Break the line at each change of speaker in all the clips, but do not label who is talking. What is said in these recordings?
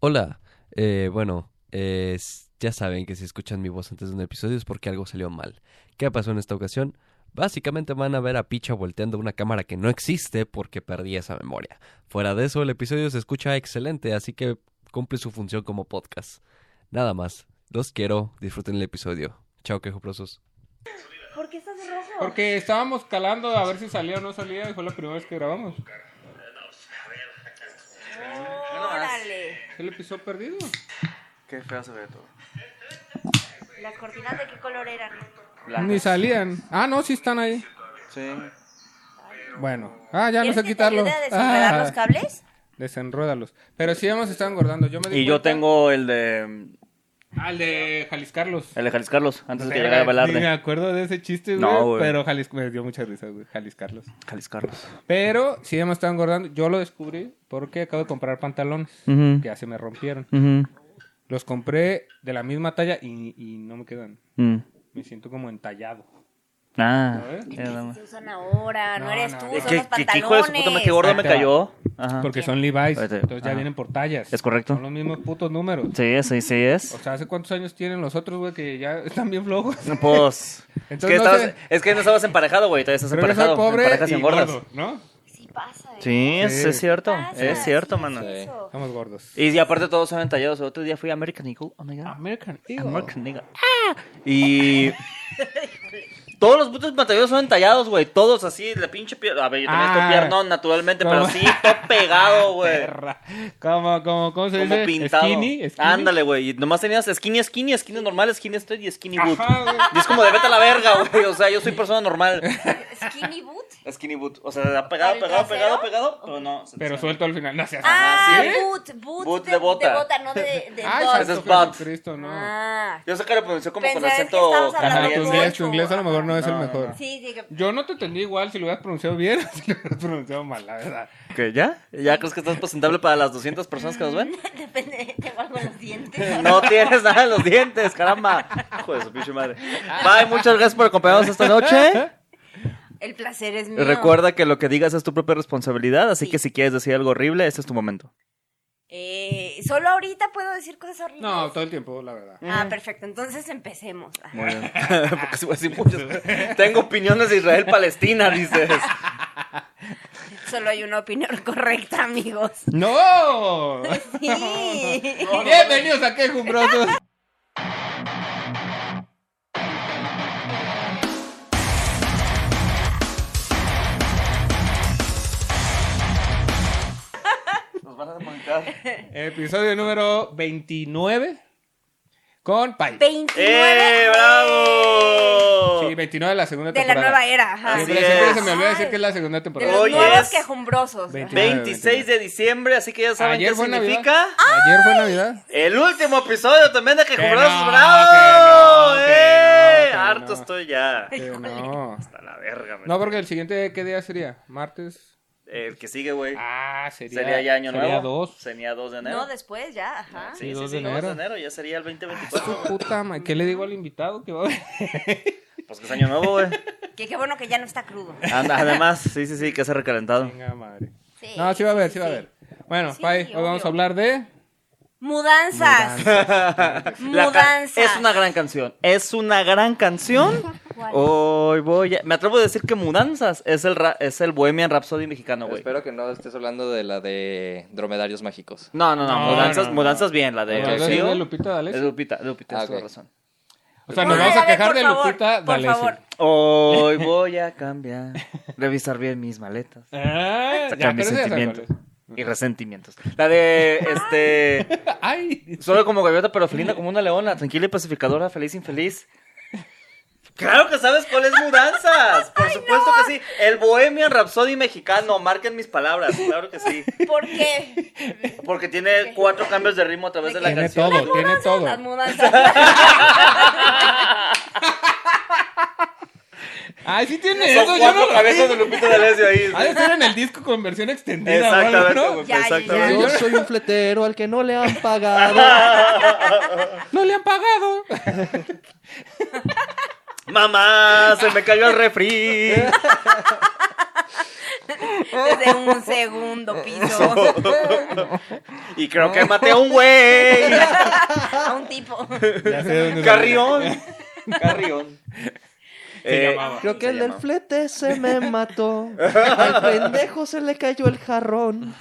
Hola, eh, bueno, eh, s- ya saben que si escuchan mi voz antes de un episodio es porque algo salió mal. ¿Qué pasó en esta ocasión? Básicamente van a ver a Picha volteando una cámara que no existe porque perdí esa memoria. Fuera de eso, el episodio se escucha excelente, así que cumple su función como podcast. Nada más, los quiero, disfruten el episodio. Chao, quejoprosos.
¿Por qué estás rojo?
Porque estábamos calando a ver si salía o no salía y fue la primera vez que grabamos.
Órale.
¿El episodio perdido?
Qué feo se ve todo.
¿Las cortinas de qué color eran?
Ni salían. Ah, no, sí están ahí.
Sí.
Bueno. Ah, ya no
¿Quieres
sé
que te ayude
quitarlo.
a desenredar
Ah,
los cables?
desenródalos. Pero sí hemos estado engordando. Yo me di
Y yo
cuenta-
tengo el de.
Al de Jaliscarlos.
El de Jalis Carlos, antes de que
Verga,
llegara
ni me
Velarde.
acuerdo de ese chiste, güey.
No, güey.
Pero Jalis... me dio mucha risa, güey. Jaliscarlos.
Jalis Carlos.
Pero sí hemos estado engordando. Yo lo descubrí porque acabo de comprar pantalones. Que ya se me rompieron. Los compré de la misma talla y, y no me quedan. Me siento como entallado.
mm. Ah.
¿Sabes?
ya la-
Se usan ahora, no,
No,
eres
no.
tú,
Es
son
¿Qué,
los
qué-
pantalones.
qué hijo de su puta madre, qué gordo me
Ahí te
cayó? Ajá.
Porque son Levi's,
Ahorita-
entonces ya
ajá.
vienen por tallas.
Ah. Es correcto.
Son los mismos putos números.
Sí, es, sí, sí
O
es.
sea, ¿hace cuántos años tienen los otros, güey, que ya están bien flojos?
No, Pues. es,
Entonces
que
no
estabas,
sé.
es que no estabas emparejado, güey. Todavía estás
Creo que
emparejado.
soy pobre
Emparejas y
y
engordas.
gordo, ¿no?
Sí pasa, ¿eh?
Sí, es,
Sí.
es cierto.
Pasa,
es cierto,
sí,
mano.
es eso.
Estamos gordos.
Y, y aparte todos son entallados. El otro día fui a American Eagle. Oh my god.
American Eagle.
oh.
American Eagle. ¡Ah! Y. Todos los putos pantallos son entallados, güey. Todos así, la pinche pierna. A ver, yo también
Ah.
estoy piernón, naturalmente, pero
¿Cómo?
sí, todo pegado, güey.
Perra. ¿Cómo, cómo, cómo se
Como
dice?
pintado.
Skinny, skinny.
Ándale, güey. Y Nomás tenías skinny, skinny, skinny normal, skinny straight y skinny boot.
Ajá, güey.
Y es como de vete a la verga, güey. O sea, yo soy persona normal.
Skinny boot.
Skinny boot. O sea, pegado,
¿El
pegado,
trasero?
pegado, pegado. Pero no.
Pero
suelta.
suelto al final. No seas
Ah,
¿sí?
boot, boot,
Boot
de,
de bota.
de bota, no de, de
Ay,
dot.
ese
santo
es bot.
Jesucristo, no.
Ah,
Yo sé que lo pronunció como con
Pensaba que
acento.
estabas hablando
Ajá, tu
Algo
inglés,
hecho.
tu inglés a lo mejor Ah, no es el
No,
mejor.
sí, sí. que-
Yo no te entendí igual si lo hubieras pronunciado bien o si lo hubieras pronunciado mal, la verdad.
¿Qué? ¿Ya? ¿Ya crees que estás presentable para las 200 personas que nos ven?
Depende, tengo algo en los dientes.
No tienes nada en los dientes, caramba. Hijo de su pinche madre. Bye, muchas gracias por acompañarnos esta noche.
El placer es mío.
Recuerda que lo que digas es tu propia responsabilidad, así
Sí.
que si quieres decir algo horrible, este es tu momento.
Eh, solo ahorita puedo decir cosas horribles.
No, todo el tiempo, la verdad.
Ah, perfecto. Entonces empecemos. Ah,
Muy bien. Porque se voy a decir muchos. Tengo opiniones de Israel-Palestina, dices.
Solo hay una opinión correcta, amigos.
¡No!
Sí.
Bienvenidos a Quejumbrosos.
Nos van a desmontar.
Episodio número 29 con Pai.
29
¡Eh, bravo!
Sí, 29 de la segunda
de la
temporada.
nueva era. ajá.
Así
Siempre,
es.
siempre se me olvida decir que es la segunda
De
temporada.
los
Hoy
nuevos
es
quejumbrosos.
29.
26 de diciembre, así que ya saben
Ayer
qué
fue Navidad.
significa.
Ayer fue Navidad.
El último episodio también de que
Que
Cobrazos
no,
Bravo.
que no,
¡Eh!
que no, que
Harto
no.
estoy ya.
Que no.
Hasta la verga, men.
No, porque el siguiente, ¿qué día sería? ¿Martes?
El que sigue, güey.
Ah, sería.
sería ya año
sería
nuevo.
dos.
Sería 2 de enero.
No, después ya, ajá.
Sí,
Sí,
sí,
dos
sí,
de
dos
enero. Ah,
de enero. Ya sería el 2024.
Su puta madre. ¿Qué le digo al invitado que va a ver?
Pues que es año nuevo, güey.
Que qué bueno que ya no está crudo.
Anda, Además, sí, sí, sí, que se ha recalentado.
Venga, madre.
Eh, Sí.
No, sí va a ver, sí va a ver. Bueno,
Sí,
Pai, hoy vamos
obvio.
a hablar de.
Mudanzas.
La ca-
Mudanza.
es una gran canción. Es una gran canción.
¿Cuál?
Hoy voy a... Me atrevo a decir que Mudanzas es el, ra- es el Bohemian Rhapsody mexicano, güey.
Espero que no estés hablando de la de dromedarios mágicos.
No, no, no,
No,
Mudanzas,
no, no.
Mudanzas bien, la de...
¿La de-
Rocío.
de Lupita D'Alessio?
Es Lupita, Lupita, tienes
Ah,
toda
ok.
razón.
O sea, nos
Ponle,
vamos
a
a
ver,
quejar
por
de
favor,
Lupita
por
D'Alessio.
favor.
Hoy voy a cambiar, revisar bien mis maletas,
Ah, ya,
sacar mis
pero ese ya sabe
sentimientos y resentimientos. La de, este,
cuál es. Ay.
solo como gaviota pero felina como una leona, tranquila y pacificadora, feliz infeliz. Claro que sabes cuál es mudanzas, por supuesto que sí. El Bohemian Rhapsody mexicano, marquen mis palabras, claro que sí,
¿Por qué?
porque tiene cuatro cambios de ritmo a través de Pues la
Tiene
canción.
todo, tiene todo.
Las mudanzas.
Ay, sí tiene
Son
eso. Yo no
cuatro
lo
cabezas de Lupita D'Alessio ahí.
Ha de estar en el disco con versión extendida.
Exactamente,
o algo,
güey,
Ya, ya, ya.
exactamente.
Yo
soy un fletero al que no le han pagado.
¿no? no le han pagado.
Mamá, se me cayó el refri.
desde un segundo piso
Y creo que maté a un güey.
a un tipo.
Ya sé dónde se-
Carrión. Carrión. Eh,
Se llamaba.
Creo que
Se
el del
llama.
flete se me mató. Al pendejo se le cayó el jarrón.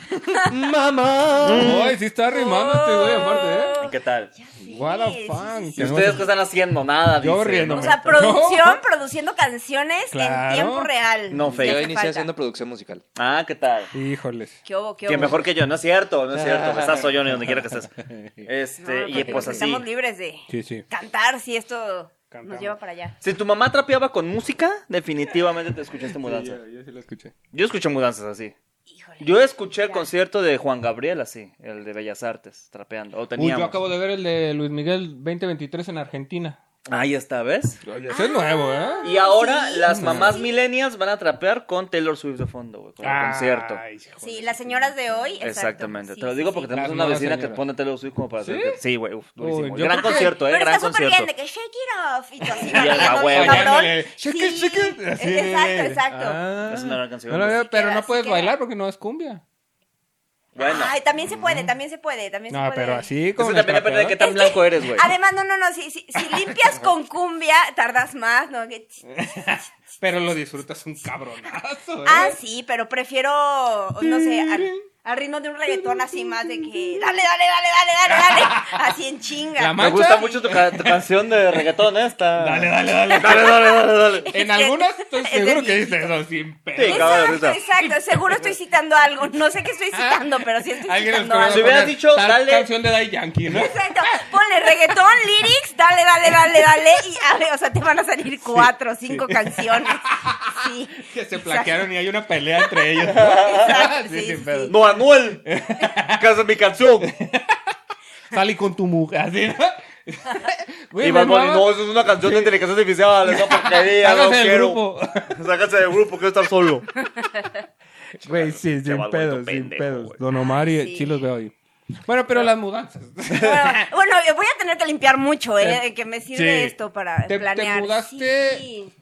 ¡Mamá!
Ay, sí está rimando este güey aparte,
¿Y ¿Qué tal?
¿eh? What a
Sí,
fuck.
¿Y ustedes qué están haciendo? Nada,
Yo
dice,
riéndome.
O sea, producción, produciendo canciones
Claro.
en tiempo real.
No,
¿Qué
fake.
hace
Yo inicié
falta?
haciendo producción musical.
Ah, ¿qué tal?
Híjoles.
¿Qué hubo, qué
Que
hubo?
mejor que yo, no es cierto, no es cierto. pues, Estás soy yo ni donde quiera que estés.
No,
Este, y
porque-
pues
porque
así.
Estamos libres de
Sí, sí.
cantar si esto
Cantamos.
nos lleva para allá.
Si tu mamá trapeaba con música, definitivamente te escuchaste mudanzas.
yo, sí lo escuché.
Yo escuché mudanzas así.
Híjole.
Yo escuché el concierto de Juan Gabriel así, el de Bellas Artes, trapeando. O
Uy,
teníamos.
yo acabo de ver el de Luis Miguel 2023 en Argentina.
Ahí está, ¿ves?
Ese es nuevo, ¿eh?
Y ahora las mamás millennials van a trapear con Taylor Swift de fondo, güey, con el
Ah,
concierto.
Ay, hijo.
Sí, las señoras de hoy. exacto.
Exactamente.
Sí,
Te lo
sí,
digo
sí.
porque tenemos
Las
una
nuevas
vecina que
señoras.
pone Taylor Swift como para
¿Sí?
hacer. Sí, güey, uf,
Uy,
durísimo.
yo
gran
creo que-
concierto, eh,
Pero
gran
está súper bien de
concierto.
que shake it off y tú así
Ya,
bailando,
la huevo.
cabrón.
Dándole, shake it,
Sí, Eh,
shake it. Así.
Exacto, exacto.
Ah.
Es una gran canción.
No lo veo, pero
queda,
no
sí
puedes
queda.
bailar porque no es cumbia.
Bueno,
Ay, también se puede, también se puede, también se
Mm. No,
puede.
pero así
eso
como.
también depende de qué tan blanco eres, güey.
Además, no, no, no, si, si, si limpias con cumbia, tardas más, ¿no? Que-
Pero lo disfrutas un cabronazo, ¿eh?
Ah, sí, pero prefiero, no sé, al, al ritmo de un reggaetón así más de que dale, dale, dale, dale, dale, dale, así en chinga.
La
Me
mancha.
gusta mucho tu, ca- tu canción de reggaetón esta.
Dale, dale, dale.
dale, dale, dale, dale.
En algunas estoy
Es
seguro
de
que
mi-
dices eso sin
Sí,
pedo.
cabrón. de
Exacto,
risa.
exacto, seguro estoy citando algo, no sé qué estoy citando, pero sí estoy
Alguien
citando
nos
Si
algo.
hubieras
poner
dicho,
tal
dale.
canción de Daddy Yankee, ¿no?
Exacto, ponle reggaetón, lyrics, dale, dale, dale, dale, y dale, o sea, te van a salir cuatro, cinco canciones. Sí.
Que se
exacto.
plaquearon y hay una pelea entre ellos.
Exacto,
sí,
sí,
sin
sí.
pedo.
No, Anuel. Casa mi canción.
Salí con tu mujer, así, ¿no? Güey,
Y
me
Bad Bunny,
mama-
no, eso es una canción de inteligencia artificial. Es una porquería.
Sácase
no
del
quiero.
grupo.
Sácase del grupo, quiero estar solo.
Güey, sí, sin
Chaval,
pedos,
vuelto
sin
pendejo,
pedos.
güey.
Don Omar y
Sí.
sí los veo ahí. Bueno, pero las mudanzas.
Bueno, bueno, voy a tener que limpiar mucho, ¿eh? Que me sirve
Sí.
esto para
Te- te
planear.
mudaste-
Sí.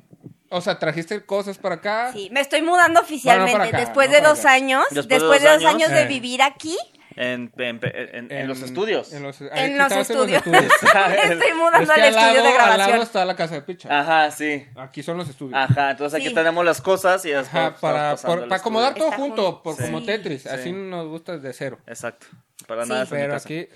O sea, trajiste cosas para acá.
Sí, me estoy mudando oficialmente
Bueno, no para acá,
después,
no
de
para
dos
acá.
años,
Después
después
de
de
dos
dos años
años.
de
Eh.
vivir aquí.
En, en- en- en los estudios. Ah,
En los,
En
aquí
los
estabas en los
estudios. Me estoy mudando
Es que
al estudio
lado-
de
Al lado
grabación.
está la casa de picha.
Ajá, sí.
Aquí son los estudios.
Ajá, entonces aquí
Sí.
tenemos las cosas y después.
Ajá, para,
estamos Ah, pasando
por-
al
para
estudio.
acomodar todo
Está
junto,
junto.
por,
Sí.
como Tetris. Así
Sí.
nos gusta de cero.
Exacto. Para
Sí.
nada. es en mi
Pero
casa.
aquí.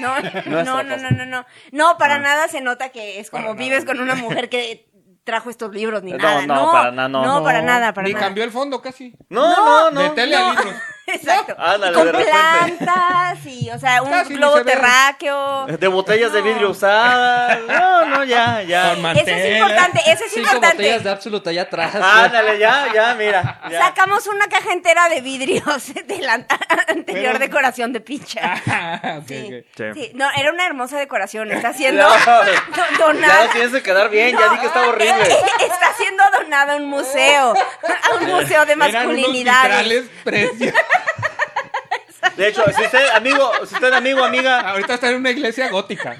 No,
No
no,
es
no, no,
fracaso.
no, no. No, para nada se nota que es como
Ah. Para
vives
nada.
con una mujer que trajo estos libros ni
No,
nada.
no,
No,
para nada, no.
No, para nada, para
Ni
nada.
cambió el fondo casi.
No, no, no.
de tele a
no.
libros.
Exacto.
Ándale,
Y con
Ah, de repente.
plantas y, o sea, un
Casi ni se
globo
ve.
terráqueo.
De botellas de
No.
vidrio usadas. No, no, ya, ya.
Con
Eso
mantel,
es importante, eso es
Cinco botellas de
importante.
Absolut allá atrás.
Ándale, ya, ya, mira. ya.
Sacamos una caja entera de vidrios de la anterior
Pero-
decoración de picha.
Ah, ok,
Sí.
ok.
Sí.
Sí, no, era una hermosa decoración. Está haciendo do-
Ya
donada.
no tienes que quedar bien, ya di que está horrible.
Está siendo donada a un museo. A un museo de
Eran unos
masculinidades.
vitrales preciosos.
De hecho, si usted, amigo, si usted, amigo, amiga,
Ahorita está en una iglesia gótica.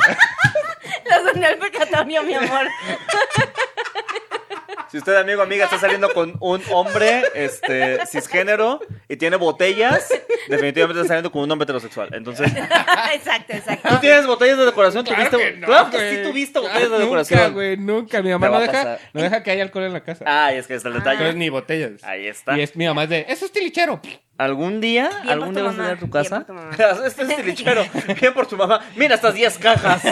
Los doné al pecatorio, mi amor.
si usted, amigo, amiga, está saliendo con un hombre este, cisgénero y tiene botellas, definitivamente está saliendo con un hombre heterosexual. Entonces,
exacto, exacto.
¿tú tienes botellas de decoración? ¿Tuviste? claro que sí
güey.
tuviste
Ah,
botellas de
Nunca,
decoración.
güey, nunca. Mi mamá
Te va
no
a
deja,
pasar.
no deja que haya alcohol en la casa.
Ay, es que está el
Entonces
detalle.
Pues ni botellas.
Ahí está.
Y es mi mamá es de, eso es tilichero.
¿Algún día,
por
algún
tu
día vas a
mamá,
tener a tu
bien
casa?
por tu mamá.
Este es tilichero. Bien por tu mamá. Mira estas 10 cajas.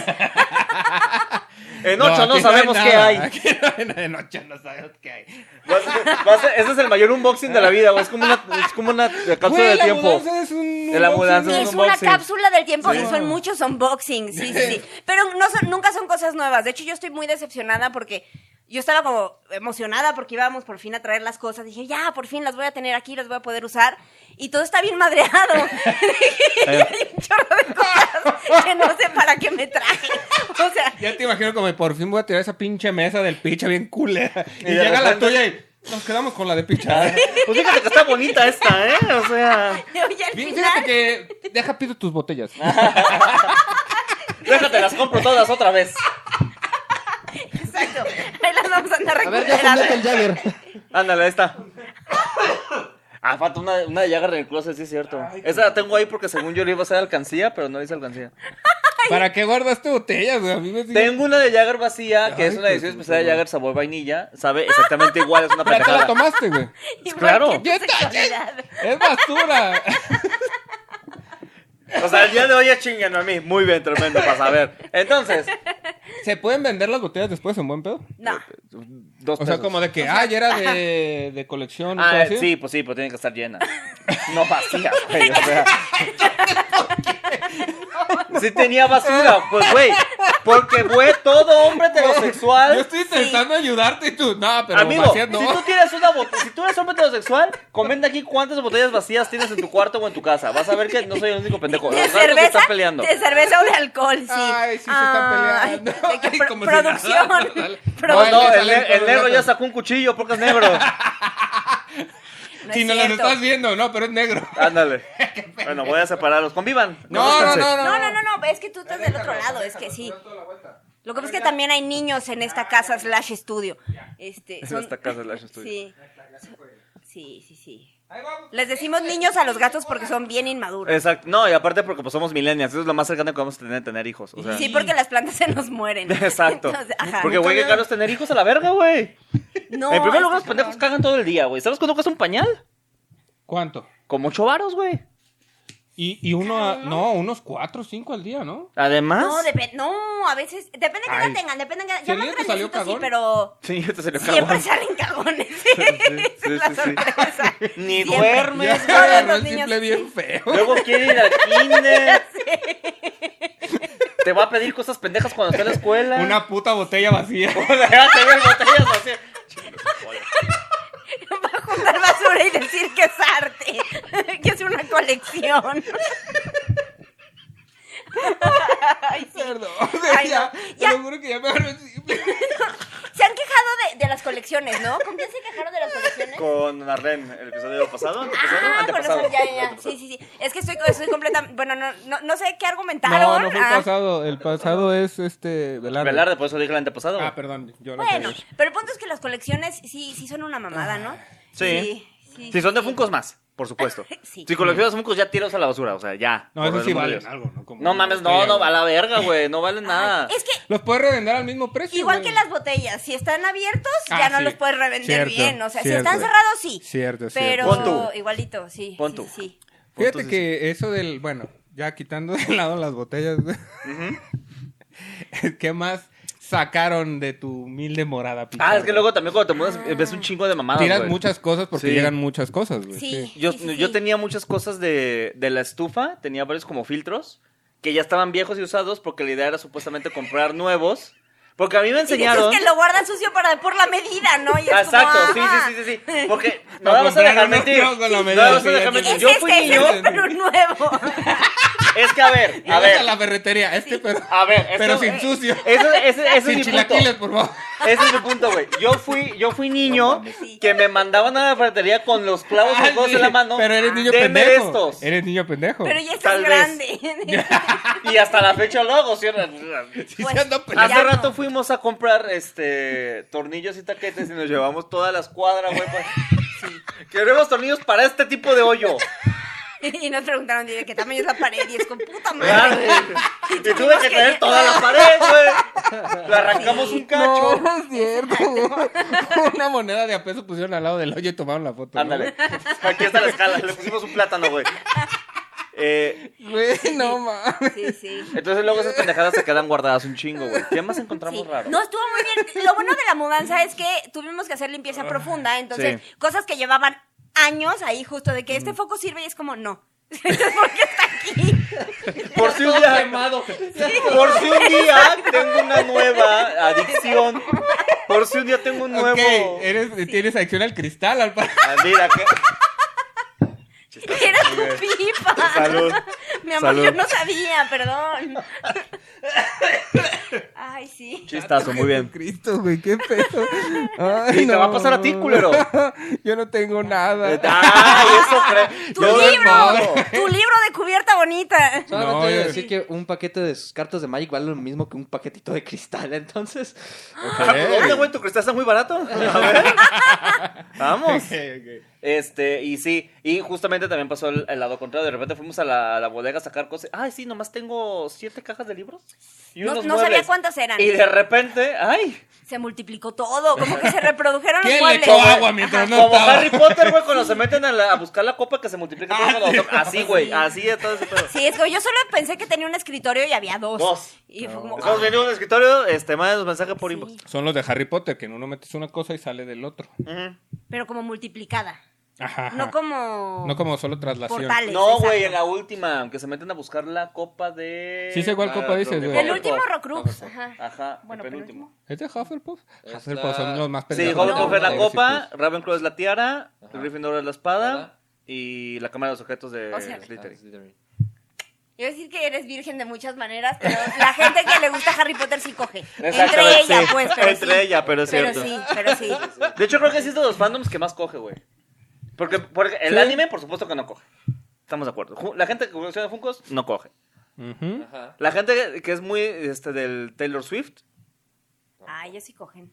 En 8 no,
aquí
sabemos
hay
qué
nada.
hay.
Aquí no hay nada. en ocho no sabemos qué hay.
Vas- vas a- ese es el mayor unboxing de la vida, güey. Es como una, es como una cápsula
Güey,
de
la
tiempo.
mudanza es un...
De la mudanza
Es
un
una
unboxing.
cápsula del tiempo,
Sí.
hizo en muchos unboxings, sí, sí, sí. Pero no son- nunca son cosas nuevas. De hecho, yo estoy muy decepcionada porque yo estaba como emocionada porque íbamos por fin a traer las cosas. Dije, ya, por fin las voy a tener aquí, las voy a poder usar. Y todo está bien madreado. Y hay un chorro de cosas que no sé para qué me traje. O sea,
Ya te imagino como por fin voy a tirar esa pinche mesa del picha bien culera. Y,
de
llega la
repente-
tuya y nos quedamos con la de picha.
Pues fíjate que está bonita esta, ¿eh? O sea,
oye, al
Bien,
final,
fíjate que deja pido tus botellas.
déjate, las compro todas otra vez.
exacto, ahí las vamos a andar
A ver, ya
recuperando.
completa el Jagger.
Ándale, ahí está. Ah, falta una, una de llaga en el closet, sí es cierto.
Ay,
Esa la tengo ahí porque según yo le iba a hacer alcancía, pero no le hice alcancía.
¿Para qué guardaste botellas, güey? A mí me sigue-
Tengo una de Jagger vacía, que
Ay,
es una
qué
edición
puto,
especial de
güey.
Jagger sabor vainilla. Sabe exactamente igual, es una
¿Para qué la
pendejada.
tomaste, güey?
Igual
claro.
que tu
Yo también.
sexualidad.
Es basura.
O sea, el día de hoy es chingando a mí. Muy bien, tremendo, para saber. Entonces,
¿Se pueden vender las botellas después en buen pedo?
No.
dos
O sea,
pesos.
como de que, ah, ya era de, de colección. y todo
Ah,
así.
sí, pues sí, pues tienen que estar llenas. No vacías, güey. O sea. Sí tenía basura, pues güey. Porque güey, todo hombre
Yo
heterosexual.
estoy intentando ayudarte y tú, no, pero
Amigo,
vacías no.
si tú tienes una bot- si tú eres hombre heterosexual, comenta aquí cuántas botellas vacías tienes en tu cuarto o en tu casa. Vas a ver que no soy el único pendejo. Los
De
gatos se
cerveza,
están peleando.
de cerveza o de alcohol, sí.
Ay, sí, se
Ay,
están peleando.
de que
Ay,
pro-
como si
producción.
nada, dale.
No,
Produ-
Ay,
no,
le
el,
salen
ne-
todos
el negro
los
ya
gatos.
sacó un cuchillo porque es negro.
es
si no las
cierto.
estás viendo, no, pero es negro.
Ándale. Bueno, voy a separarlos. Convivan.
No, no,
Conózcanse.
no, no.
No, no, no, no, es que tú estás del otro lado, es que sí. Lo que pasa es que también hay niños en esta casa slash estudio. Este,
En
son-
esta casa slash estudio.
Sí. Sí, sí, sí. Les decimos niños a los gatos porque son bien inmaduros.
Exacto. No, y aparte porque pues somos millennials, eso es lo más cercano que vamos a tener tener hijos. O sea.
Sí, porque las plantas se nos mueren.
Exacto.
Entonces, ajá.
Porque, güey, que caros tener hijos a la verga, güey.
No,
en primer
es
lugar, pues,
que
los pendejos cagan todo el día, güey. ¿Sabes cuánto cuesta un pañal?
¿Cuánto?
Como ocho varos, güey.
Y, y uno, a- no, unos cuatro o cinco al día, ¿no?
Además.
No, depe- no, a veces. Depende de qué edad
Ay.
tengan, depende de qué edad.
Si
Ya
el
más
niño te salió
grandecitos sí,
cagón.
pero.
Sí, esto se le
Siempre
acabó.
salen cagones. Sí, esa es la
sí, sí.
sorpresa.
Ni
Siempre.
duermes,
Ya,
güey.
agarró
Todos los
el
niños-
simple bien feo.
Luego quiere ir al kinder. Te va a pedir cosas pendejas cuando esté en la escuela.
Una puta botella vacía.
Ya te veo en botellas así. Chingos, joder.
Va a juntar basura y decir que es arte. Que es una colección. Ay, sí.
Perdón,
Ay,
ya,
no,
te
ya.
lo juro que ya me agarró el simple.
Se han quejado de, de las colecciones, ¿no? ¿Con quién se quejaron de las colecciones?
Con Arlen, el episodio pasado, antepasado,
Ah, con
antepasado.
razón, ya, ya, ya. Sí, sí, sí. Es que estoy, estoy completamente. Bueno, no, no, no sé qué argumentaron.
No, no fue el
Ah.
pasado. El pasado es este. Velarde.
Velarde, por eso dije el antepasado.
Ah,
güey.
perdón, yo lo
Bueno,
sabía.
pero el punto es que las colecciones sí, sí son una mamada, ¿no?
Sí. Si son de Funcos más, por supuesto.
Sí.
Si coleccionas Funcos ya tíralos a la basura, o sea, ya.
No,
por
esos
el
sí
amor de
valen
Dios.
algo, ¿no? Como
No mames, no,
botella,
no,
güey.
a la verga, güey, no valen nada.
Es que
Los puedes revender al mismo precio.
igual
güey.
que las botellas, si están abiertos
Ah,
ya no
sí.
los puedes revender
Cierto,
bien, o sea,
cierto.
si están cerrados sí.
Cierto,
pero
cierto. Pon tú.
igualito, sí.
Pon
sí,
tú.
sí, sí.
Fíjate que eso del. Bueno, ya quitando de lado las botellas. güey. ¿Qué más sacaron de tu humilde morada, Pichón?
Ah, es que luego también cuando te mudas eh, ves un chingo de mamadas.
Tiras
güey.
muchas cosas porque
Sí.
llegan muchas cosas, güey.
Sí.
Yo,
Sí, sí,
yo
sí.
tenía muchas cosas de, de la estufa, tenía varios como filtros que ya estaban viejos y usados porque la idea era supuestamente comprar nuevos. Porque a mí me
Y dices
enseñaron.
que lo guardan sucio para por la medida, ¿no? Y es
Exacto,
como,
sí,
ajá.
sí, sí, sí, sí. Porque no
Para
me vas a dejar
comprar uno
mentir.
nuevo con la
No me
medida,
vas a dejar
fíjate.
mentir.
Es
Yo
este,
fui
es
niño.
este, pero nuevo.
Es que a ver, a
Llegas
ver.
a la ferretería, este pero,
A ver, esto-
pero sin
eh,
sucio.
Eso, ese,
sin
ese es mi punto.
chilaquiles, por favor.
Ese es mi punto, güey. Yo fui, yo fui niño que me mandaban a la ferretería con los clavos
Ah,
mojados
sí,
en la mano.
Pero eres niño
Deme
pendejo.
estos.
Eres niño pendejo.
Pero ya estás
Tal vez.
grande.
Y hasta la fecha lo hago, ¿sí?
Sí,
Pues,
se anda
Ya
Hace
no.
rato fuimos a comprar este tornillos y taquetes y nos llevamos toda la escuadra, güey. pa- Queremos tornillos para este tipo de hoyo.
y nos preguntaron de qué tamaño es la pared y es con puta
¿verdad?
madre.
Ah, y tuve que traer toda la pared, güey. Le arrancamos un cacho.
No, es cierto. Una moneda de a peso pusieron al lado del hoyo y tomaron la foto. ¿no?
Ándale. Aquí está la escala. Le pusimos un plátano, güey. Eh,
Güey, no mames.
Sí, sí.
entonces luego esas pendejadas se quedan guardadas un chingo, güey. ¿Qué más encontramos
Sí.
raro?
No, estuvo muy bien. Lo bueno de la mudanza es que tuvimos que hacer limpieza profunda, entonces
Ah, Sí. Mm.
cosas que llevaban años ahí justo de que este foco sirve y es como no. Entonces, ¿por qué está aquí?
Por si un día. Por si un día tengo una nueva adicción. Por si un día tengo un nuevo.
Ok, eh. eres, tienes adicción al cristal, al parecer.
Ah, mira, que.
Era tu pipa.
Salud.
Mi amor,
Salud.
yo no sabía, perdón. Ay, sí.
Chistazo, muy bien.
Cristo, güey, qué pedo.
Y
Ay,
te va a pasar a ti, culero.
Yo no tengo nada.
¡Ay, eso creo!
Tu
Yo-
libro, tu libro de cubierta bonita.
Solamente
No,
voy a
yo-
decir que un paquete de sus cartas de Magic vale lo mismo que un paquetito de cristal, entonces.
¿eh? ¿Este, Ah, ¿Dónde, güey? ¿Tu cristal está muy barato? A ver. Vamos.
Ok, ok.
Este, y sí, y justamente también pasó el, el lado contrario. De repente fuimos a la, a la bodega a sacar cosas. Ay, sí, nomás tengo siete cajas de libros. Y
No,
unos
no sabía
muebles.
cuántas eran.
Y de repente, ay,
Se multiplicó todo, como que se reprodujeron los
¿Quién le
muebles.
echó agua mientras no
como
estaba?
Harry Potter, güey, cuando se meten a, la- a buscar la copa que se multiplica todo
Ah,
con los- Así, güey, así es todo ese pedo.
Sí, es que yo solo pensé que tenía un escritorio y había dos.
Dos.
Y fue como, ah,
Estamos viendo un escritorio, este, manden un mensaje por inbox.
Son los de Harry Potter, que en uno metes una cosa y sale del otro.
Ujú.
pero como multiplicada.
Ajá. ajá.
No como.
No como solo traslación.
Portales.
No,
exacto.
güey, en la última, que se meten a buscar la copa de. Ah,
Sí sé cuál
la-
copa dices,
de
güey.
El último
Hufflepuff.
Rocrux. Ajá.
Ajá,
Bueno,
el
pero
penúltimo.
¿Es de Hufflepuff?
Está-
Hufflepuff son los más
Sí,
pendejos.
Hufflepuff
No,
es la
güey.
copa, Ravenclaw es la tiara,
Ajá.
Gryffindor es la espada
Ajá.
y la cámara de los objetos de
O sea,
Ah,
Slytherin.
Yo decir que eres virgen de muchas maneras, pero la gente que le gusta Harry Potter sí coge. Entre
Exactamente,
ella,
sí.
pues. Pero
Entre
sí.
ella, pero es
Pero
cierto.
sí, pero sí.
De hecho, creo que sí es de los fandoms que más coge, güey. Porque, porque el
Sí.
anime, por supuesto que no coge. Estamos de acuerdo. Ju- La gente que colecciona Funkos no coge.
Ujú.
Ajá.
La gente que es muy este, del Taylor Swift,
Ah, ellos sí cogen.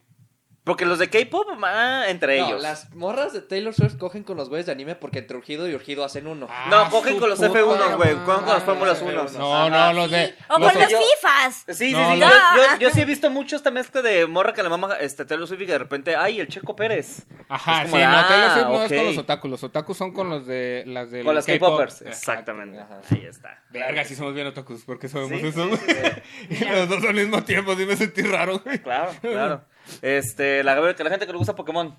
porque los de K-pop, ah, entre
No,
ellos.
las morras de Taylor Swift cogen con los güeyes de anime porque entre urgido y urgido hacen uno.
No,
Ah,
cogen
su
con los
puta
F1, güey.
madre.
Cogen con las Fórmulas
Ah,
1.
No, no, los de...
Ah, O
los
con los
de-
FIFAs.
Sí, sí,
No,
sí.
no.
Yo, yo- yo sí he visto mucho esta mezcla de morra que la mamá este, Taylor Swift y que de repente, ay, el Checo Pérez.
Ajá,
Es
sí,
como de,
no, Taylor
ah,
Swift no
ok.
es con los otakus. Los otakus son con los de... Las del
Con las
K-pop.
K-popers.
Ajá.
Exactamente.
Ajá.
Ahí está.
Verga, sí somos bien otakus, porque sabemos
Sí,
eso?
sí, sí,
y los dos al mismo tiempo, sí me sentí raro, güey.
Claro, claro. Este, la, que la gente que le gusta Pokémon.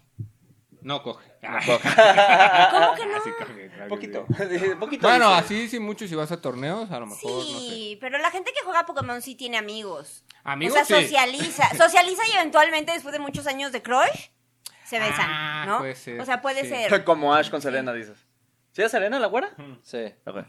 No coge.
¿Cómo que no?
Así coge, claro que
Poquito.
sí.
Poquito.
Bueno,
dice.
así sí mucho si vas a torneos, a lo mejor, no sé.
Sí, pero la gente que juega Pokémon sí tiene amigos.
Amigos,
O sea,
sí.
socializa. Socializa y eventualmente después de muchos años de crush, se besan,
Ah,
¿no?
puede ser,
o sea, puede
sí.
ser.
Como Ash con Selena, dices. ¿Sí es Selena la güera?
Sí.
Ok.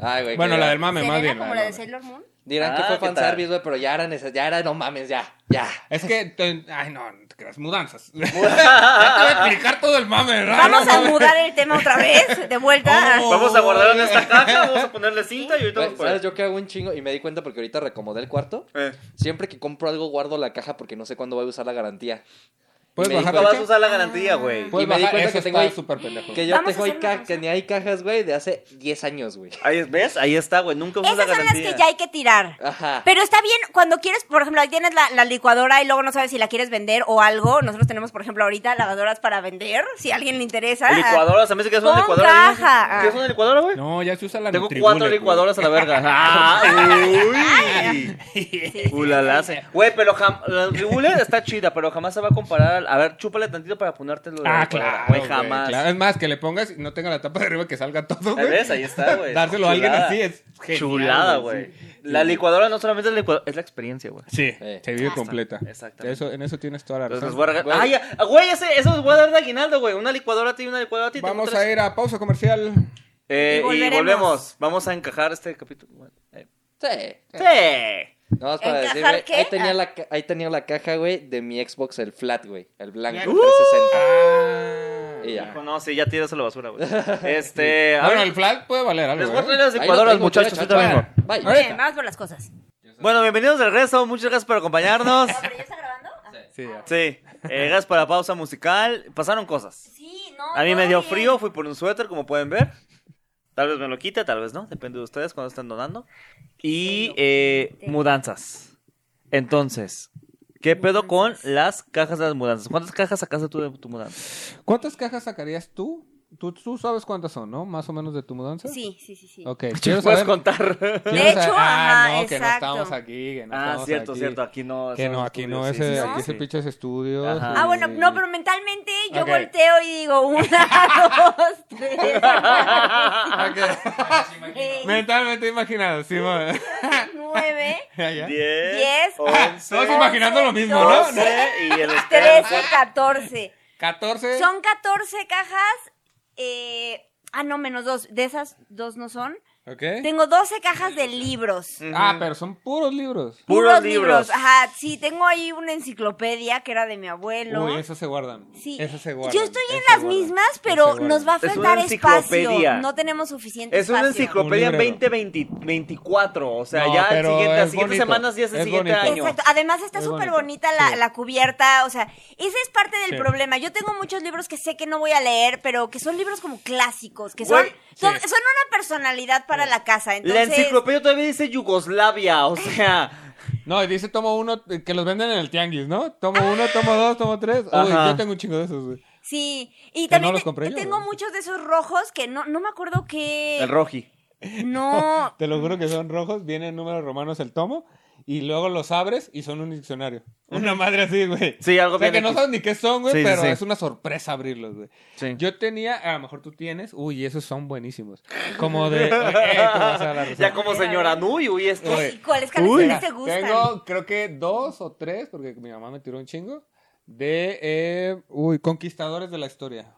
Ay, güey.
Bueno,
que
la
ya-
del mame,
Serena
más bien.
como
la
la
del
de
mame.
Sailor Moon.
Dirán
Ah,
que fue
¿qué tal?
fanservice, güey, pero ya era necesario. Ya era, no mames, ya. Ya.
Es que, te- ay, no, no te creas, mudanzas. ya te voy a explicar todo el mame, ¿verdad?
Vamos
Ah, No
a
mames.
mudar el tema otra vez, de vuelta.
Vamos.
Vamos a guardarlo en esta caja, vamos a ponerle cinta y ahorita
Güey,
vamos por
¿Sabes? Yo que hago un chingo y me di cuenta porque ahorita recomodé el cuarto. Siempre que compro algo, guardo la caja porque no sé cuándo voy a usar la garantía.
¿Puedes
Y me
bajar
Nunca vas
acá?
a usar la garantía, güey.
Puedes
Y me di
bajar,
cuenta
eso
que tengo
está
ahí-
súper pendejo.
Que yo
Vamos a
tengo ahí
hacer una
ca- que ni hay cajas, güey, de hace 10 años, güey.
Ahí, ¿Ves? Ahí está, güey. Nunca usas la
Esas son las
garantía.
que ya hay que tirar.
Ajá.
Pero está bien cuando quieres, por ejemplo, ahí tienes la, la licuadora y luego no sabes si la quieres vender o algo. Nosotros tenemos, por ejemplo, ahorita lavadoras para vender, si a alguien le interesa.
Licuadoras, a mí se que es
Con
una licuadora.
caja.
¿Qué es una licuadora, güey?
No, ya se usa la
Tengo
Nutribullet,
cuatro
güey.
licuadoras a la verga. ¡Ah! ¡Uy! ¡Ulala! se- Güey, pero jam... la Nutribullet está chida, pero jamás se va a comparar. al- A ver, chúpale tantito para ponértelo. de
Ah,
licuadora,
claro,
Güey,
güey,
jamás.
claro. Es más, que le pongas y no tenga la tapa de arriba que salga todo,
¿La
güey.
ves? Ahí está, güey.
Dárselo a alguien
Chulada.
así es genial,
Chulada, güey. La licuadora no solamente es la licuadora, es la experiencia, güey.
Sí,
Eh.
se vive completa.
exactamente.
Eso, en eso tienes toda la
Entonces
razón.
les voy a regalar. ¡Ay, ya! güey! ese- Eso les voy a dar de aguinaldo, güey. Una licuadora a ti, una licuadora a ti. tengo
Vamos
tres.
a ir a pausa comercial.
Eh,
Y
y
volveremos.
volvemos. Vamos a encajar este capítulo. Bueno, eh,
Sí.
Sí.
No, es para
¿Encajar
decir, güey.
qué? Ah.
Ahí tenía, la, ca- ahí tenía la caja, güey, de mi Xbox, el flat, güey. El blanco, el 360. Y ya.
Hijo, No, sí, ya tiras a la basura, güey. Este. Ah, a
Bueno,
ver,
el flat puede valer algo.
Les voy a
¿eh?
traer las
Ahí lo
licuadoras,
tengo,
muchachos.
muchacho,
ahorita vengo.
ahorita. Bye.
Bien, vamos por las cosas.
Bueno, bienvenidos de regreso. Muchas gracias por acompañarnos.
Ah, ¿Pero ya está grabando? Ah.
Sí, ya.
Sí, eh, gracias por la pausa musical. Pasaron cosas.
Sí, no.
A mí me
todo
dio
bien.
frío, fui por un suéter, como pueden ver. Tal vez me lo quite, tal vez no. Depende de ustedes cuando estén donando. Y eh, mudanzas. Entonces, ¿qué pedo con las cajas de las mudanzas? ¿Cuántas cajas sacaste tú de tu mudanza?
¿Cuántas cajas sacarías tú? tú? Tú sabes cuántas son, ¿no? Más o menos de tu mudanza.
Sí, sí, sí, sí.
Ok, quiero
Puedes
saber.
contar.
quiero
De
saber-
hecho,
ah,
ajá,
no, que no
exacto.
estamos aquí. Que no
Ah,
estamos
cierto,
aquí.
cierto. Aquí no.
Que
son
no,
los
aquí no,
estudios, sí,
ese,
sí,
aquí
sí.
es el pinche estudio.
Ajá.
Ah, bueno, no, pero mentalmente yo
Ok.
volteo y digo una, dos, tres. seis,
Mentalmente imaginado, sí, ma-
nueve,
Ya, ya.
10,
Diez. Ah,
Todos imaginando lo mismo, ¿no?
doce,
y el
Ah, trece,
espejo.
catorce.
14.
Son 14 cajas. eh, ah, no, menos dos. De esas dos no son.
¿Ok?
Tengo 12 cajas de libros.
Ah, pero son puros libros.
Puros
Puros
libros.
libros. Ajá, sí, tengo ahí una enciclopedia que era de mi abuelo.
Uy, esas se guardan.
Sí.
Esas se guardan.
Yo estoy en las
esas se guardan,
mismas,
esas se
pero
guardan.
nos va a
Es una
faltar
enciclopedia.
espacio. No tenemos suficiente
Es una
espacio.
enciclopedia
Un
en
librero.
2024. O sea,
No,
ya el
pero
siguiente,
es
las siguientes
bonito,
semanas ya es el
es
siguiente
bonito.
año.
Exacto. Además está
Es
súper
bonito,
bonita la,
sí.
la cubierta, o sea, esa es parte del
Sí.
problema. Yo tengo muchos libros que sé que no voy a leer, pero que son libros como clásicos, que son,
Güey,
son,
sí.
son una personalidad para la casa.
La
Entonces,
enciclopedia todavía dice Yugoslavia, o sea,
No, y dice tomo uno, eh, que los venden en el tianguis, ¿no? Tomo
Ah.
uno, tomo dos, tomo tres. Uy,
Ajá.
yo tengo un chingo de esos, güey.
sí. Y
Que
también
no los
te-
compré yo,
tengo
¿no?
muchos de esos rojos que no, no me acuerdo qué.
el Roji.
No.
Te lo juro que son rojos, vienen números romanos el tomo, y luego los abres y son un diccionario. Una madre así, güey.
Sí, algo
O sea,
bien
que no
X.
sabes ni qué son, güey,
Sí, sí,
pero
sí.
es una sorpresa abrirlos, güey.
Sí.
Yo tenía, a lo mejor tú tienes, uy, esos son buenísimos. Como de... eh, tú vas a dar
ya como señora Nui, uy, esto.
Uy.
¿Y cuáles
Uy,
canciones te gustan?
tengo creo que dos o tres, porque mi mamá me tiró un chingo, de, eh, uy, Conquistadores de la Historia.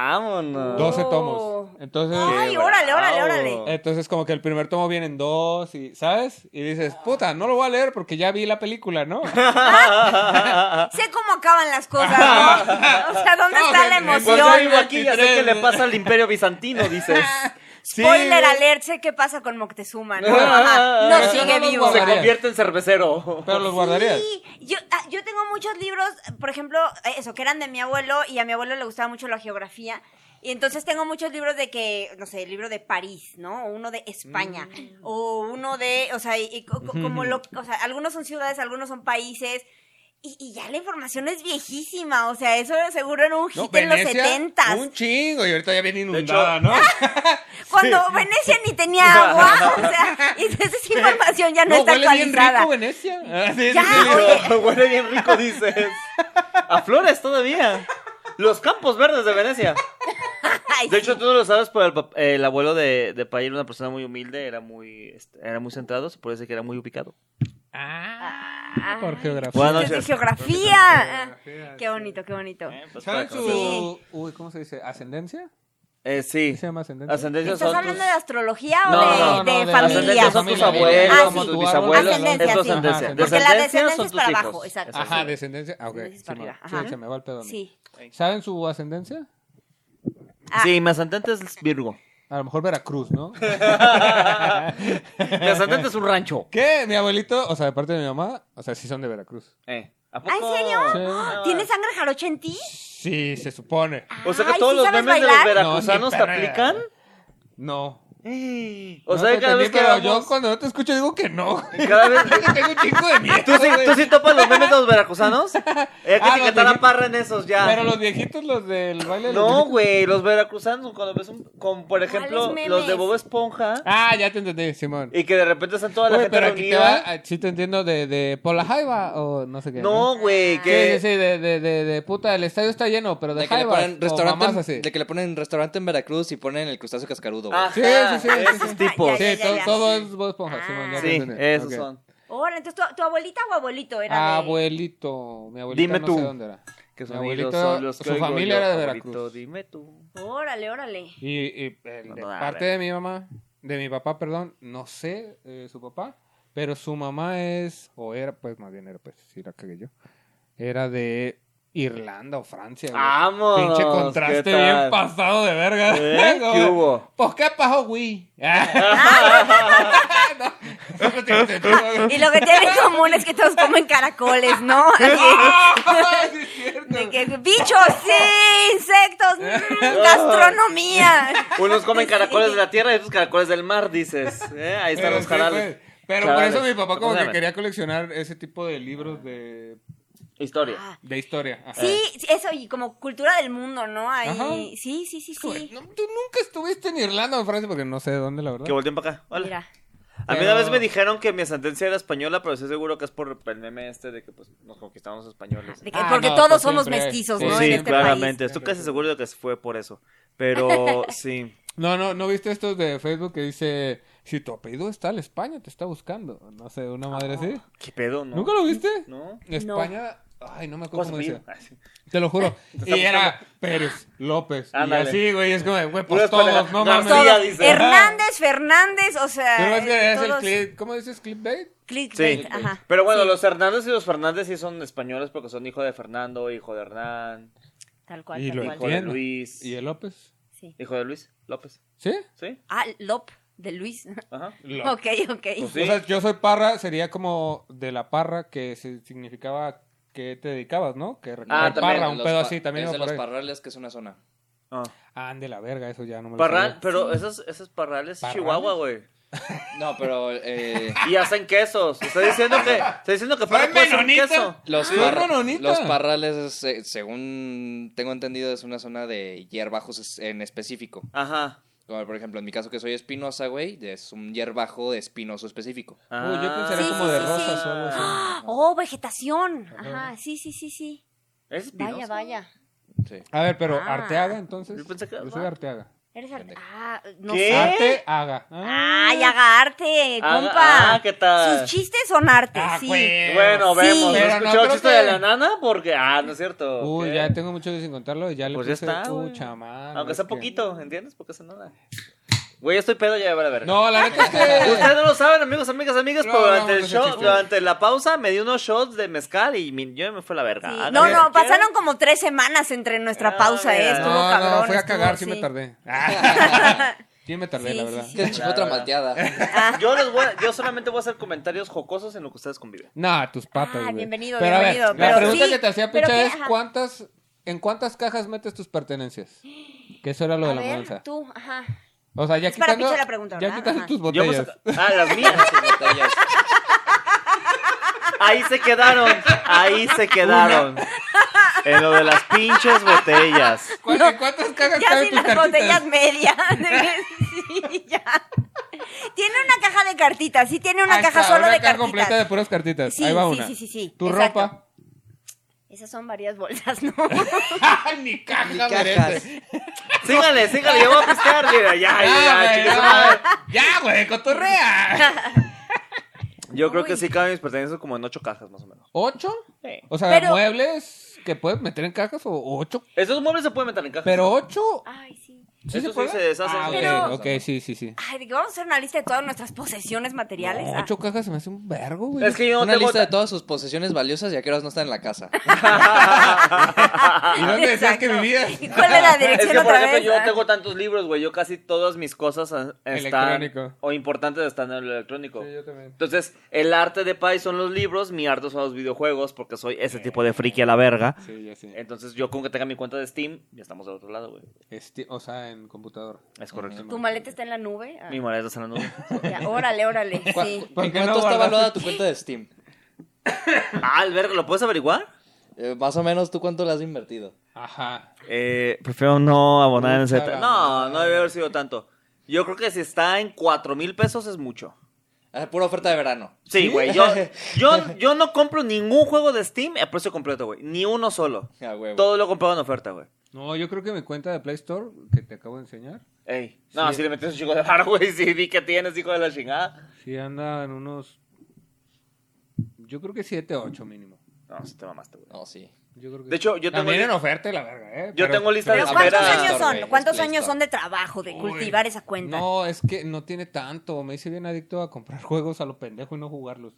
Vámonos.
Dos.
12 tomos. Entonces,
Oh. Ay, órale, órale, órale.
bravo.
entonces como que el primer tomo viene en dos, y, ¿sabes? Y dices, puta, no lo voy a leer porque ya vi la película, ¿no?
Sé cómo acaban las cosas, ¿no? O sea, ¿dónde
No,
está la
en- en
Pues yo
emoción?
vivo aquí, ya sé qué le pasa al imperio bizantino, dices. Sí.
Spoiler alert, sé qué pasa con Moctezuma, ¿no?
Ah,
Ajá, no
pero
sigue
no los
vivo.
Se
guardaría.
convierte en cervecero.
Pero los guardarías.
Sí, yo, ah, yo tengo muchos libros, por ejemplo, eh, eso, que eran de mi abuelo y a mi abuelo le gustaba mucho la geografía. Y entonces tengo muchos libros de que, no sé, el libro de París, ¿no? O uno de España, o uno de, o sea, y- y co- co- como lo, o sea, algunos son ciudades, algunos son países. Y, y ya la información es viejísima, o sea, eso seguro era un hit
No,
en los
Venecia,
70
Un chingo, y ahorita ya viene
hecho-
inundada, ¿no?
Cuando Venecia ni tenía agua, o sea, y entonces esa información ya no, está
huele bien
actualizada.
rico Venecia. Ah, sí,
Ya,
sí, sí.
oye.
Huele bien rico, dices. A flores todavía. Los campos verdes de Venecia.
Ay,
De hecho,
sí.
tú no lo sabes, pero el, pap- el abuelo de, de Payel, una persona muy humilde, era muy, este, era muy centrado, se puede decir que era muy ubicado.
Ah, por geografía.
Buenas
de
noches.
geografía. Ah, Qué bonito, qué bonito.
Eh, pues, para
¿Saben
que
su...
no se-
Sí.
Uy, ¿cómo se dice? ¿Ascendencia?
Eh,
¿Qué
sí.
se llama ascendencia?
Ascendencias
¿Estás
pues, son
hablando
tus...
de astrología o
No,
de,
no, no,
de
de
familia?
Ascendencias
familia.
son tus
Familia,
abuelos,
Ah, sí.
son tus
Ascendencia,
bisabuelos,
sí.
es tu ascendencia.
Ajá,
Porque la
Descendencias
descendencia
son
es
tus
para
hijos.
abajo, exacto.
Eso
Ajá,
sí.
descendencia. Ah, ok.
Descendencia es para
Simón.
arriba,
Sí,
ajá.
se me va el pedo. a mí.
Sí.
¿Saben su ascendencia?
Ah.
Sí, mi ascendente es Virgo.
A lo mejor Veracruz, ¿no?
Mi ascendente es un rancho.
¿Qué? Mi abuelito, o sea, de parte de mi mamá, o sea, sí son de Veracruz.
Eh, ¿A
¿Ah, ¿En
poco?
serio?
Sí.
¡Ah! ¿Tienes sangre jarocha en ti?
Sí, se supone.
O sea que
Ay,
todos
¿sí
los
sabes
memes de los
bailar?
veracruzanos
No,
te
ni perra.
aplican.
No.
O
No
sea,
te
que cada vez
entendí,
que
pero yo
vamos-
cuando no te escucho digo que no.
Cada vez...
tengo un chingo de miedo.
¿Tú sí, ¿Tú sí topas los memes de los veracruzanos? Hay que
Ah, los
etiquetar a
viejitos.
Parra en esos ya.
Pero los viejitos, los del baile de los
No,
viejitos.
güey, los veracruzanos, cuando ves un, como por ejemplo
¿Cuáles
los de
memes?
Bob Esponja,
Ah, ya te entendí, Simón.
y que de repente están toda la
Uy,
gente
pero aquí te va,
reunida.
ah, sí te entiendo de, de por la jaiba o no sé qué.
No, güey,
que
que...
sí, sí, de, de, de, de puta, el estadio está lleno, pero de,
De que, le
jaibas
ponen
o
restaurante
mamás
en-
así.
de que le ponen restaurante en Veracruz y ponen el crustáceo cascarudo. güey.
Ajá,
Sí, sí, sí, sí,
esos
sí.
tipos.
Ya, ya,
Sí,
ya,
to-
ya.
todo es Bob Esponja,
Ah.
Simón, ya te
Sí,
entendí.
esos
Ok.
son.
Ahora, entonces, ¿tu, tu abuelita o abuelito era de-
Abuelito, mi abuelita
Dime
no
tú.
sé dónde era.
Que
Mi
son
abuelito,
ellos, son los que
su
oigo
familia
yo,
era de
abuelito,
Veracruz.
Dime tú.
Órale, órale.
Y, y el de
No, no,
parte de mi mamá, de mi papá, perdón, no sé eh, su papá, pero su mamá es, o era, pues más bien era, pues si la cagué yo, era de Irlanda o Francia. güey.
Vámonos,
Pinche
¿qué
contraste
tal?
bien pasado de verga.
¿Eh?
Como,
¿Qué hubo?
Pues qué pasó, güey. No, no tiene sentido,
Ah.
güey.
Y lo que tienen en común es que todos comen caracoles, ¿no? Así-
Sí, es cierto.
de que, bichos, sí, insectos, mm, gastronomía.
Unos comen caracoles
Sí.
de la tierra y otros caracoles del mar, dices. ¿eh? Ahí están
Pero
los
sí,
jarales.
güey. Pero
Jarales.
por eso mi papá como que
Perdóname.
quería coleccionar ese tipo de libros de,
Historia.
Ah,
de historia. Ajá.
Sí, eso, y como cultura del mundo, ¿no?
Eh. Ajá.
Ahí, sí, sí, sí,
Güey,
sí.
no, tú nunca estuviste en Irlanda o en Francia porque no sé de dónde, la verdad.
Que volteen para acá. Hola.
Mira.
A mí
Pero-
una vez me dijeron que mi ascendencia era española, pero estoy seguro que es por el meme este de que pues nos conquistamos los españoles.
De que-
Ah,
porque
no,
todos
pues
somos
siempre hay.
mestizos,
Sí,
¿no?
sí,
en este
claramente.
país.
Estoy casi seguro de que fue por eso. Pero sí.
No, no, ¿no viste estos de Facebook que dice, si tu apellido está en España, te está buscando? No sé, una madre así.
¿Qué pedo, no?
¿Nunca lo viste?
¿No?
España Ay, no me acuerdo
Cosa
cómo
mía.
decía. Te lo juro.
Te está
Y era Pérez, López. Y
Ándale.
así, güey, es como, de, güey,
Puras
pues todos,
peleas.
no
García,
mames.
Sí, ya
Todos.
dice.
Hernández, Fernández, o sea.
Pero es que es el
todos
clip, ¿cómo dices? ¿Clipbait?
clickbait,
Sí.
ajá.
Pero bueno,
Sí,
los Hernández y los Fernández sí son españoles porque son hijo de Fernando, hijo de Hernán,
Tal cual,
Y
tal
lo
cual.
hijo de
Entiendo.
Luis.
¿Y el López?
Sí.
Hijo de Luis López.
¿Sí?
¿Sí?
Ah, Lop, de Luis.
Ajá.
López.
Ok, ok.
Pues
O sea, yo soy parra, sería como de la parra que se- significaba que te dedicabas, ¿no? Que
Ah,
recoger
también,
parra, un pedo así, también
Es de
iba
los
por ahí.
parrales, que es una zona.
Ah.
Ah, de la verga, eso ya no me lo
Parral,
sabía.
pero esos, esos parrales,
¿Parrales?
Chihuahua, güey.
No, pero eh,
Y hacen quesos. Está diciendo que, está diciendo que Parral puede hacer un
menonita?
queso.
los,
Sí,
par-
es menonita.
los parrales, es, eh, según tengo entendido, es una zona de hierbajos es- en específico.
Ajá.
Como por ejemplo, en mi caso que soy espinosa, güey, es un hierbajo de espinoso específico.
Uy, yo
Ah.
pensaría
Sí,
como
sí,
de
sí,
rosas
sí.
o algo así.
Oh, vegetación. Ajá, sí, sí, sí, sí.
¿Es
Vaya,
espinoso?
vaya.
Sí.
A ver, pero
Ah.
Arteaga, entonces.
Yo pensé que-
Yo soy Arteaga.
Eres arte.
Pendejo.
Ah, no
¿Qué?
sé.
Arteaga. Ah.
Ay, haga arte,
Ah,
compa.
ah, ¿qué tal?
Sus chistes son arte,
Ah,
sí.
güey.
Bueno,
Sí.
vemos. ¿No
Pero no
escuchó el
creo
chiste
que-
de la nana? Porque, ah, no es cierto.
Uy,
Ok.
ya tengo mucho sin contarlo y ya le
Pues ya
puse
está, güey.
pucha mano,
Aunque
es
sea
que-
poquito, ¿entiendes? Porque es nada. Güey, estoy pedo ya, a ver, a ver.
No, la neta es que.
Ustedes no lo saben, amigos, amigas, amigas,
No,
pero
no,
durante
no,
el
no,
show,
no, no.
durante la pausa, me di unos shots de mezcal y mi- yo me fue la verga. Ah,
Sí.
Hagan
No,
lo
no,
que
pasaron como tres semanas entre
Ah,
nuestra pausa,
mira.
eh.
No,
Estuvo
No,
cabrón.
no, fui a
estuvo,
cagar, sí me
sí.
tardé. Ah, Sí me tardé,
Sí,
la
sí,
verdad.
sí.
Te chingó otra malteada.
Ah.
quieran. Yo, les voy a- yo solamente voy a hacer comentarios jocosos en lo que ustedes conviven.
No, tus patas,
Ah,
güey.
bienvenido,
pero A ver,
bienvenido,
la
pero
pregunta
sí,
que te hacía,
pero
Picha,
qué-
es
ajá.
¿cuántas, ¿en cuántas cajas metes tus pertenencias? Que eso era lo
A
de la
ver,
mudanza.
tú, ajá.
O sea, ya
Es para
quitando,
Picha la pregunta,
ya
¿verdad?
quitando
Ajá.
tus
Yo voy a
botellas.
sacar- ah, las mías.
Botellas.
Ahí se quedaron. Ahí se quedaron. En lo de las pinches botellas.
¿Cu- ¿En cuántas cajas
Ya
caben
sin
tus
las botellas
cartitas?
medias. sí, ya. Tiene una caja de cartitas, sí tiene una
Ahí
caja
está,
solo
una
de
caja
cartitas.
completa de puras cartitas.
Sí,
Ahí va
sí,
una.
sí, sí, sí.
Tu
Exacto.
ropa.
Esas son varias bolsas, ¿no?
Ni caja,
Ni cajas.
merece.
Sígale, sígale, yo voy a pistear. Mira, ya,
Ah,
ya,
güey,
chicas,
no.
madre.
Ya, güey, cotorrea.
Yo creo que
Uy.
sí caben mis pertenencias como en ocho cajas, más o menos.
¿Ocho?
Sí.
O sea,
Pero-
muebles que puedes meter en cajas o ocho.
Esos muebles se pueden meter en cajas.
Pero ocho.
Ay, sí.
¿Sí
Eso
se
sí
puede?
se deshace.
Ah, ok,
Pero-
ok, sí, sí, sí.
Ay, de que vamos a hacer una lista de todas nuestras posesiones materiales.
No,
Ah.
ocho cajas se me hace un vergo, güey.
Es que yo no
Una
tengo.
lista de todas sus posesiones valiosas y a qué horas no están en la casa.
Ah, ¿Y dónde decías
Ah, Exacto.
que vivías?
¿Y cuál era la
Es
dirección
que, por
otra
ejemplo,
vez?
yo no
Ah.
tengo tantos libros, güey. Yo casi todas mis cosas ah, están.
Electrónico.
O importantes están en el electrónico.
Sí, yo también.
Entonces, el arte de Pai son los libros, mi arte son los videojuegos, porque soy ese tipo de friki a la verga.
Sí, ya sé.
Entonces, yo con que tenga mi cuenta de Steam, ya estamos del otro lado, güey.
Este, o sea, en computadora.
Es correcto.
¿Tu maleta está en la nube? Ah,
Mi moneda está en la nube.
ya, órale, órale.
¿Cu-
Sí.
¿Por
¿En
qué no
cuánto está
guardaste?
valuada tu cuenta de Steam?
Ah, el verga, ¿lo puedes averiguar?
Eh, más o menos, ¿tú cuánto le has invertido?
Ajá.
Eh, prefiero no abonar en ese.
Puta la
No,
madre.
no debe haber sido tanto. Yo creo que si está en cuatro mil pesos es mucho.
Ah, pura oferta de verano.
Sí, güey. Yo, yo, yo no compro ningún juego de Steam a precio completo, güey. Ni uno solo.
Ah, huevo.
Todo lo comprado en oferta, güey.
No, yo creo que mi cuenta de Play Store, que te acabo de enseñar,
Ey. No,
Sí.
si le metes un chico de bar, güey. Si vi que tienes, hijo de la chingada.
sí anda en unos... Yo creo que siete, ocho mínimo.
No, si te mamaste, güey.
No, sí.
Yo creo que sí.
De hecho, yo tengo
También
li-
en oferta, la verga, ¿eh?
Yo tengo lista de
Pero
Ah,
¿cuántos
espera.
años
Play
son?
Store,
¿Cuántos
Play
años
Store.
son de trabajo, de cultivar esa cuenta?
No, es que no tiene tanto. Me hice bien adicto a comprar juegos a lo pendejo y no jugarlos.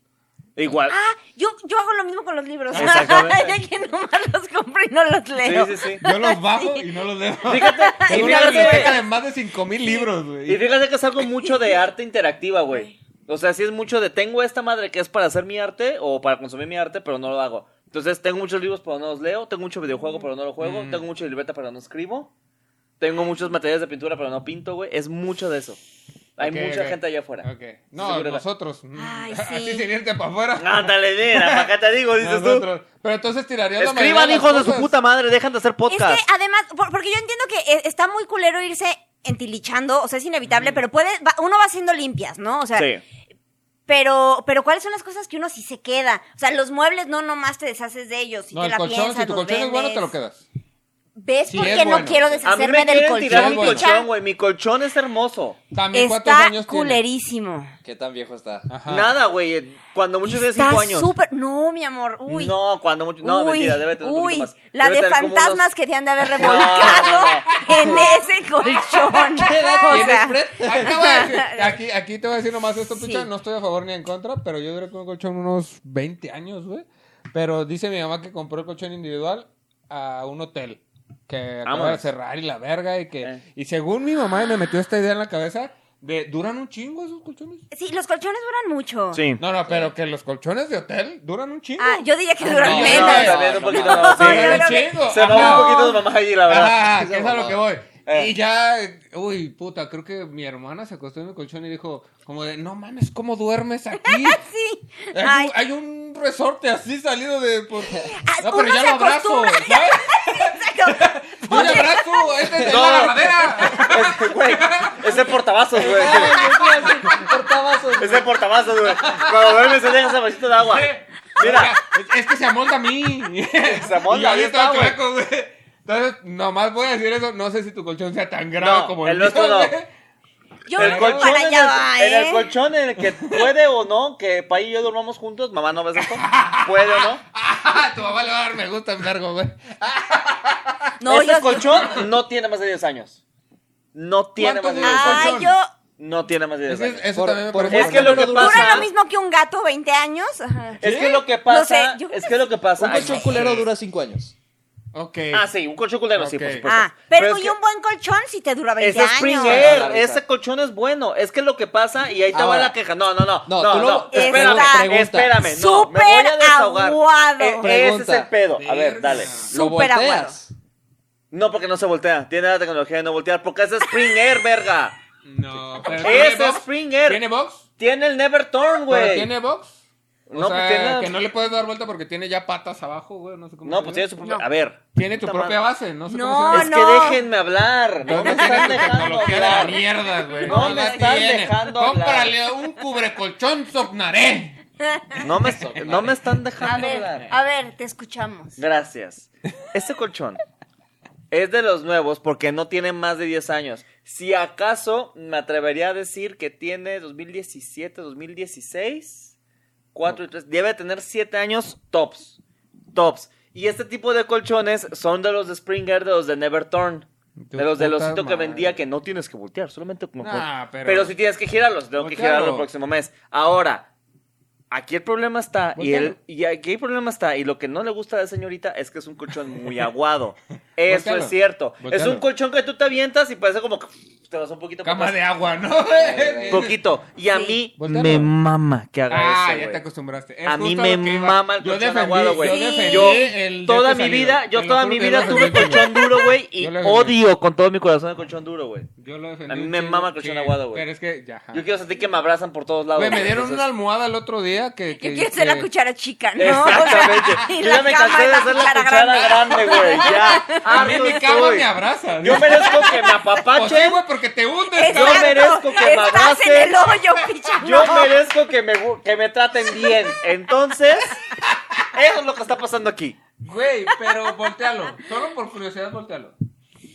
Igual.
Ah, yo, yo hago lo mismo con los libros.
Ah, Exactamente.
ya que nomás los compro y no los leo.
Sí, sí, sí.
Yo los bajo y no los leo.
Fíjate, y
Tengo una
fíjate,
biblioteca de más de 5000 libros,
Y
güey.
fíjate que es algo mucho de arte interactiva, güey. O sea, sí es mucho de tengo esta madre que es para hacer mi arte o para consumir mi arte, pero no lo hago. Entonces, tengo muchos libros, pero no los leo. Tengo mucho videojuego, pero no lo juego.
Mm.
Tengo mucha libreta, pero no escribo. Tengo muchos materiales de pintura, pero no pinto, güey. Es mucho de eso. Hay
Ok,
mucha
ok.
gente allá afuera.
Ok. No,
Seguro.
nosotros. mm,
Ay, sí.
Así sin irte para afuera.
Ándale, mira, para acá te digo, dices tú.
Nosotros. Pero entonces tirarías la mayoría
Escriban,
las
hijos de su
cosas.
puta madre, dejan de hacer
Es
podcast.
que además, por- porque yo entiendo que eh, está muy culero irse entilichando, o sea, es inevitable, pero puede, va- uno va haciendo limpias, ¿no? O sea,
Mm. Sí.
pero, pero ¿cuáles son las cosas que uno sí se queda? O sea, los muebles no nomás te deshaces de ellos, si
No,
te
el
la
colchón,
piensas,
si tu
los
colchón es bueno, te lo
vendes.
quedas.
¿Ves
Sí,
por
es
qué no
bueno.
quiero
A mí
deshacerme
me
del
quieren tirar
colchón,
mi
güey.
colchón,
picha?
güey. Mi colchón es hermoso.
También cuántos
Está
años tiene.
culerísimo.
¿Qué tan viejo está?
Ajá.
Nada, güey. Cuando mucho tiene
Está
cinco años.
súper... No, mi amor. Uy.
No, cuando mucho. No,
uy,
mentira, debe tener un
uy,
poquito más.
la
Debe
de
tener como unos-
fantasmas que te han de haber revolcado en ese colchón. O sea,
Acabo de decir- aquí, aquí te voy a decir nomás esto,
Sí.
picha. No estoy a favor ni en contra, pero yo duré con el colchón unos 20 años, güey. Pero dice mi mamá que compró el colchón individual a un hotel que acaba de
Vámonos.
cerrar y la verga. Y que
Eh.
y según mi mamá me metió esta idea en la cabeza, de duran un chingo esos colchones.
sí, los colchones duran mucho.
Sí.
No, no, pero que los colchones de hotel duran un chingo.
Ah, yo diría que duran
No,
menos.
no,
también un poquito
no,
más, sí.
yo
duran
creo
un
que-
chingo.
Se va
Ajá.
un poquito de mamá allí, la verdad.
Ajá,
Sí,
que es
se
a lo
mamó.
que voy.
Eh.
Y ya, uy, puta, creo que mi hermana se acostó en el colchón y dijo, como de, no mames, ¿cómo duermes aquí?
Sí.
Hay, un-
Ay, Ah,
hay un resorte así salido de... por- No,
uno
pero ya
se
lo abrazo,
acostumbra.
¿sabes?
exacto.
Yo le abrazo, este es
No.
la lavadera.
Este, güey, es el portavasos, güey. Es el portavasos, güey. Cuando duermes se deja ese vasito de agua. Mira,
Es que se amolda a mí.
Se amolda,
Y yo
ahí
estaba
está, güey.
chueco, güey. Entonces, nomás voy a decir eso. No sé si tu colchón sea tan grave
No,
como
el nuestro no.
güey.
Yo creo
el
que
colchón,
para
en
allá
el,
va,
en el
¿eh?
colchón en el que puede o no, que Pai y yo durmamos juntos, mamá, ¿no ves esto? Puede o no.
Ah, tu mamá le va a dar me gusta en vergo, güey.
No,
este
yo...
colchón no tiene más de 10 años. No tiene más de 10
¿Cuánto
años.
Ay,
colchón.
yo...
No tiene más de 10
Eso,
años.
eso
Por-
también me
por-
parece...
Es que lo que
¿Dura
pasa...
lo mismo que un gato 20 años? Ajá.
Es que lo que
No sé,
pasa...
yo creo
es
que
que lo que pasa...
Un
ay,
colchón
no.
culero dura cinco años.
Ok.
Ah, sí, un colchón culero, sí, por
Ok.
supuesto.
Ah, pero,
es
y
que-
un buen colchón si te dura 20
Ese es ¿eh? Spring
años.
Air,
Ahora,
ese
ahorita.
colchón es bueno. Es que lo que pasa, y ahí
Ah,
te
Ahora.
va la queja. No, no, no.
No,
No,
tú
no,
luego-
Espérame,
Está
espérame. No, me
súper
voy a desahogar.
aguado.
E- ese es el
Pregunta.
pedo. A ver,
Verga.
dale.
Lo
Súper aguado.
volteas.
No, porque no se voltea. Tiene la tecnología de no voltear. Porque ese es Spring Air, verga.
No, pero
Ese
¿tiene
es
box?
Springer.
¿Tiene box?
Tiene el Nevertorn,
¿Pero
güey.
tiene box? O
No,
sea,
pues tiene-
que no le puedes dar vuelta porque tiene ya patas abajo, güey, no sé cómo
No,
se
pues tiene
dice.
su propia.
No.
A ver.
Tiene tu
Puta
propia
madre.
base, no sé
No,
cómo se
Es
dice.
que
no.
déjenme hablar. No
No,
me
no
están
tiene tu
dejando
tecnología de la
hablar.
mierda, güey.
No me
la
están
tiene.
dejando hablar.
Cómprale un cubrecolchón Sopnaré.
No me, no me están
A
dejando
ver,
hablar.
a ver, te escuchamos.
Gracias. Este colchón es de los nuevos porque no tiene más de 10 años. Si acaso me atrevería a decir que tiene 2017, 2016, 4 y 3. Debe tener 7 años tops. Tops. Y este tipo de colchones son de los de Springer, de los de Nevertorn. De los del
Tu puta
osito que
madre.
vendía que no tienes que voltear, solamente como.
Nah,
pero...
pero-
si tienes que girarlos, tengo que
Voltealo.
girarlo el próximo mes. Ahora, aquí el problema está, y, el,
Voltealo.
y aquí el problema está, y lo que no le gusta a la señorita es que es un colchón muy aguado. Eso
Voltealo.
es cierto. Es
Voltealo.
un colchón que tú te avientas y parece como que te vas un poquito
Cama
para
de
atrás.
agua, ¿no?
Poquito. Y a
Sí.
mí
Voltealo.
me mama que haga
Ah,
eso.
ya
güey.
te acostumbraste. Es
A mí
justo
me
lo que iba.
mama el
Yo
colchón
defendí-
aguado, güey.
Yo,
Sí.
defendí
Yo
el de
toda
este
mi
salido.
vida, yo
Te lo
toda
juro
mi
que
vida
lo
tuve
defendí,
colchón duro, güey, y
Yo lo defendí.
odio con todo mi corazón el colchón duro, güey.
Yo lo defendí.
A mí
un
me
chingo
mama el colchón
que-
aguado, güey.
Pero es que, ya. ajá.
Yo quiero sentir que me abrazan por todos lados.
Güey, me dieron una
Entonces-
almohada el otro día que.
¿Qué
que
quieres ser la
que-
cuchara chica? ¿no?
Exactamente.
O sea, y
Yo ya me
cama
cansé
es
de hacer la cuchara grande, güey. Ya. Ah,
A mí mi
harto
cama
estoy.
me abraza.
Yo merezco que me
Pues sí,
apapachen.
güey, porque te hundes.
Exacto,
Yo merezco que me
Estás
abracen.
en el hoyo, picha.
Yo
no.
merezco que me, gu- que me traten bien. Entonces, eso es lo que está pasando aquí.
Güey, pero voltealo. Solo por curiosidad, voltealo.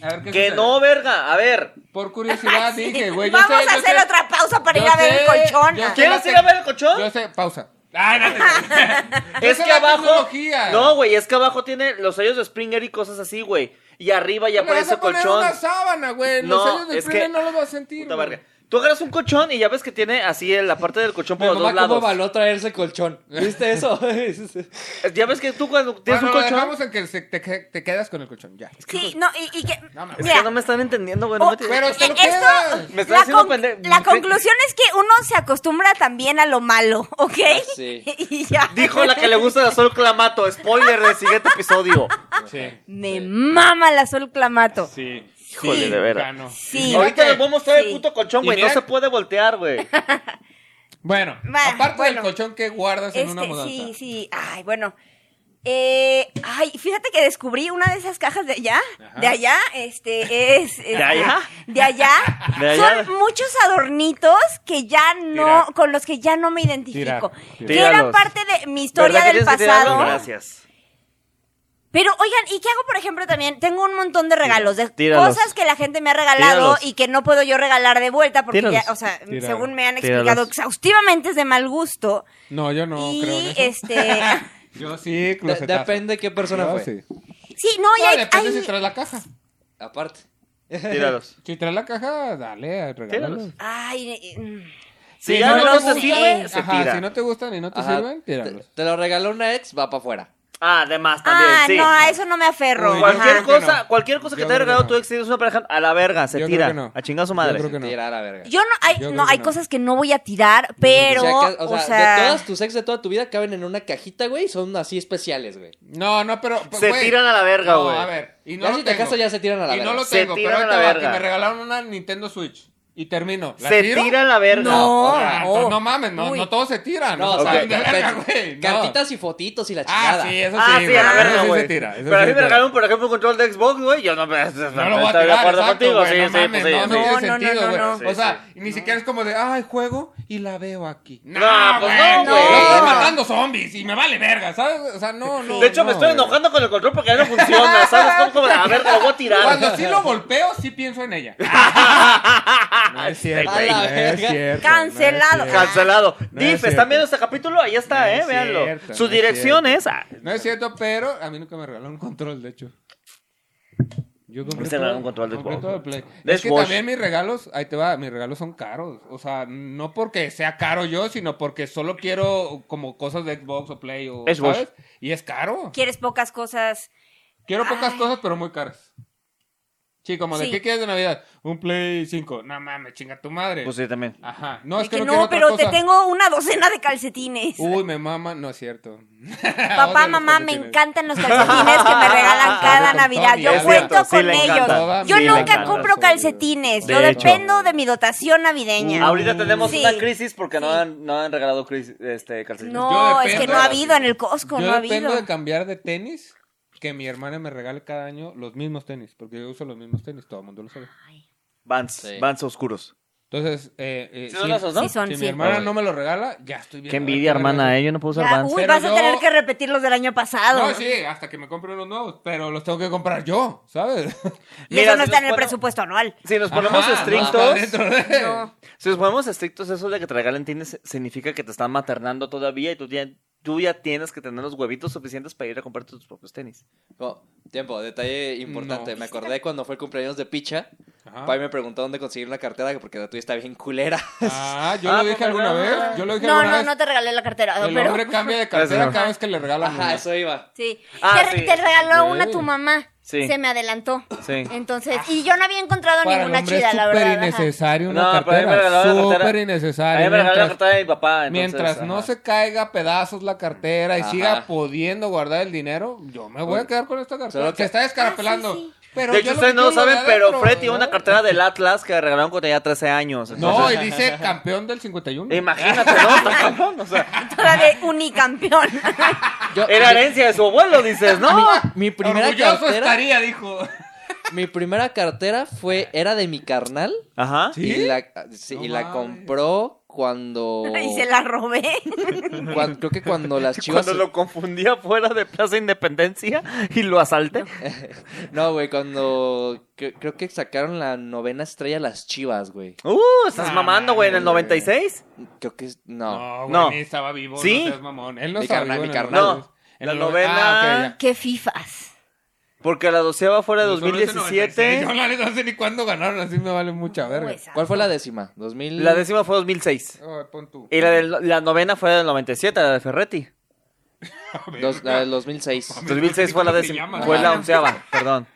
A ver qué
Que
sucede.
no, verga. A ver.
Por curiosidad dije, güey. yo
Vamos
sé,
a
yo
hacer
sé-
otra pausa para
yo
ir a ver el
sé,
colchón.
yo sé
¿Quieres
la
ir a
tec-
ver el colchón?
Yo sé, pausa. Ah, no, no. Yo
Es
sé
que
la
abajo.
tecnología.
No, güey, es que abajo tiene los sellos de Springer y cosas así, güey. Y arriba
Le
ya
vas
aparece
a poner
colchón.
una sábana, güey.
No,
Los sellos de
es que-
Springer no los vas a sentir.
Puta
güey.
verga. Tú agarras un colchón y ya ves que tiene así en la parte del colchón por
Mi
los dos
mamá cómo
lados.
való traerse colchón. ¿Viste eso?
Ya ves que tú cuando tienes
Bueno, lo
un colchón.
dejamos en que se- te, que- te quedas con el colchón, ya.
Sí, no, y, y que.
No, mames.
Es
mira,
que no me están entendiendo, güey. no
Oh,
me te-
Pero te lo
Esto-
quedas.
Me estás
La,
haciendo
conc-
pende-
la conclusión es que uno se acostumbra también a lo malo, ¿ok?
Sí.
Y ya.
Ah, Dijo la que le gusta de Sol Clamato. Spoiler del siguiente episodio.
Ah.
Sí.
Me mama la sol clamato.
Sí.
Híjole, de veras.
Cano.
Sí.
Y mira
Ahorita
que-
les voy a mostrar
Sí.
el puto colchón,
Y
güey. No
mira-
se puede voltear, güey.
Bueno,
Va,
aparte
bueno.
del colchón que guardas en
Este,
una mudanza.
sí, sí. Ay, bueno. Eh, ay, fíjate que descubrí una de esas cajas de allá.
Ajá.
De allá, este, es. este,
allá?
De allá.
De allá.
Son muchos adornitos que ya no.
Tirar.
Con los que ya no me identifico.
Tirar.
Que
Tíralos.
era parte de mi historia
¿Verdad que
del
tienes que tirarlo?
pasado.
Gracias.
Pero, oigan, ¿y qué hago, por ejemplo, también? Tengo un montón de regalos, de
Tíralos.
cosas que la gente me ha regalado
Tíralos.
y que no puedo yo regalar de vuelta porque
Tíralos.
ya, o sea,
Tíralos.
según me han
Tíralos.
explicado exhaustivamente es de mal gusto.
No, yo no
y,
creo en eso.
este...
Yo sí,
De-
closetazo.
depende de qué persona
Yo
fue.
sí.
Sí, no,
No,
ya hay,
depende
hay-
si traes la caja.
Aparte.
Tíralos.
Si traes la caja, dale, regálalos.
Tíralos.
Ay, eh, mm.
Si
Si
ya
no
no,
te
se
gustan,
sirve, se
Ajá,
tira.
si no te gustan y no te
Ajá.
sirven,
Te,
tíralos.
te lo regaló una ex, va para afuera.
Ah, además también,
ah,
sí.
no, a eso no me aferro.
Uy,
Cualquier
ajá.
creo que
cosa,
no.
cualquier cosa que
Yo
te haya
creo que
regalado
no.
tu ex si eres una pareja, a la verga, se
Yo creo
tira.
que no.
A chingar a su
Yo
madre.
creo que no.
Tira a la verga.
Yo no, hay,
Yo
no,
creo
hay
que no.
cosas que no voy a tirar, pero,
O sea, Pues que-
o sea,
o sea, de todas tus ex de toda tu vida caben en una cajita, güey, y son así especiales, güey.
No, no, pero. pues,
Se
güey,
tiran a la verga,
no,
güey.
a ver. Y no
ya
lo
si te
tengo.
caso ya se tiran a la
y
verga.
no lo
Se
tengo, pero
tiran a la
ahorita va,
verga.
que me regalaron una Nintendo Switch. Y termino. ¿La
Se
tiro?
tira a la verga.
No.
Ah,
No.
entonces no mames, no,
Uy.
no todos se tiran.
No,
No,
o sea,
saben de
carpet-
verga, güey. no.
cartitas y fotitos y la
Ah,
chingada.
sí, eso sí.
Ah, sí, a la
güey, eso
verga,
sí
güey.
se tira, eso
Pero
sí
a mí
se
me
tira.
regalaron, por ejemplo, un control de Xbox, güey. Yo no,
No lo voy a
estoy
tirar,
de acuerdo
exacto,
contigo.
güey,
Sí,
no
sí,
mames,
pues sí.
no, no
sí.
tiene
No, no,
sentido,
no,
güey.
no.
Sí,
O sea,
sí.
ni siquiera es como de, ay, juego y la veo aquí. No,
pues
güey,
no, güey.
Estoy
No.
matando zombies y me vale verga, ¿sabes? O sea, no, no.
De hecho,
no,
me estoy
güey.
enojando con el control porque ya no funciona. ¿Sabes? Como, como, a ver, lo voy a
Cuando
tirar.
sí lo golpeo, sí pienso en ella. No es cierto,
güey.
no es
verga.
cierto,
Cancelado.
no es cierto.
Cancelado.
No es
Dif,
cierto.
¿están viendo este capítulo? Ahí está,
No
eh,
es
véanlo.
cierto,
Su
no es
dirección es.
cierto.
ah,
No es cierto, pero a mí nunca me regalaron un control, de hecho. Yo compré
Me Este regalaron
todo-
un control de
compré
Xbox.
todo de Play.
De
Es que
Xbox.
también mis regalos, ahí te va, mis regalos son caros. O sea, no porque sea caro yo, sino porque solo quiero como cosas de Xbox o Play o
Xbox.
¿sabes? Y es caro.
quieres pocas cosas.
Quiero pocas cosas, pero muy caras. Sí, como de
Sí.
qué quieres de Navidad? Un Play 5. No mames, chinga tu madre.
Pues sí, también.
Ajá. No,
De
es que,
que
no, quiero
no,
otra
pero te
cosa.
tengo una docena de calcetines.
Uy, me mama, no es cierto.
Papá, mamá, me encantan los calcetines que me regalan cada
Con
Navidad.
Tony,
Yo
es
cuento
cierto, sí,
con
le
ellos.
encanta.
Toda
Yo
mi
nunca
encanta.
compro calcetines. Yo
De hecho.
dependo de mi dotación navideña.
Ahorita tenemos
Sí.
una crisis porque no,
Sí.
han, no han regalado crisis, este, calcetines.
Yo
No, es que
dependo-
no ha habido en el Costco,
Yo
no ha
dependo
habido.
de cambiar de tenis que mi hermana me regale cada año los mismos tenis, porque yo uso los mismos tenis, todo el mundo lo sabe.
Vans,
Sí.
Vans oscuros.
Entonces, eh, eh,
Sí, son esos, ¿no?
Sí, son,
si
sí.
mi hermana no me lo regala, ya estoy bien.
Qué envidia, hermana, eh. Yo no puedo usar
Ya,
Vans.
uy,
Pero
vas a
yo-
tener que repetir los del año pasado.
Pues No, sí, hasta que me compre unos nuevos, pero los tengo que comprar yo, ¿sabes?
Y
Mira,
eso no está
si
en
nos
el
pone-
presupuesto anual.
Si nos ponemos
Ajá, no,
estrictos,
está dentro de-
si nos ponemos estrictos, eso de que te regalen tienes significa que te están maternando todavía y tú ya, tú ya tienes que tener los huevitos suficientes para ir a comprarte tus propios tenis.
Como- Oh, tiempo, detalle importante.
No.
Me acordé cuando fue el cumpleaños de Picha.
Ajá.
Pai me preguntó dónde conseguir una cartera porque la tuya está bien culera.
Ah, yo
Ah,
lo dije
pues,
alguna
ah.
vez. Yo lo dije
No,
alguna
no,
vez.
no te regalé la cartera.
el
pero-
hombre cambia de cartera
Ajá.
cada vez que le regalan
Ajá,
una.
eso iba.
Sí.
Ah,
te,
sí.
te regaló
Sí. Ah.
una tu mamá.
Sí.
Se me adelantó.
Sí.
Entonces, y yo no había encontrado
Para el
ninguna
hombre es
chida, la
súper
verdad. ajá.
innecesario una
No, pero a mí me
cartera.
regalaron la cartera.
Súper
A
innecesario.
mí me regaló la
mientras-
cartera de mi papá. entonces,
Mientras no
ajá.
se caiga a pedazos la cartera y
Ah, Ajá. Pues,
siga pudiendo guardar el dinero, yo me voy a quedar con esta cartera.
Solo que-
Se está descarapelando.
Ah, sí,
Pero
De
yo
hecho,
lo
ustedes
que
no
quiero
lo
es
saben,
guardar
pero
dentro,
Fred tiene una
¿verdad?
cartera del Atlas que regalaron cuando tenía 13 años.
No,
entonces-
y dice campeón del 51.
Imagínate, ¿no? Está cabrón, o sea,
Todavía unicampeón.
Yo-
era herencia de su abuelo, dices, ¿no?
mi primera
Orgulloso
cartera,
estaría, dijo.
mi primera cartera fue era de mi carnal
Ajá.
Sí.
y la sí,
No
y la
mames.
compró cuando
Oh.
y se la robé.
cuan- creo que cuando las Chivas
Cuando lo confundí afuera de Plaza Independencia y lo asalté.
No, güey, cuando cre- creo que sacaron la novena estrella las Chivas, güey.
Uh, estás
Ah,
mamando, güey, en el
madre.
96.
Creo que es- no.
No, güey,
No.
ni estaba vivo.
Sí.
No seas mamón. Él no
Mi
estaba
carnal,
vivo
mi
en el
carnal.
No,
90.
la
En el
novena-
90. Ah, ok,
Qué fifas.
Porque la doceava fuera
ya.
de
Yo
2017.
la neta no sé ni cuándo ganaron, así me vale mucha verga.
Pues,
¿Cuál fue la décima? 2000.
La décima fue 2006.
Oh, pon tú.
Eh,
Y la, del- la novena fue del 97, la de Ferretti.
dos- la del 2006.
Mami,
2006 fue la
¿cómo se
décima.
llama?
Fue la onceava, perdón.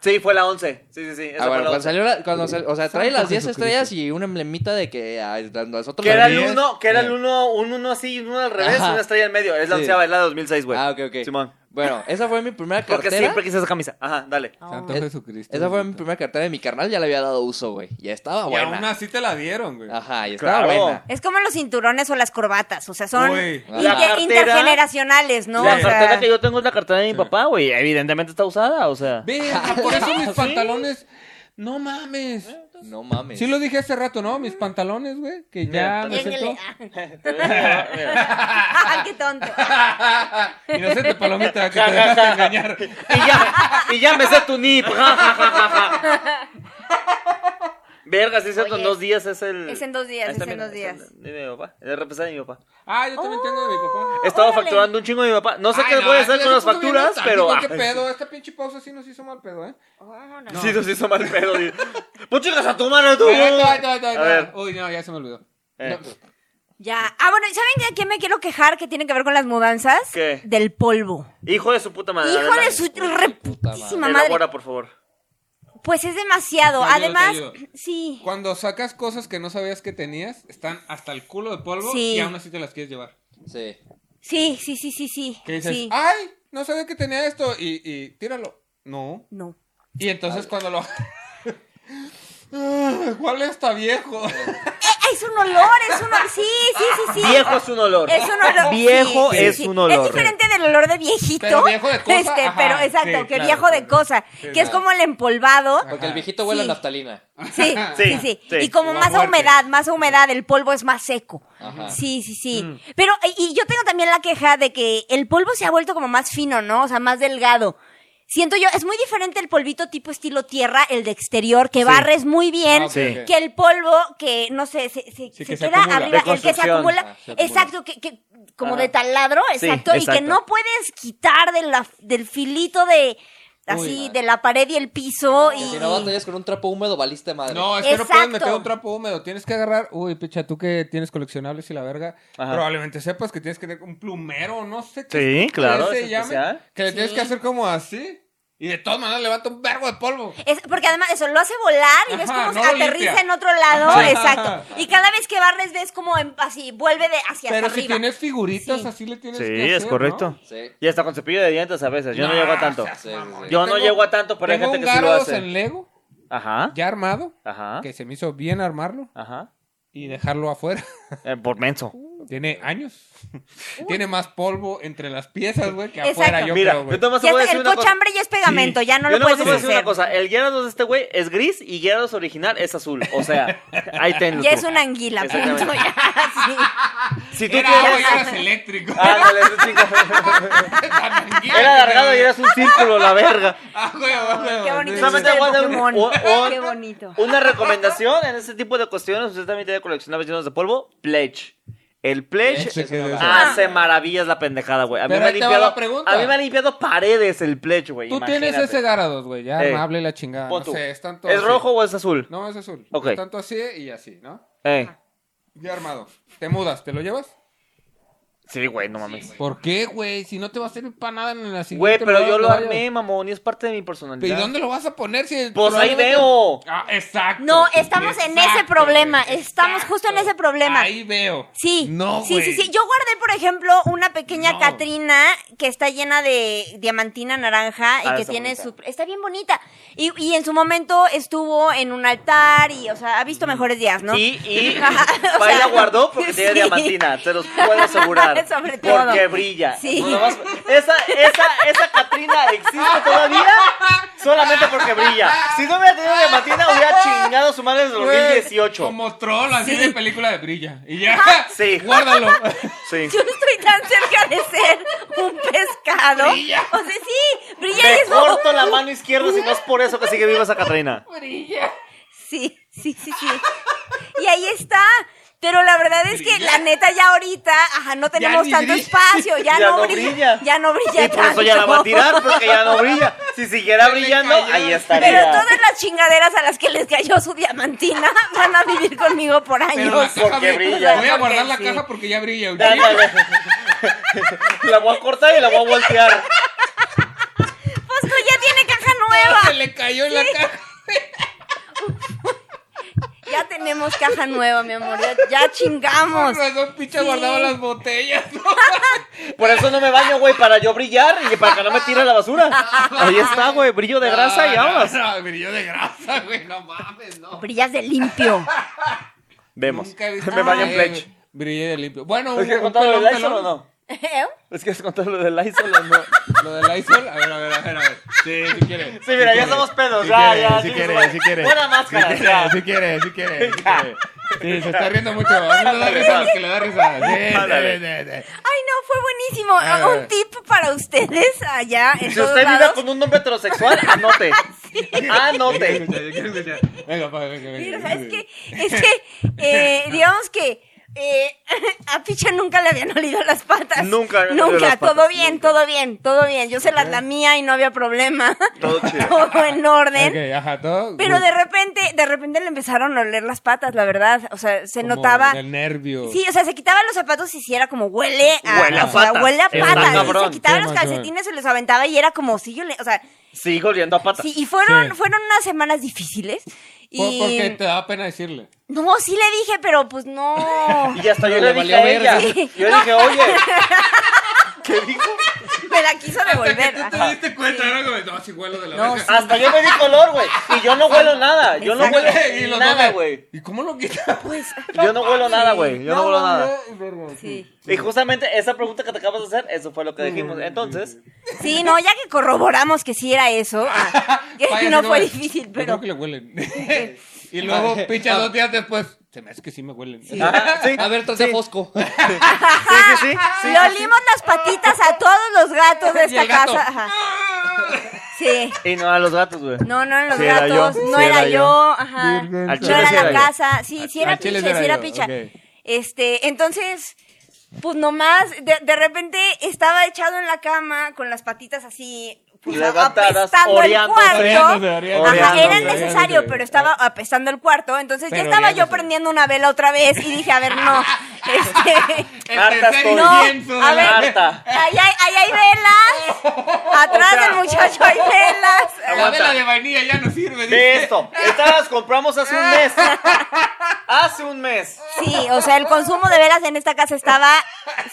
Sí, fue la once. Sí, sí, sí. esa fue
Ah, bueno,
la
cuando
once.
salió la- cuando sal- o sea, trae las 10 estrellas y un emblemita de que a, a nosotros
Que
las
era el
diez-
uno, que era el
Eh.
uno, un uno así y uno al revés,
Ajá.
una estrella en medio. Es la
Sí.
onceava, es la de 2006, güey.
Ah, ok, ok.
Simón.
Bueno, esa fue mi primera
Porque
cartera.
siempre quise esa camisa. Ajá, dale.
Santo
Es-
Jesucristo.
Esa fue mi primera cartera de mi carnal, ya le había dado uso, güey. Ya estaba
Y aún
buena. Ah,
así te la dieron, güey.
Ajá, ya estaba
Claro.
buena.
Es como los cinturones o las corbatas. O sea, son
Uy.
inter-
La cartera-
intergeneracionales, ¿no?
la
O sea,
cartera que yo tengo es la cartera de mi papá, güey. Evidentemente está usada, o sea.
Verga, por eso mis pantalones. No mames.
No mames.
Sí lo dije hace rato, ¿no? Mis pantalones, güey, que ya me sentó.
Ah, qué tonto.
Inocente palomita, que te dejaste engañar.
Y ya, y ya me sé tu nip. ja, ja, ja, ja, ja. Verga, sí es cierto, en
Oye,
dos días es el...
es en dos días,
Ahí está,
es en
mira,
dos
es el
días.
De de mi papá, el represado de mi papá.
Ah, yo también tengo de mi papá.
He estado
Órale.
facturando un chingo de mi papá. No sé
Ay,
qué voy a hacer
ya
con
se
las
puso bien
facturas, pero...
nostálgico, ¿Qué
ay,
pedo? Esta pinche pausa sí nos hizo mal pedo, ¿eh?
Vámonos.
Sí, nos hizo mal pedo. dude. Pues chingas a tu mano tú.
Ay, ay, ay, ay,
A
ay.
ver.
Uy, no, ya se me olvidó.
Eh.
No,
Ya. Ah, bueno, ¿saben de quién me quiero quejar que tiene que ver con las mudanzas?
¿Qué? Ah,
Del polvo.
Hijo de su puta madre.
Hijo
adelante.
de su reputísima madre.
Elabora, por favor.
Pues es demasiado.
Te ayudo, te
Además,
ayudo.
sí.
Cuando sacas cosas que no sabías que tenías, están hasta el culo de polvo
Sí.
y aún así te las quieres llevar.
Sí.
Sí, sí, sí, sí, sí.
Que dices,
Sí.
ay, no sabía que tenía esto y, y tíralo. No.
No.
Y entonces cuando lo... Ah, ¿Cuál está viejo?
Ah,
Eh, Es un olor, es un olor. Sí, sí, sí, sí.
Viejo es un olor.
Es un olor.
Viejo es un olor.
Es diferente del olor de viejito.
Pero viejo de cosa,
Este,
ajá,
pero exacto,
sí,
que
claro,
viejo de
claro.
cosa. que es
claro.
como el empolvado.
Porque el viejito huele a naftalina.
Sí, sí, sí,
sí.
Y como más
Más
a
fuerte.
humedad, más a humedad, el polvo es más seco.
Ajá.
Sí, sí, sí. Pero, eh, y yo tengo también la queja de que el polvo se ha vuelto como más fino, ¿no? O sea, más delgado. Siento yo, es muy diferente el polvito tipo estilo tierra, el de exterior, que barres muy bien,
Ah, ok, Sí. ok.
que el polvo que, no sé, se, se- se
que se
queda
acumula.
arriba,
De
el que se
construcción.
acumula.
Ah, se acumula.
exacto, que, que- como
Ajá.
de taladro,
Sí,
exacto, y que
exacto.
no puedes quitar de la, del filito de, así, de la pared y el piso. Y,
Si no
Ah.
batallas con un trapo húmedo, valiste madre.
No, es que no puedes
Exacto.
meter un trapo húmedo. Tienes que agarrar. Uy, picha, tú que tienes coleccionables y la verga.
Ajá.
Probablemente sepas que tienes que tener un plumero, no sé
Sí,
estúpido
claro,
se
es
llame,
especial.
Que le tienes
Sí.
que hacer como así. Y de todas maneras levanta un vergo de polvo.
Es- porque además eso lo hace volar y ves
Ajá,
cómo
no lo
aterriza
limpia.
en otro lado.
Ajá.
Exacto. Y cada vez que barres ves como en- así vuelve de hacia
Pero
hasta
si
arriba.
tienes figuritas,
Sí.
así le tienes
Sí,
que hacer.
es correcto.
Sí.
Y hasta con cepillo de dientes a veces. Yo no, llego a tanto.
Sí, sí, sí.
Yo no llego a tanto, pero hay gente que sí lo hace. Ah.
en Lego,
Ajá.
ya armado,
Ajá.
que se me hizo bien armarlo
Ajá.
y dejarlo afuera.
Eh, por menso.
Tiene años. Tiene más polvo entre las piezas, güey, que
Exacto.
afuera, yo
Mira,
creo,
yo
güey.
nomás te
Ya
voy a
está-
decir
el
una cosa.
cochambre ya es pegamento,
Sí.
ya no
Yo
lo puedes
nomás te voy a decir
deshacer.
una cosa. El Gyarados de este güey es gris y Gyarados original es azul. O sea, ahí tenlo
Ya
tú.
es una anguila,
Exactamente.
punto, ya, sí.
Si tú
Era agua
quieres...
y eras eléctrico.
Ándale, ese chico. Era alargado y eras un círculo, la verga.
Ah, güey, güey, güey.
Qué bonito
Solamente
el chiste
voy a
de
dar un-
Pokémon.
o- o-
Qué bonito.
Una recomendación en este tipo de cuestiones, usted también tiene coleccionables llenos de polvo, pledge. El pledge
Pledge, sí, sí, sí.
hace maravillas la pendejada, güey. A mí
Pero
me ha
ahí te va
limpiado
la pregunta.
a mí me ha limpiado paredes el pledge, güey.
Tú tienes
imagínate.
ese Garados, güey, ya
Eh.
amable la chingada.
Pon
No
tú.
sé, es tanto.
¿Es
así.
rojo o es azul?
No, es azul.
Ok.
Es tanto así y así, ¿no?
Eh.
Ya armado. Te mudas, ¿te lo llevas?
Sí, güey, no mames.
¿Por qué, güey? Si no te va a servir para nada en la siguiente.
Güey, pero
lugar
yo
que
lo
vayas.
armé, mamón, y es parte de mi personalidad.
¿Y dónde lo vas a poner? Si
Pues ahí
probablemente-
veo.
Ah, exacto.
No, estamos en ese
Exacto,
problema,
güey,
estamos justo en ese problema.
Ahí veo.
Sí,
No,
sí,
güey.
sí, sí. Yo guardé, por ejemplo, una pequeña
No.
Catrina que está llena de diamantina naranja y
Ah,
que
está
tiene
bonita.
su... Está bien bonita. Y, y en su momento estuvo en un altar y, o sea, ha visto mejores días, ¿no?
Y, y
Ajá, o
Pai
sea,
la guardó porque tiene
sí.
diamantina, se los puedo asegurar.
Sobre todo.
Porque brilla.
Sí.
No, nomás- esa, esa, esa Catrina existe todavía solamente porque brilla. Si no hubiera tenido diamantina, hubiera chingado su madre desde el
Güey,
2018.
Como troll, así
Sí.
de película de brilla. Y ya.
Sí.
Guárdalo.
Sí.
Yo no estoy tan cerca de ser un pescado.
Brilla.
O sea, sí, brilla y
Me
es como-
corto la mano izquierda si no es por eso que sigue viva esa Catrina.
Sí, sí, sí, sí. Y ahí está. Pero la verdad es que la neta ya ahorita, ajá, no tenemos
ni
tanto
brilla.
espacio, ya,
Ya
no
no
brilla,
brilla.
ya no brilla
Y por eso
tanto.
ya la va a tirar porque ya no brilla. Si siguiera
Se le
brillando,
cayó.
ahí
Pero
estaría.
todas las chingaderas a las que les cayó su diamantina van a vivir conmigo por
Pero la
años.
caja
porque
brilla.
brilla.
Voy a guardar la
Porque sí.
caja porque ya brilla. ahorita.
Ándale. La voy a cortar y la voy a voltear.
Fosco Pues ya tiene caja
Se
nueva.
le cayó en la caja.
Ya tenemos caja nueva, mi amor. Ya, ya chingamos.
Por razón, picha
Sí.
guardaba las botellas. ¿no?
Por eso no me baño, güey, para yo brillar y para que no me tire la basura. Ahí está, güey, brillo de grasa y
No,
vamos.
No, no, brilló de grasa, güey. No mames, no.
Brillas de limpio.
Vemos.
Nunca he visto
Me baño en
Eh,
pledge.
Brillé de limpio. Bueno, un,
¿Quieres
un
contar lo
pelón,
de Lysol
pelón.
o no?
¿Eh?
Es que es contar lo del Lysol o no.
Lo del Lysol, a ver, a ver, a ver, a ver. Sí, si quieres.
Sí, mira, ya somos pedos. ya, ya.
Si
sí,
quieres, si quieres.
Buena máscara. ya.
Si quieres, si quieres, si quieres. Sí, se está riendo mucho. A mí me da risa a los que le da risa. Sí, sí, sí, sí.
Ay, no, fue buenísimo.
A ver.
Un tip para ustedes allá en
Si
todos
usted vive
lados.
con un hombre heterosexual, anote.
Yo quiero
Anote.
escuchar, yo quiero escuchar. Venga, pa, venga,
Mira,
venga.
¿sabes qué? Es que, eh, digamos que eh, a Picha nunca le habían olido las patas.
Nunca le habían olido
Nunca,
las patas,
todo bien, todo bien, todo bien. Yo se las lamía y no había problema.
Todo chido.
Todo en orden.
Ok, ajá, todo.
Pero de repente, de repente le empezaron a oler las patas, la verdad. O sea, se
Como
notaba.
Del nervio.
Sí, o sea, se quitaba los zapatos y si era como huele a,
Huele a
o sea,
patas.
huele a
Está
patas. Y
cabrón.
se quitaba
Sí,
los
más o menos.
calcetines, se los aventaba y era como si yo le, o sea,
Sigo oliendo a patas.
sí, y fueron,
Sí.
fueron unas semanas difíciles. Y
Por- Porque te da pena decirle.
no, sí le dije, pero pues no.
Y hasta yo
Le
le dije
valió
a ella.
verga.
Yo le dije, oye. ¿Qué dijo?
Me la quiso devolver.
Hasta que tú
ajá.
te diste cuenta, ¿no? Como, no, si huelo de la
No,
verga.
sí.
Hasta yo me di color, güey. Y yo no huelo nada. Yo no
Exacto.
huelo
Y los
nada,
dos de-
güey.
¿Y cómo lo quitas?
Pues,
Yo no huelo nada, güey. Yo no huelo nada.
Verga.
sí.
Y justamente esa pregunta que te acabas de hacer, eso fue lo que dijimos. Entonces,
Sí, no, ya que corroboramos que sí era eso, ah, que
Vaya,
no
sí,
fue
huele.
difícil,
Yo
pero Ah.
Creo que le huelen. y luego, picha, dos días después. Se me hace que sí me huelen.
ah, sí,
A ver, trae
sí.
Fosco.
Sí, sí, sí. sí,
le
sí, sí.
olimos las patitas a todos los gatos de
Y el
esta
gato.
casa. ajá. Sí.
Y no a los gatos, güey.
No, no eran los
Sí era
gatos,
yo,
no
sí
era,
era
yo,
yo.
ajá.
Virgen
Al
no
chile
era
sí
la
era yo.
casa, sí, sí era
Al chile
picha,
sí era
sí era
yo,
picha.
ok.
Este, entonces, pues nomás, de, de repente estaba echado en la cama con las patitas así, pues,
Levantadas,
apestando
oreando,
el cuarto.
oreándose, oreándose,
Ajá, era
oreándose.
necesario, pero estaba apestando el cuarto, entonces
Pero
ya estaba yo
oreándose.
prendiendo una vela otra vez y dije, a ver, no, este...
Harta
tercer
estoy.
No,
lienzo,
a ver,
la-
Harta.
Ahí hay, ahí hay velas. Atrás
O sea,
del muchacho hay velas.
La
Aguanta.
vela de vainilla ya no sirve.
Ve
dice.
esto. Estas las compramos hace un mes. Hace un mes.
Sí, o sea, el consumo de velas en esta casa estaba.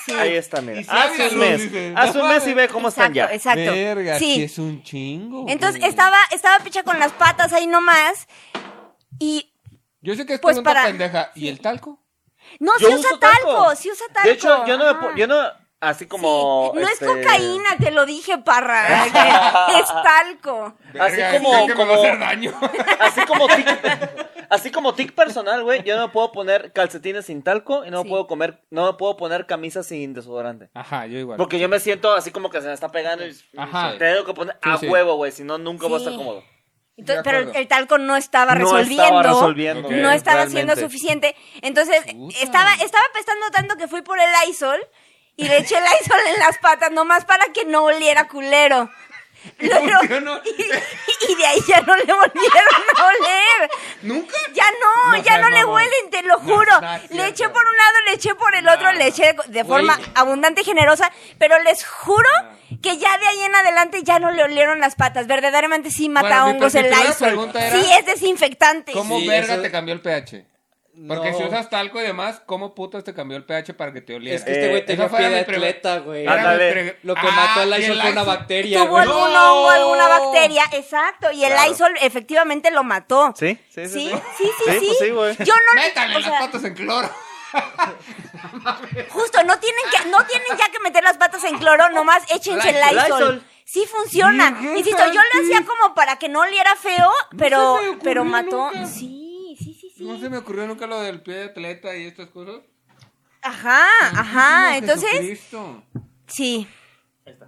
Sí,
Ahí está, mira.
Y si
Hace un
abres,
mes.
dice,
Hace un
no
mes y
mames.
ve cómo están ya.
exacto, exacto.
Verga, sí.
sí.
es un chingo. güey.
Entonces estaba, estaba picha con las patas ahí nomás. Y
Yo sé que es
pues
pregunta
para-
pendeja. ¿Y el talco?
no,
Yo
si
uso
usa
talco.
talco, si usa talco.
De hecho, yo no me
ajá.
po- yo no así como
Sí, No
este,
es cocaína, te lo dije, parra. que es talco.
Así
Verga,
como-
creo que me va a
como-
hacer daño.
Así como tic, así como tic personal, güey, yo no puedo poner calcetines sin talco y no
Sí.
puedo comer no me puedo poner camisa sin desodorante.
Ajá, yo igual.
Porque yo me siento así como que se me está pegando y
Ajá.
tengo que poner a
Sí, sí.
huevo, güey, si no nunca voy a
Sí.
estar cómodo.
Entonces,
De
pero el,
acuerdo.
el talco no estaba
no
resolviendo.
estaba resolviendo.
Ok.
güey,
no estaba siendo
realmente.
suficiente. Entonces,
Puta.
estaba, estaba pestando tanto que fui por el Lysol y le eché el Lysol en las patas nomás para que no oliera culero. Luego-
funcionó?
y, y de ahí ya no le volvieron a oler.
¿Nunca?
Ya no,
No
ya
seas
no le
mamón.
huelen, te lo
No,
juro.
no es
le eché
cierto.
por un lado, le eché por el otro, le eché de forma
Güey. Ah.
abundante y generosa, pero les juro que ya de ahí en adelante ya no le olieron las patas. Verdaderamente sí mata
Bueno, mi
hongos el
particular
Lysol.
pregunta era-
Sí es desinfectante.
¿Cómo
Sí,
verga
eso-
te cambió el pH? Porque
No.
si usas talco y demás, ¿cómo putas te cambió el pH para que te oliera?
Es que este güey
Esa
tenía
fue
pie
mi
de
pregunta.
atleta, güey.
Era mi
Eh, Ándale.
pre-
Lo que
Ah,
mató al
y el
Lysol fue una
Lysol.
bacteria,
tuvo
güey.
algún
¡No!
hongo, alguna bacteria, exacto, y el
Claro.
Lysol efectivamente lo mató.
Sí, sí, sí,
Sí,
sí.
sí, sí,
Sí,
sí.
pues sí, güey.
Yo no
Métale
o sea,
las patas en cloro.
justo no tienen que no tienen ya que meter las patas en cloro, nomás échense el
Lysol.
Lysol.
Lysol.
Sí funciona.
Bien,
Insisto, yo lo hacía como para que no oliera feo, pero
se me ocurrió
pero mató.
nunca.
Sí, sí, sí, sí.
No se me ocurrió nunca lo del pie de atleta y estas cosas.
Ajá, ajá. Entonces, sí.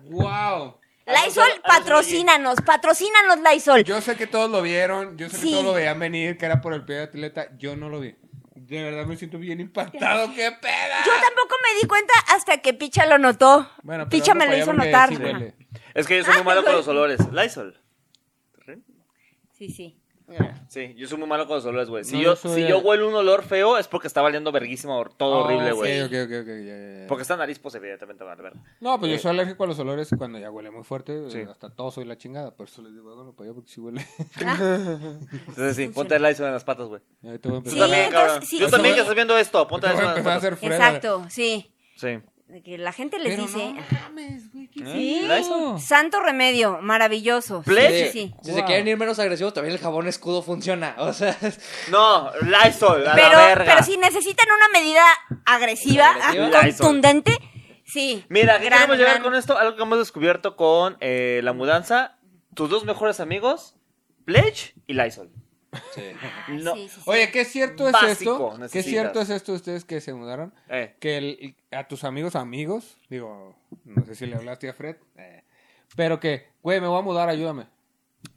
Wow.
Lysol, patrocínanos, patrocínanos Lysol.
Yo sé que todos lo vieron, yo sé
Sí.
que todos lo veían venir, que era por el pie de atleta, yo no lo vi. De verdad me siento bien impactado, qué peda.
Yo tampoco me di cuenta hasta que Picha lo notó.
Bueno, pero
Picha me
ando
lo
para
hizo
allá porque
notar.
sí huele.
Es que yo
Ah,
soy muy malo con los olores. Lysol.
Sí, sí.
Sí, yo soy muy malo con los olores, güey. Si,
No,
yo,
yo soy
si
el-
yo huelo un olor feo es porque está valiendo verguísimo or- todo horrible,
Ok,
güey.
Ah, ok, ok, ok, ya, ya, ya.
Porque esta nariz, pues, evidentemente vale verga.
No, pues yo
Sí.
soy alérgico a los olores cuando ya huele muy fuerte,
Sí.
hasta todo soy la chingada, por eso les digo, háganlo para allá porque sí huele.
Ah,
Entonces, sí, ponte el Lysol en las patas, güey.
Ahí te voy a
Tú
Sí,
empezar.
también,
entonces,
cabrón.
sí,
Yo
sí.
también que estás viendo esto, ponte
Te voy
Lysol
a
en las
empezar a
patas.
hacer fresa.
Exacto, sí.
Sí.
De Que la gente les
Pero
dice.
no mames, güey, ¿qué
Sí.
Lysol.
Santo remedio, maravilloso. Sí,
Play.
sí, sí.
Si se quieren ir menos agresivos, también el jabón escudo funciona. O sea,
No, Lysol, a
Pero,
la verga.
pero si necesitan una medida agresiva, ah,
Agresiva.
contundente, Sí.
Mira, aquí
gran,
queremos llegar
gran-
con esto, algo que hemos descubierto con eh, la mudanza. Tus dos mejores amigos, Pledge y Lysol.
Sí.
No.
Ah, Sí, sí, sí.
Oye, ¿qué cierto es
Básico,
esto? ¿Qué
necesitas.
cierto es esto ustedes que se mudaron?
Eh,
Que el- a tus amigos amigos, digo, no sé si le hablaste a Fred, eh, pero que, güey, me voy a mudar, ayúdame.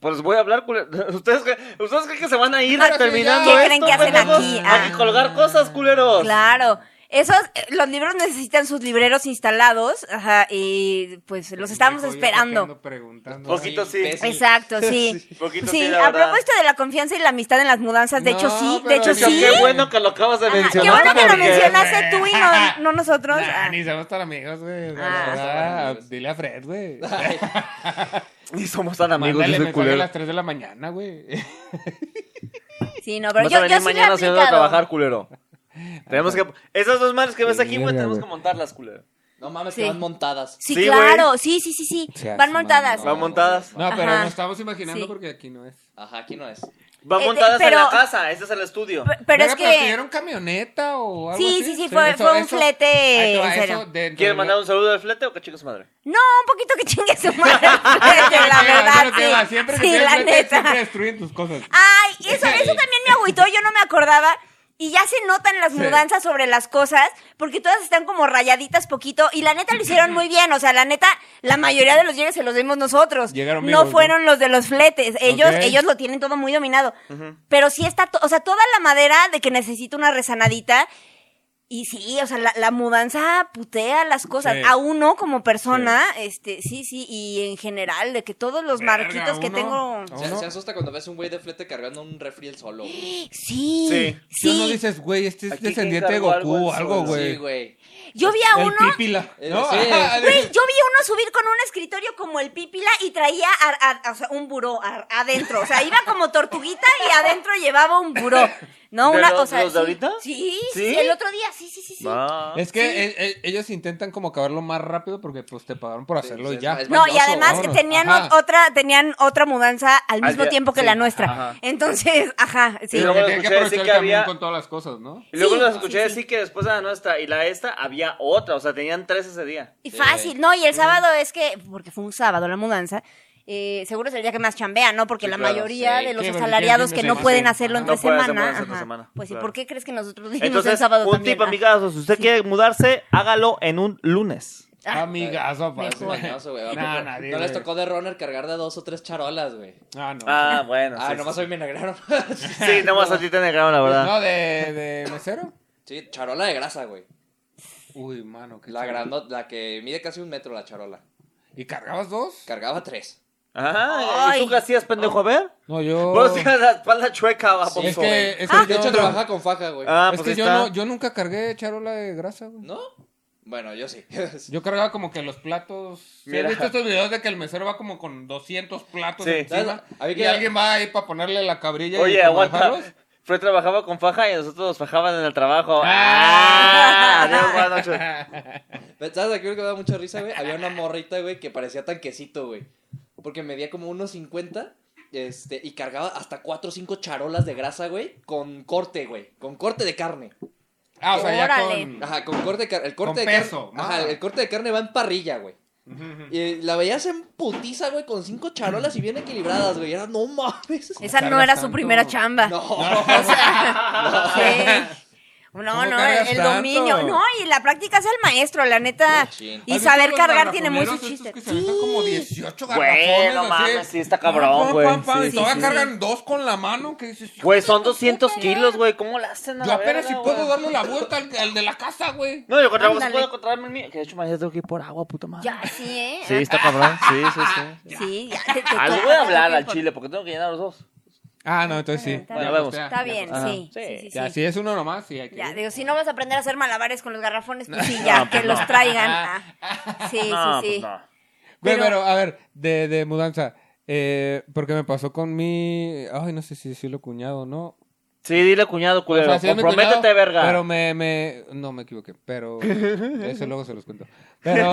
Pues voy a hablar, cule- ¿Ustedes, cre- ¿Ustedes creen que se van a
Ah,
ir
Ahora sí,
terminando
ya. ¿Qué
esto,
creen que hacen
pendejos?
aquí?
A que
Ah.
colgar cosas, culeros.
Claro. Esos, eh, los libros necesitan sus libreros instalados, ajá, y pues los estábamos
Dijo, "Yo, ¿por
esperando.
qué ando preguntando?
Poquito sí.
imbécil.
Exacto, sí.
Poquito sí,
Sí,
la
a
verdad.
propósito de la confianza y la amistad en las mudanzas, de hecho
No,
sí, de
pero
hecho
Pero
sí.
Qué bueno que lo acabas de
Ajá, Qué
mencionar.
bueno que lo
porque-
mencionaste tú y no, no nosotros.
Nah,
Ah.
ni somos tan amigos, güey. la
Ah.
verdad. dile a Fred, güey.
Ni somos tan amigos,
Mándale
dice el
mensaje a
culero.
las 3 de la mañana, güey.
Sí, no, pero
Vas a
yo, yo
venir
sí
mañana
mañana
haciendo de trabajar, culero. Tenemos que... Esas dos madres que ves aquí, güey,
Verga,
tenemos que
güey.
montarlas, culero.
No mames,
Sí.
que van montadas.
Sí,
Sí,
claro, sí, sí, sí, sí.
Se hace,
Van montadas.
Van montadas.
No, pero
Ajá.
nos estamos imaginando
Sí.
porque aquí no es.
Ajá, aquí no es.
Van
Eh, eh,
montadas
pero-
en la casa, este es el estudio.
P- Pero
Oiga,
es
Pero
que
tuvieron camioneta o algo
Sí,
así.
sí, sí, fue- fue un flete,
Ahí te va,
en
eso
serio.
dentro de
¿Quieren
lo-
mandar un saludo al flete o qué chicos madre?
no, un poquito que chingue su madre, la
Pero
verdad.
que va,
Sí,
Siempre que
Sí,
tienes
la
flete,
neta.
Siempre destruyen tus cosas.
Ay, eso, eso también me agüitó, yo no me acordaba. Y ya se notan las mudanzas sobre las cosas, porque todas están como rayaditas poquito. Y la neta lo hicieron muy bien. O sea, la neta, la mayoría de los llegues se los dimos nosotros.
Llegaron
no
vivos, ¿no?
fueron los de los fletes. Ellos,
Ok.
ellos lo tienen todo muy dominado. Pero sí está, to- o sea, toda la madera de que necesita una resanadita. Y sí, o sea, la, la mudanza putea las cosas.
Sí.
A uno como persona, este, sí, sí, y en general, de que todos los
Verga,
marquitos que
uno. Oh.
tengo.
¿A
Se,
uno?
se asusta cuando ves un güey de flete cargando un refri el solo.
Sí,
güey.
Sí.
sí.
Si no dices, güey, este es
Aquí
descendiente de
encargo
Goku
algo
o
al
algo,
sol.
güey.
Sí, güey.
Yo vi a
El
uno.
pípila.
Eh,
¿no? Ah,
sí.
Ajá,
Güey, yo vi uno subir con un escritorio como el pípila y traía a- a- o sea, un buró a- adentro. O sea, iba como tortuguita y adentro llevaba un buró. No,
¿De
una
los-
o sea,
los
sí.
de ahorita?
Sí, sí,
¿Sí?
sí, el otro día, sí, sí, sí, sí.
Va.
Es que eh, eh, ellos intentan como acabarlo más rápido porque pues te pagaron por hacerlo
sí,
y
es
ya.
más-
No, y
Mañoso,
además
vámonos.
tenían
Ajá.
o- otra, tenían otra mudanza al mismo
día-
tiempo que
sí,
la nuestra.
ajá.
Entonces, ajá, sí.
Y
Pero
luego
que tienen
lo
que
escuché
aprovechar
decir
el
que
camión
había-
con todas las cosas, ¿no?
Y luego
Sí,
los escuché
sí, sí.
decir que después de la nuestra y la esta había otra, o sea, tenían tres ese día.
Y fácil, no, y el sábado es que, porque fue un sábado la mudanza, eh, seguro es el día que más chambea, ¿no? Porque
Sí,
la
claro,
mayoría
sí.
de los
Sí, porque
asalariados
el
que
fin de
no
semana,
pueden
sí.
hacerlo
Ajá.
entre
No pueden hacer
semana.
mudanzas entre
ajá.
semana,
Pues, ¿y
claro.
por qué crees que nosotros lo hicimos el
Entonces,
sábado
un
también? ah.
tip,
Ajá.
amigazos, si usted quiere mudarse, hágalo en un lunes.
Ah,
Amigazo,
Es
fácil.
mañoso, güey. ¿a
Nah,
poco?
nadie,
no les
güey.
tocó de runner cargar de dos o tres charolas, güey.
Ah, no.
Ah, bueno.
Ah,
sí,
nomás
sí.
hoy me negaron.
Sí, nomás a ti te negaron, la verdad.
No, de, de mesero.
Sí, charola de grasa, güey.
Uy, mano, qué
La
chaval.
grandota, la que mide casi un metro la charola.
¿Y cargabas dos?
Cargaba tres.
Ajá, ¿y
Ay. Oh.
tú qué hacías, pendejo? A ver.
No, yo.
Vos tienes la espalda chueca, va,
es
poco,
que,
güey.
es que
Ah, De
yo
hecho,
no-
trabajaba con faja, güey.
Ah,
es
pues
que
ahí
yo,
está.
no, yo nunca cargué charola de grasa, güey.
¿No? Bueno, yo sí.
Yo cargaba como que los platos. ¿Sí
Mira.
¿Has visto estos videos de que el mesero va como con 200 platos
Sí.
encima?
¿Sabes? A mí
y
que-
alguien va ahí para ponerle la cabrilla y
Oye,
como
aguanta.
dejarlos?
Fred trabajaba con faja y nosotros nos fajaban en el trabajo. Ah,
Ah.
adiós, buenas noches.
Pero, ¿Sabes aquí lo que me da mucha risa, güey? Había una morrita, güey, que parecía tanquecito, güey. Porque medía como unos 50 este, y cargaba hasta 4 o 5 charolas de grasa, güey, con corte, güey. Con corte de carne.
Ah, o sea, ya
Órale.
con.
Ajá, con corte de carne. El corte
Con
de
peso,
carne. Ajá,
mamá.
el corte de carne va en parrilla, güey. Y la veías en putiza, güey, con cinco charolas y bien equilibradas, güey. Era, no mames.
Esa no
cargas
era su
tanto?
primera chamba.
No.
O sea, sí. No,
¿Cómo
no, el,
cargas
el
tanto?
dominio. No, y la práctica es el maestro, la neta.
Machín.
Y
¿Has
saber
visto los
cargar tiene
garrafoneros
mucho
estos
chiste.
que se aventan como 18
Güey,
garrafones,
no
así?
mames, sí está
Pam,
cabrón,
pam,
güey.
pam, pam,
Sí,
y
sí,
todavía
sí.
cargan dos con la mano. Que dices,
Güey, son 200 kilos, güey. ¿Cómo la hacen a
yo
la
apenas si
verga,
puedo
güey?
darle la vuelta al, al de la casa, güey.
No, yo encontraba,
Ándale.
puedo encontrarme el mío. Que de hecho, mañana tengo que ir por agua, puta madre.
Ya, sí, ¿eh?
Sí, está cabrón. Sí, sí, sí.
Sí, ya te, te
Ah, les
toca,
voy a
te
hablar
toca
al
por-
chile porque tengo que llenar los dos.
Ah, no, entonces sí.
Está bien,
Bueno, vemos.
Está bien,
Ajá.
sí.
Sí.
sí, sí,
Ya,
sí.
si es uno nomás, sí hay que.
Ya, digo, si no vas a aprender a hacer malabares con los garrafones, pues sí, ya, que los traigan. Ah, Sí,
No,
sí, sí.
pues no.
Güey,
Pero-
pero, a ver, de, de mudanza. Eh, porque me pasó con mi. Ay, no sé si decirlo cuñado o no.
Sí, dile cuñado,
O
culero.
sea, sí es mi
Comprométete,
cuñado,
verga.
Pero me, me. No me equivoqué, pero. Eso luego se los cuento. Pero.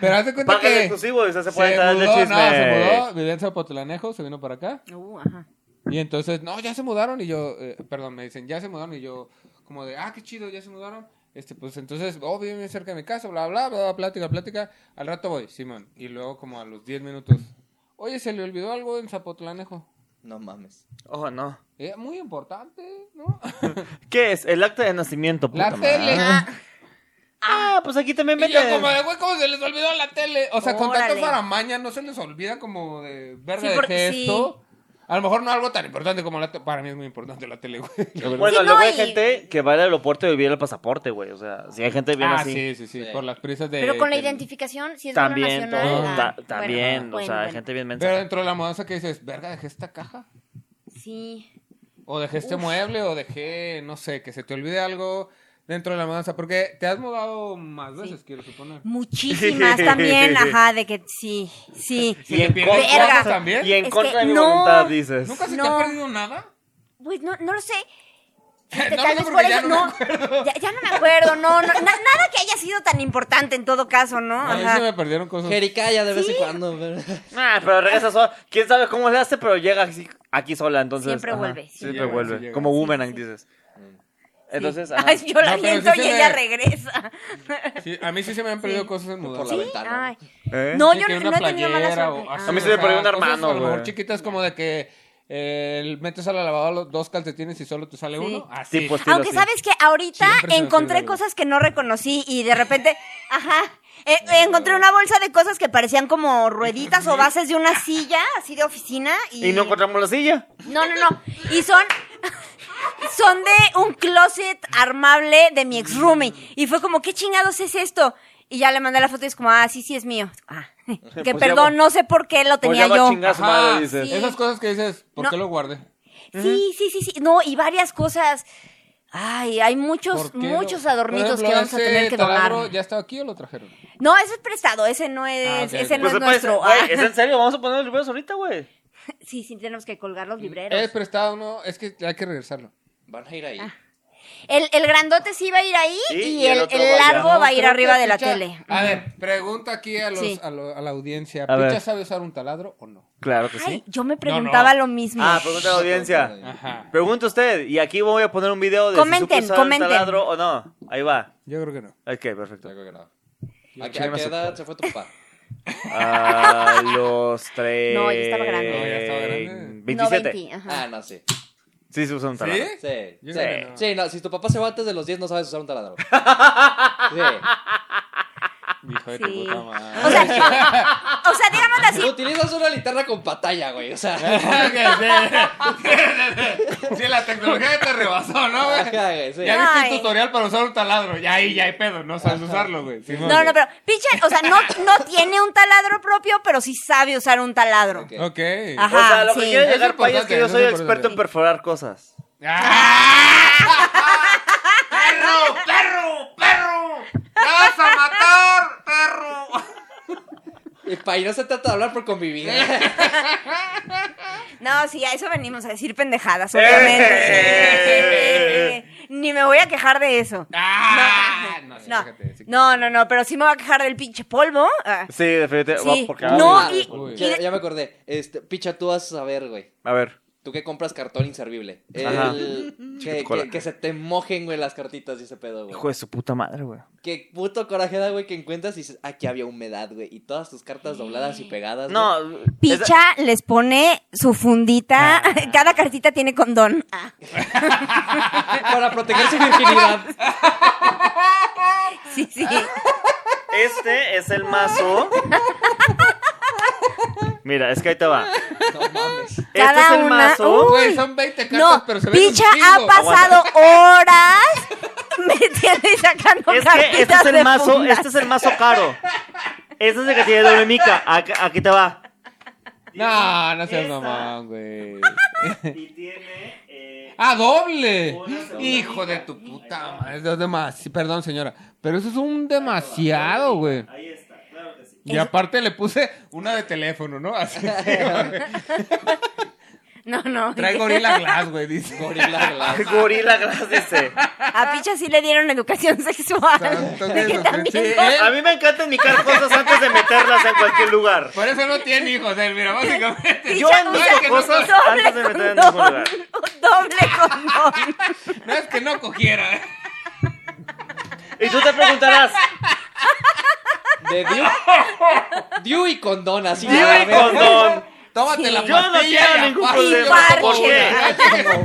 pero haz de cuenta
Paga el
que.
exclusivo y se hace
Se
40 de
mudó,
chisme.
no, se mudó. Vivía en Zapotlanejo, se vino para acá.
Uh, ajá.
Y entonces, no, ya se mudaron. Y yo, eh, perdón, me dicen, ya se mudaron. Y yo, como de, ah, qué chido, ya se mudaron. Este, pues entonces, oh, vive bien cerca de mi casa, bla, bla, bla, bla, plática, plática. Al rato voy, Simón. Y luego, como a los 10 minutos, oye, se le olvidó algo en Zapotlanejo.
No mames.
Oh, no.
Eh, muy importante, ¿no?
¿Qué es? El acta de nacimiento, puta
La tele.
madre.
Ah,
Ah, pues aquí también
Y yo
meten.
como de, güey, ¿cómo se les olvidó la tele? O sea, con tanto
Órale.
faramaña no se les olvida como de verga
Sí,
de
porque-
gesto. A lo mejor no algo tan importante como la tele. Para mí es muy importante la tele, güey. la verdad.
Bueno,
Sí, no,
luego hay
y-
gente que va al aeropuerto y olvida el pasaporte, güey. O sea, si hay gente bien
ah,
así.
sí, sí, sí,
Sí.
Por las prisas de.
Pero con la
del-
identificación, si es
También,
bueno nacional.
todo,
ah,
ta-
bueno,
también, o
bueno,
sea, hay
bueno.
gente bien mensa.
Pero dentro de la mudanza que dices, verga, dejé esta caja.
Sí.
O dejé este mueble, o dejé, no sé, que se te olvide algo dentro de la mudanza. Porque te has mudado más veces, quiero suponer.
Muchísimas también, ajá, de que sí, sí.
Y en
pierden
contra-
cosas
también.
Y en
Es
contra de
que
mi
no.
voluntad, dices.
¿Nunca se te
No.
ha perdido nada?
Pues no, no lo sé. Fíjate,
No
tal
lo
vez
sé
por
porque ya
eso,
no
no.
me
Ya, ya no me acuerdo, no, no, na- nada que haya sido tan importante en todo caso, ¿no?
A mí
Ajá.
se me perdieron cosas.
Jericaya de vez en cuando. pero-
Ah, pero regresa sola. ¿Quién sabe cómo le hace? Pero llega así- aquí sola, entonces.
Siempre vuelve, sí.
Siempre
Llega,
vuelve.
sí llega.
Como boomerang, dices. Entonces,
Sí.
ajá.
Ay, yo la
No, pero
aviento
sí
y
se me-
ella regresa.
Sí, a mí sí se me han perdido cosas en
Por
mudanza.
la ventana.
Ay.
¿Eh?
No,
Sí,
yo
que
no,
una
no he tenido mala
playera
suerte.
o así,
Ah.
A mí se me
o sea,
perdió un
cosas
hermano,
A lo mejor
güey.
chiquitas como de que eh, metes a la lavadora los dos calcetines y solo te sale
Sí.
uno. Así.
Sí, pues, sí,
Aunque
sí.
sabes que ahorita
Siempre se me
encontré
olvida, güey.
cosas que no reconocí y de repente, ajá, eh, eh, encontré una bolsa de cosas que parecían como rueditas o bases de una silla así de oficina y,
Y no encontramos la silla.
no, no, no, y son son de un closet armable de mi ex roomie y fue como qué chingados es esto y ya le mandé la foto y es como ah sí sí es mío ah, que
Pues ya
perdón
va-
no sé por qué lo tenía
pues ya va a
yo
chingar a su madre, dices.
sí.
Esas cosas que dices, ¿por
No.
qué lo guardé?
Sí, sí, sí, sí. No, y varias cosas. Ay, hay
¿Por
muchos,
qué lo-
muchos
Por
adornitos
ejemplo,
que vamos a
ese
tener que donar.
taladro, ¿Ya estaba aquí o lo trajeron?
No, ese es prestado, ese no es,
Ah, ok,
ese no
ok.
Pues,
es
pues,
nuestro.
güey,
Ah,
¿Es en serio? Vamos a poner los libros ahorita, güey.
Sí, sí, tenemos que colgar
Mm,
los libreros.
Es prestado, no, es que hay que regresarlo.
Van a ir ahí.
El, el grandote sí va a ir ahí
Sí,
y,
y el
el,
otro
el
va allá.
largo
No,
va a ir
creo
arriba
que
de la
Picha-
tele.
A ver, pregunta aquí a, los,
Sí.
a, lo- a la audiencia.
A ver.
¿Picha sabe usar un taladro o no?
Claro que
Ay,
sí.
yo me preguntaba lo mismo.
Ah, pregunta a la audiencia.
Ajá.
Pregunta usted. Y aquí voy a poner un video de
Comenten,
si supo usar
comenten.
el taladro o no. Ahí va.
Yo creo que no.
Ok, perfecto.
Yo creo que no. ¿A qué, a qué edad se fue tu papá?
A los tres.
No, ya estaba grande.
No, ya estaba grande.
27.
No, 20, ajá.
Ah, no, sí.
Sí, se usa un taladro.
¿Sí?
Sí.
Yo
sí.
creo que no.
Sí, no, si tu papá se va antes de los 10 no sabes usar un taladro. Sí.
Hijo de tu
Sí.
puta madre.
O sea, o sea, digámoslo así.
Utilizas una linterna con pantalla, güey. O sea,
Sí, la tecnología ya te rebasó, ¿no, güey?
Ajá, güey, sí.
Ya viste
Ay.
el tutorial para usar un taladro. Ya ahí, ya hay pedo. No sabes usarlo, güey. Sí,
No, no, pero Picha, o sea, no, no tiene un taladro propio, pero sí sabe usar un taladro.
Ok.
Ok.
O
Ajá.
sea, lo
sí.
que quiero
Eso es
llegar, Paya, es que yo
importante,
soy
eso es
experto en
importante.
perforar cosas.
¡Ah! ¡Perro, perro, perro! ¡Me vas a matar, perro!
Y para no se trata de hablar por convivencia.
No, sí, a eso venimos a decir pendejadas, obviamente.
Eh.
Ni me voy a quejar de eso.
¡Ah!
No,
No, sí,
no,
fíjate, sí.
no, no, no, pero sí me voy a quejar del pinche polvo. Ah,
Sí, definitivamente.
Sí.
porque-
No,
Uy.
y,
Uy.
y
ya,
de-
ya me acordé. Este, picha, tú vas a saber, güey.
A ver.
Tú que compras cartón inservible.
Ajá.
El, que,
cola.
que- que se te mojen, güey, las cartitas y ese pedo, güey.
Hijo de su puta madre, güey.
Qué puto coraje da, güey, que encuentras y dices, aquí había humedad, güey. Y todas tus cartas dobladas y pegadas. güey.
No. esa- Ah.
Picha les pone su fundita. Cada cartita tiene condón. Ah.
Para proteger su virginidad.
Sí, sí.
Este es el mazo. Mira, es que ahí te va.
No mames.
Este
Cada
es
una-
el
uh.
mazo.
Uy.
Güey, son 20 cartas,
No,
pero se ven
Picha
un
ha
chingo.
pasado horas metiendo y sacando
Es
cartitas
que este es
de
el mazo,
fundas.
este es el mazo caro. Este es el que tiene doble mica. Aquí, aquí te va.
No, no seas
Esa.
mamón, güey.
Y tiene. eh,
¡Ah, doble!
Una segunda
Hijo de
mitad.
tu puta madre. Es demasiado. Perdón, señora. Pero eso es un demasiado, güey.
Ahí está, claro que sí.
Y aparte le puse una de teléfono, ¿no? Así.
No, no.
Trae Gorilla Glass, güey, dice.
Gorila Glass.
Gorila Glass dice.
A Picha sí le dieron educación sexual.
Santo
De que
Jesucristo.
también
Sí,
no-
¿eh?
A mí me encanta indicar cosas antes de meterlas en cualquier lugar.
Por eso no tiene hijos él, mira, básicamente.
Yo
Picha
indico
usa
cosas
doble
antes de meter en
condón,
ningún lugar.
un Doble condón.
No es que no cogiera.
Y tú te preguntarás,
De Dew. Dew y condón, así.
Dew y condón.
Tómate la
Yo no
pastilla
quiero
y
ningún
aparte-
problema,
¿por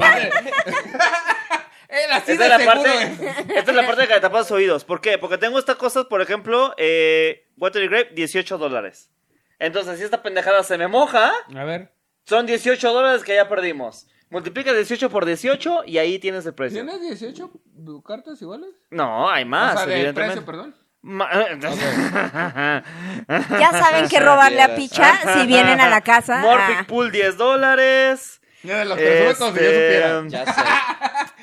Él así
Esta
de
es, la
seguro
parte, esta es la parte que te tapas los oídos. ¿Por qué? Porque tengo estas cosas, por ejemplo, eh, Water Grape, 18 dólares. Entonces, si esta pendejada se me moja,
A ver.
son 18 dólares que ya perdimos. Multiplica 18 por 18 y ahí tienes el precio.
¿Tienes 18 cartas iguales?
No, hay
Ah,
más,
o sea, del
evidentemente.
precio, perdón.
Ma-
Ya saben que robarle a Picha Ah, si vienen a la casa.
Morphic
Ah.
Pool, 10 dólares.
Ni de los presumes como si yo
Este,
supiera.
Ya sé.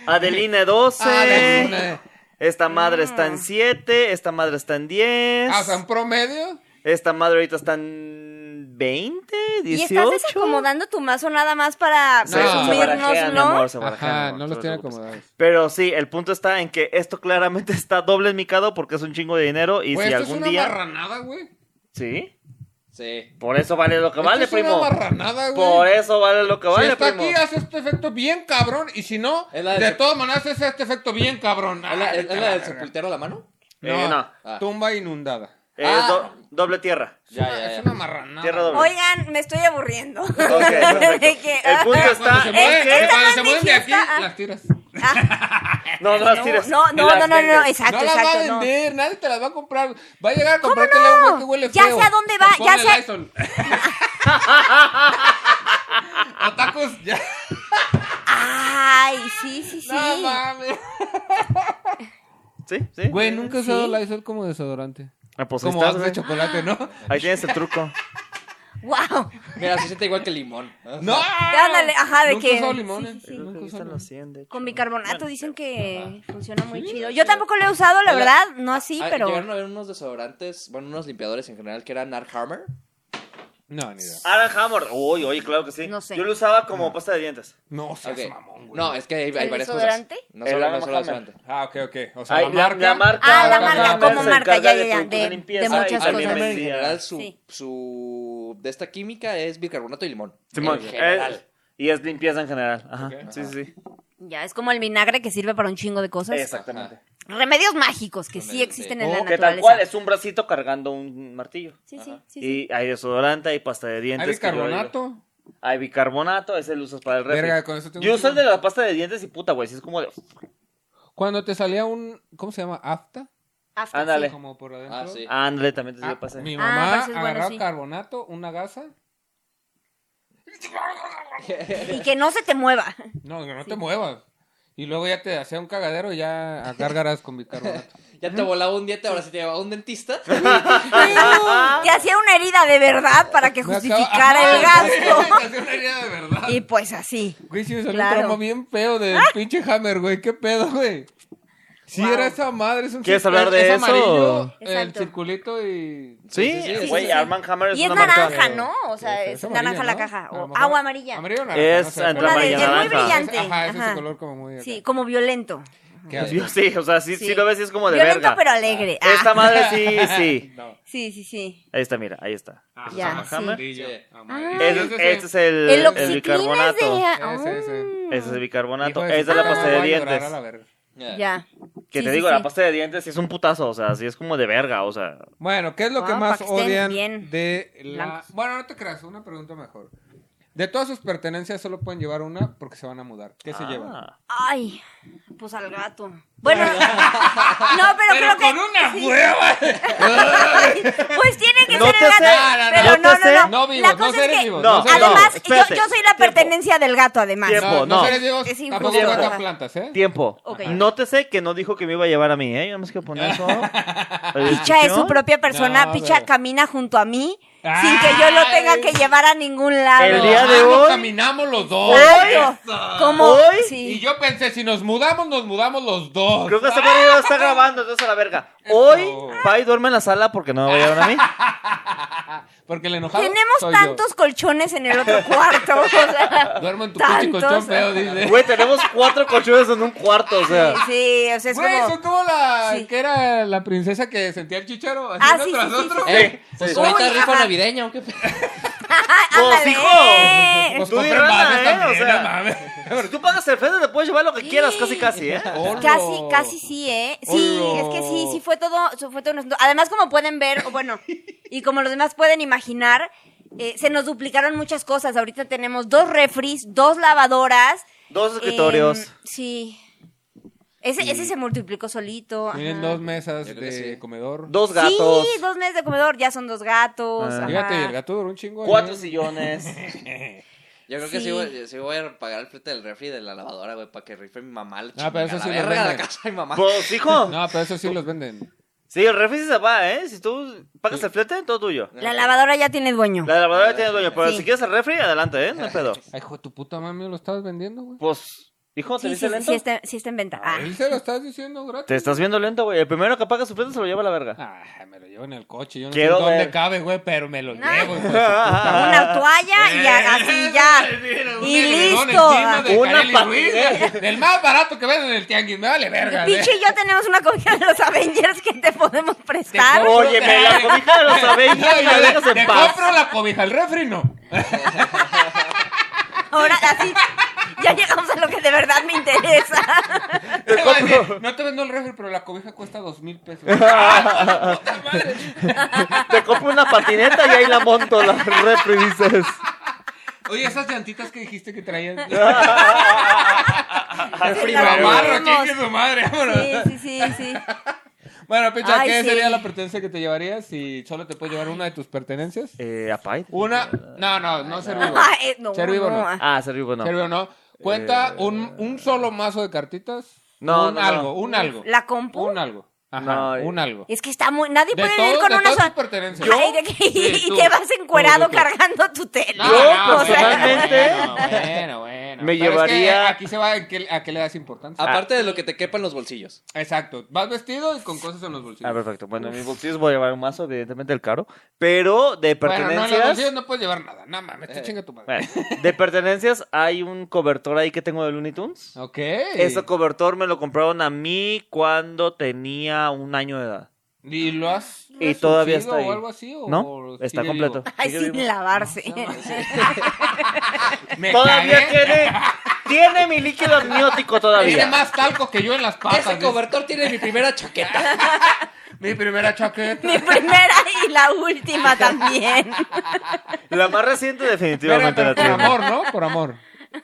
Adeline, 12.
Ah, de ninguna.
Esta madre está
Mm.
en 7, esta madre está en 10.
Ah, o sea, en promedio.
Esta madre ahorita está en 20, 18.
Y estás desacomodando tu mazo nada más para
Sí, se barajean, mi
presumirnoslo.
amor, se barajean, mi
Ajá,
amor,
no
te
los tiene
preocupes.
acomodados.
Pero sí, el punto está en que esto claramente está doble micado porque es un chingo de dinero
Güey,
y si
Pues esto es
algún
una
día...
marranada, güey.
Sí,
Sí.
por eso vale lo que
Esto
vale,
es
primo.
una marranada, güey.
Por eso vale lo que vale,
si está
primo.
aquí, hace este efecto bien cabrón. Y si no,
Es
de,
la de sep-
todas maneras, hace este efecto bien cabrón.
¿Es la,
Ah,
es- es la del
verga.
sepultero a la mano?
No,
Eh, no.
Ah.
tumba inundada.
Eh, Es
Ah.
do- doble tierra.
Es,
Ya,
una,
ya,
es
ya.
una marranada.
Tierra doble.
Oigan, me estoy aburriendo.
Ok, perfecto.
De que,
El punto
ah,
está
Se
en
mueve,
que...
que cuando
Esta
se mueven de aquí,
bandijita, ah.
las tiras.
No, no las tires.
No,
ni
no,
las
no, no, no,
tengas.
exacto,
no las va a
exacto. no.
vender, nadie te las va a comprar. Va a llegar a
¿Cómo
comprártela
no?
un güey que huele
Ya
feo.
sé a dónde va, ya
Ponle
sé a-
Lysol. Atacos, ya.
Ay, sí, sí, sí.
No mames.
Sí, sí.
Güey, nunca he usado
Sí.
Lysol como desodorante.
Ah, pues ahí
Como
estás,
hace
güey.
de chocolate, ¿no?
Ahí tienes el truco.
wow.
Mira, se siente igual que limón. Ah,
No.
Ándale, ajá, de
Nunca
que-
he usado limones.
sí, sí, sí.
Nunca he usado
Están
limones.
los cien, de hecho.
Con bicarbonato dicen que funciona muy chido. Yo tampoco lo he usado, la verdad, no así,
ah,
pero
Llegaron a ver unos desodorantes, bueno, unos limpiadores en general que eran Art Hammer.
No, ni idea.
Alan Hammer. Uy, uy, claro que sí.
No sé.
Yo lo usaba como pasta de dientes.
No seas
Ok.
mamón, güey.
No, es que hay, hay
¿El
varias
desodorante?
cosas. No
El
solo, no
Arm
solo
Hammer.
desodorante.
Ah, ok, ok. O sea,
Ay,
la, marca.
Ah, la
Arm
marca,
Hammer
como
se
marca,
encarga
ya, ya, ya,
productos
de- de
y
muchas
también
cosas.
Hammer en
vendía-
general, su,
Sí.
su- de esta química es bicarbonato y limón.
Simón,
En
eh,
general.
y es limpieza en general. Ajá. Sí, sí, sí.
ya es como el vinagre que sirve para un chingo de cosas.
Exactamente.
Remedios mágicos que sí
Remedios,
existen
sí.
en la
Que
naturaleza.
Oh, tal cual es un bracito cargando un martillo.
Sí, sí, sí, sí.
Y hay desodorante, hay pasta de
¿Hay
dientes. que yo digo.
bicarbonato?
Hay bicarbonato, ese lo usas para el refri.
Verga, con eso tengo
Yo
un
uso el de
chingo.
la pasta de dientes y puta, güey. Si es como de.
Cuando te salía un. ¿Cómo se llama? ¿Afta?
Hasta-
Ándale.
Como por adentro.
Ah, sí.
Ándale, también te sirve
Ah,
pasta de-
mi
Ah,
mamá
pues es bueno,
agarraba
sí.
carbonato, una gasa.
Y que no se te mueva.
No, que no te muevas. Y luego ya te hacía un cagadero y ya agárgaras con bicarbonato.
Ya te volaba un diente, ahora sí te llevaba un dentista.
Te hacía una herida de verdad para que
Me acaba-
justificara el
Ajá,
gasto.
Es una herida de verdad.
Y pues así.
Güey, sí me salió
Claro. Ah.
un trauma bien feo de pinche Hammer, güey. ¿Qué pedo, güey? Si
Wow.
era esa madre, es un
¿Quieres
cir-
hablar de
es
eso?
amarillo, el
Exacto.
circulito y
Sí,
Sí, sí, sí,
güey,
sí, sí.
Arm Hammer es
Y es
una marca.
naranja, ¿no? O sea,
Sí,
es,
amarillo,
naranja la
¿no?
caja.
A lo
O
mejor-
agua amarilla.
Amarillo o naranja,
Es
no sé,
entre
pero-
Una de-
amarilla y
es muy
naranja.
brillante.
Ajá, es ese
Ajá.
color como muy acá.
Sí, como violento.
Qué asco.
Yo sí, o sea, sí, sí.
Sí.
lo ves y es como de
violento
verga.
pero alegre. Ah,
Esta madre sí, sí.
Sí, sí, sí.
Ahí está, mira, ahí está.
Ah,
ya,
pues
sí.
Amarillo.
Sí.
Ah,
Este,
ese sí.
este es el,
el
el
oxiclina es de...
bicarbonato.
Ese, ese.
Ah,
Ese es el bicarbonato.
Hijo de
Esa es
su
la
puta
pasta
madre,
de
voy a llorar
dientes.
a la verga.
Ya.
Que
Sí,
te
sí,
digo,
sí.
la pasta de dientes sí es un putazo, o sea, sí es como de verga, o sea.
Bueno, ¿qué es lo que
Ah, para
más
que estén
odian
bien
de la...
blancos.
Bueno, no te creas, una pregunta mejor. De todas sus pertenencias solo pueden llevar una porque se van a mudar. ¿Qué se
ah.
llevan?
Ay, pues al gato. Bueno, no, pero, creo que... sí.
hueva.
Pues tiene que
No
ser
te
el gato.
sé. No, no, no.
Pero
No
no,
te sé.
no, no.
No vivos,
la
no
cosa
seres
es que,
vivos,
no seres vivos.
además, yo,
Espérate.
yo soy la
Tiempo.
pertenencia del gato, además.
Tiempo.
No, no,
no.
seres vivos,
Es
tampoco
injusto.
guardan plantas, ¿eh?
Tiempo.
Ok.
Nótese que no dijo que me iba a llevar a mí, ¿eh? Yo nada más quiero poner eso.
Picha es su propia persona.
No,
Picha
pero-
camina junto a mí sin que yo lo tenga que llevar a ningún lado.
El día de
Ah, nos
hoy-
caminamos los dos.
Claro. Como
Hoy-
sí.
Y yo pensé, si nos mudamos, nos mudamos los dos.
Creo que este video está grabando, entonces a la verga. Hoy,
Eso.
Pai duerme en la sala porque no me va a llevar a mí.
Porque el enojado
Tenemos
soy yo.
tantos colchones en el otro cuarto. o sea,
Duermo en tu pinche
tantos.
colchón feo, dice.
Güey, tenemos cuatro colchones en un cuarto, o sea.
Sí, o sea, es
Güey,
como.
son como la
Sí.
que era la princesa que sentía el chicharo así
Ah,
uno
sí,
tras
sí, sí,
otro.
sí,
Eh, pues
sí.
ahorita
Uy,
rifa
ajá.
navideña, ¿o qué?
Pues, hijo.
Ándale.
Pues
Tú di
compren
rana,
babes
¿eh?
también,
O sea.
no mames.
Si tú pagas el FEDE, te puedes llevar lo que quieras, casi, casi, ¿eh?
Olo.
Casi, casi sí, ¿eh? Sí,
Olo.
es que sí, sí fue todo, so- fue todo un asunto. Además, como pueden ver, o bueno, y como los demás pueden imaginar, eh, se nos duplicaron muchas cosas. Ahorita tenemos dos refris, dos lavadoras.
Dos escritorios.
em, sí. Ese, ese se multiplicó solito. ajá.
Tienen dos mesas
Yo creo
de
que sí.
comedor.
Dos gatos.
Sí, dos meses de comedor, ya son dos gatos.
Ah.
ajá.
Fíjate, y el gato duró un chingo. ahí,
Cuatro
¿eh?
sillones.
Yo creo que
Sí.
sí voy, sí voy a pagar el frente del refri de la lavadora, güey, para que rife mi mamá. La
Ah, pero eso
chingada,
sí lo
la verga de la
venden.
casa de mi mamá.
Pues, hijo.
No, pero eso sí los venden.
Sí, el refri sí se va, ¿eh? Si tú pagas el flete, todo tuyo.
La lavadora ya tiene dueño.
La lavadora tiene dueño, pero
Sí.
si quieres el refri, adelante, ¿eh? No hay pedo.
Ay, hijo de tu puta mami, ¿lo estabas vendiendo, güey?
Pues, hijo, ¿te
Sí,
viste
sí,
lento?
sí está, sí está en venta. Ah.
Él se lo estás diciendo gratis.
Te estás viendo lento, güey. El primero que paga su flete se lo lleva a la verga.
Ah,
Ay, me lo llevo en el coche. Yo no
Quiero
sé dónde
ver.
cabe, güey, pero me lo
No.
llevo. hijo de su puta madre.
Una toalla y ya, así ya.
Ah. Mira, un
Y
edredón
listo. Ah.
encima de
Una
Carelli Ruiz,
patinera.
güey, Del más barato que venden en el tianguis. Me vale verga. ¿eh? güey.
Pichi y yo tenemos una copia de los Avengers que te podemos prestar.
Te
Oye, me la cobija de los
No,
Avengers,
yo
me
de-
dejas
te
en paz.
compro la cobija, el refri no.
Ahora así ya llegamos a lo que de verdad me interesa.
Te va a decir, No te vendo el refri, pero la cobija cuesta dos mil pesos. Ah, puta madre.
Te compro una patineta y ahí la monto, la refri, dices.
Oye, esas llantitas que dijiste que traían.
Refri
Barro, chingue su madre, vámonos.
Sí, sí, sí, sí.
Bueno, Picha,
Ay,
¿qué
sí.
sería la pertenencia que te llevarías si solo te puedes llevar una de tus pertenencias?
Eh, ¿apay?
Una. No, no, no ser vivo.
Ah, eh, no,
Ser vivo,
no,
no.
ah.
Ah, ser vivo no. Eh,
Ser vivo, no. ¿Cuenta un, un solo mazo de cartitas?
No,
Un
no, no.
algo, un algo.
¿La compu?
Un algo. Ajá,
No, eh.
un algo.
Es que está muy... Nadie
De
puede
todos,
ir con
de
una
todas
sola...
tus pertenencias.
Ay, de que-
Sí,
y
tú.
te vas encuerado
Tú, tú.
cargando tu tela.
No,
Yo,
no,
O sea,
personalmente,
Bueno, bueno.
me
Pero es que
llevaría-
aquí se va a qué, a qué le das importancia.
Aparte de lo que te quepa en los bolsillos.
Exacto. Vas vestido y con cosas en los bolsillos.
Ah, perfecto. Bueno, en mis bolsillos voy a llevar un mazo, evidentemente el caro. Pero de
bueno, no, en los
pertenencias. Eh,
bolsillos no puedes llevar nada. No mames, te chinga tu madre.
Bueno, de pertenencias hay un cobertor ahí que tengo de Looney Tunes.
Ok.
Ese cobertor me lo compraron a mí cuando tenía un año de edad.
¿Y lo has.
Y todavía
resurgido
está ahí.
o algo así? ¿O
¿No? Está
sigue
completo.
vivo?
Ay,
Sigue
sin
vivo.
lavarse.
Me cagué.
Todavía tiene, tiene mi líquido amniótico
Tiene
todavía.
más talco que yo en las patas.
Ese
dice.
cobertor tiene mi primera chaqueta.
Mi primera chaqueta.
Mi primera y la última también.
La más reciente
Pero,
definitivamente
pero
la
por
tiene.
amor, ¿no? Por amor.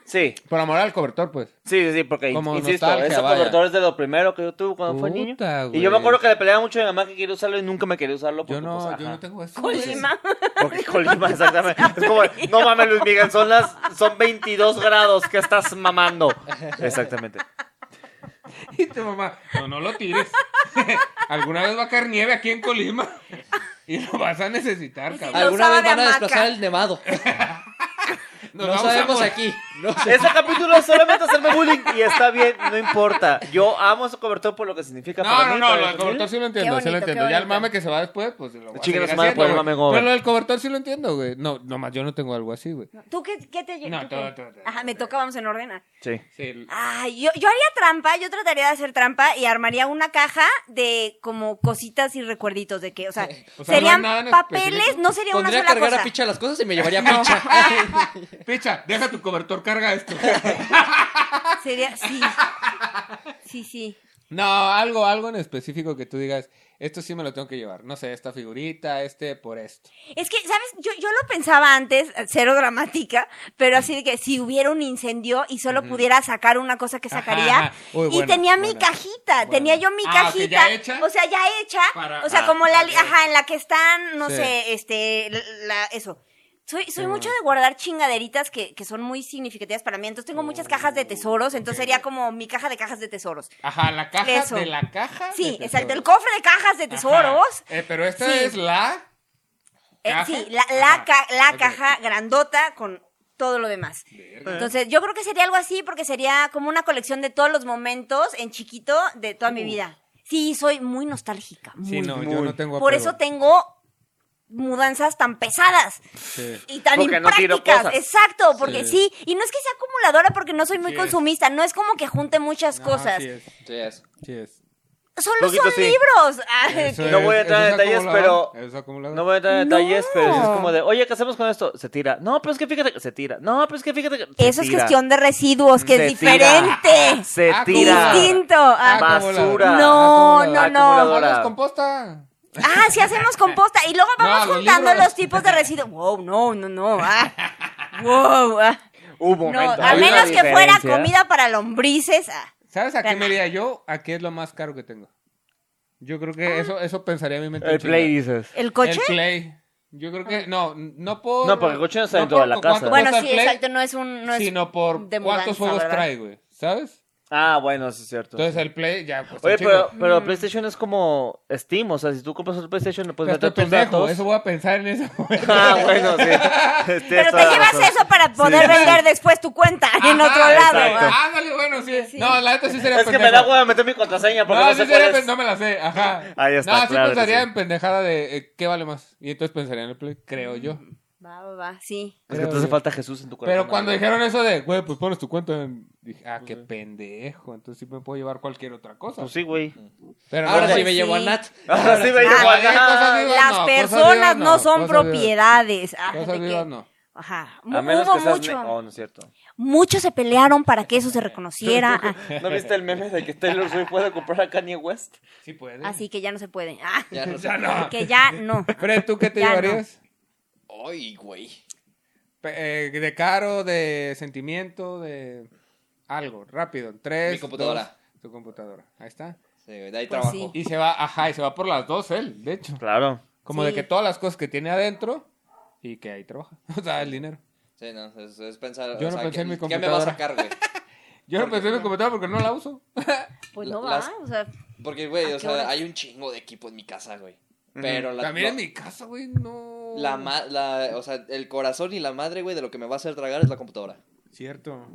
Sí,
Por amor al cobertor, pues.
sí, sí, sí, porque
Como
insisto,
nostalgia,
ese
vaya.
cobertor es de lo primero que yo tuve cuando fue niño.
Puta,
Y yo me
güey.
acuerdo que le peleaba mucho a mi mamá que quería usarlo y nunca me quería usarlo.
Yo
porque, pues,
no,
ajá.
yo no tengo eso.
Colima.
Porque Colima, exactamente. Es como, no mames, Luis Miguel, son las son 22 grados que estás mamando. Exactamente.
Y tu mamá, no, no lo tires. Alguna vez va a caer nieve aquí en Colima. Y lo vas a necesitar, cabrón.
Lo
Alguna
usaba
vez
de
van a
hamaca.
desplazar el nevado.
Nos
No
vamos a
sabemos
morir.
aquí. No sé.
Ese capítulo es solamente hacerme bullying y está bien, no importa. Yo amo ese cobertor por lo que significa
No,
para
no,
mí.
no,
para
lo
mi
del
familia.
cobertor sí lo entiendo, sí
bonito,
lo
qué
entiendo. Ya el
bonito.
mame que se va después, pues lo voy a
Chingue
seguir
la madre pues, por el
haciendo,
mame
güey.
gober.
Pero lo del cobertor sí lo entiendo, güey. No, nomás yo no tengo algo así, güey.
¿Tú qué, qué te
No,
tú
todo,
qué?
todo, todo.
Ajá, me toca, vamos en orden. ah.
Sí.
Sí.
Ay, yo, yo haría trampa, yo trataría de hacer trampa y armaría una caja de como cositas y recuerditos de que, o sea,
O sea,
serían
no hay nada en
papeles,
específico.
no sería una
Pondría a
sola
cargar
cosa.
a picha las cosas y me llevaría a picha.
Picha, deja tu cobertor, carga esto.
Sería, sí. Sí, sí.
No, algo, algo en específico que tú digas, esto sí me lo tengo que llevar. No sé, esta figurita, este, por esto.
Es que, ¿sabes? Yo, yo lo pensaba antes, eh, cero dramática, pero así de que si hubiera un incendio y solo pudiera sacar una cosa que
Ajá,
sacaría.
ajá.
y
Uy, buena,
tenía mi
buena.
cajita, tenía yo mi
Ah, ok,
cajita.
¿ya hecha?
O sea, ya hecha.
Para-
o sea,
ah,
como la, li-
ok.
ajá, en la que están, no
Sí.
sé, este, la, la- eso. Soy, soy
Qué
mucho
bueno.
de guardar chingaderitas que, que son muy significativas para mí. Entonces tengo muchas cajas de tesoros. Entonces sería como mi caja de cajas de tesoros.
Ajá, la caja
Eso.
de la caja. de
Sí,
tesoros.
exacto. El cofre de cajas de tesoros.
Ajá. Eh, pero esta
Sí.
es la.
Eh,
¿Caja?
sí, la, la,
Ajá.
ca- la
Ok.
caja grandota con todo lo demás. Entonces, yo creo que sería algo así porque sería como una colección de todos los momentos en chiquito de toda mi vida. Sí, soy muy nostálgica.
Sí,
muy.
no, yo no tengo
Por
apego.
eso tengo mudanzas tan pesadas
Sí.
y tan
Porque no tiro
imprácticas.
cosas.
Exacto, porque
Sí.
sí. y no es que sea acumuladora porque no soy muy
Sí es.
consumista, no es como que junte muchas
No,
cosas.
sí es,
Sí, es.
sí es.
Solo
Poquito
son
sí.
libros. Ah,
Eso
que-
No voy a entrar en
eso es
detalles,
acumulado,
pero-
eso es acumulado.
No voy a entrar en
No.
detalles, pero sí es como de, oye, ¿qué hacemos con esto? Se tira. No, pero es que fíjate que se tira. No, pero es que fíjate que. se
Eso es
tira.
cuestión de residuos, que es
Se tira.
diferente.
Se
Ah,
tira.
Distinto. Ah,
Basura. Ah,
no, no, no.
Acumulador.
Ahora es composta.
Ah, si hacemos composta. Y luego vamos
No, los
juntando
libros.
los tipos de residuos. Wow, no, no, no. Ah. Wow. ah.
Hubo
No, a menos que fuera comida para lombrices. ah.
¿Sabes a qué
Gana.
me iría yo? ¿A qué es lo más caro que tengo? Yo creo que eso, eso pensaría mi mente.
El
chingada.
play dices.
¿El coche?
El Play. Yo creo que no, no por
No, porque el coche no está dentro
por
de la
cuánto cuesta
casa.
Bueno,
el
sí,
Play,
exacto. No es un. No es...
sino por
de mudanza,
cuántos juegos
¿verdad?
trae, güey, ¿sabes?
Ah, bueno, sí es cierto.
Entonces el Play ya pues
Oye, pero, pero PlayStation es como Steam, o sea, si tú compras el PlayStation le puedes meter pues, tus datos.
eso voy a pensar en eso. güey.
Ah, bueno, sí.
Pero te llevas eso para poder vender después tu cuenta en
Ajá,
otro lado.
exacto.
ah.
Ah, ándale, bueno, sí. No, la neta sí sería
Es que me
pendejo.
da hueva meter mi contraseña porque
No,
no,
sí
sé
sería
cuál es.
pen- no me la sé, ajá.
Ahí está,
no,
claro
sí
que
pensaría
sí.
en pendejada de eh, qué vale más. Y entonces pensaría en el Play, creo yo.
Mm,
Va, va, va, sí.
Es que te hace falta Jesús en tu corazón.
Pero cuando dijeron eso de, güey, pues pones tu cuenta en... Dije, ah, qué pendejo, entonces sí me puedo llevar cualquier otra cosa.
Pues sí, güey.
Pero
Ahora
no,
sí
güey.
me llevo a Nat.
Ahora sí me
Ah,
llevo
vale,
acá.
cosas vivas
Las
no, cosas
personas
vivas
no
no,
son
cosas vivas.
propiedades. Ah, de
Cosas
que-
vivas no.
Ajá.
A menos
Hubo
que seas
mucho.
ne- Oh, no es cierto.
Muchos se pelearon para que eso se reconociera. Ah,
¿No viste el meme de que Taylor Swift puede comprar a Kanye West?
Sí puede.
así que ya no se puede. Ah,
Ya no sé.
Ya no.
que ya no.
Fred, ¿tú qué te
Ya no.
llevarías?
Ay, güey.
Pe- eh, de caro, de sentimiento, de algo. Rápido, en tres.
Mi computadora.
dos, tu computadora. Ahí está.
Sí, güey, de ahí
Pues
trabajo.
sí.
Y se va, ajá, y se va por las dos él, de hecho.
Claro.
Como
Sí.
de que todas las cosas que tiene adentro y que ahí trabaja. O sea, el dinero.
Sí, no, es, es pensar.
Yo no
o sea,
pensé
¿qué-
en mi
¿Qué me va a
computadora.
sacar, güey?
Yo no pensé en mi computadora porque no la uso.
Pues no
Las-
va. O sea,
Porque, güey,
¿A
o
qué hora?
sea, hay un chingo de equipo en mi casa, güey. Pero la,
También
la-
en mi casa, güey, no.
la, ma- la- o sea, el corazón y la madre, güey, de lo que me va a hacer tragar es la computadora.
Cierto.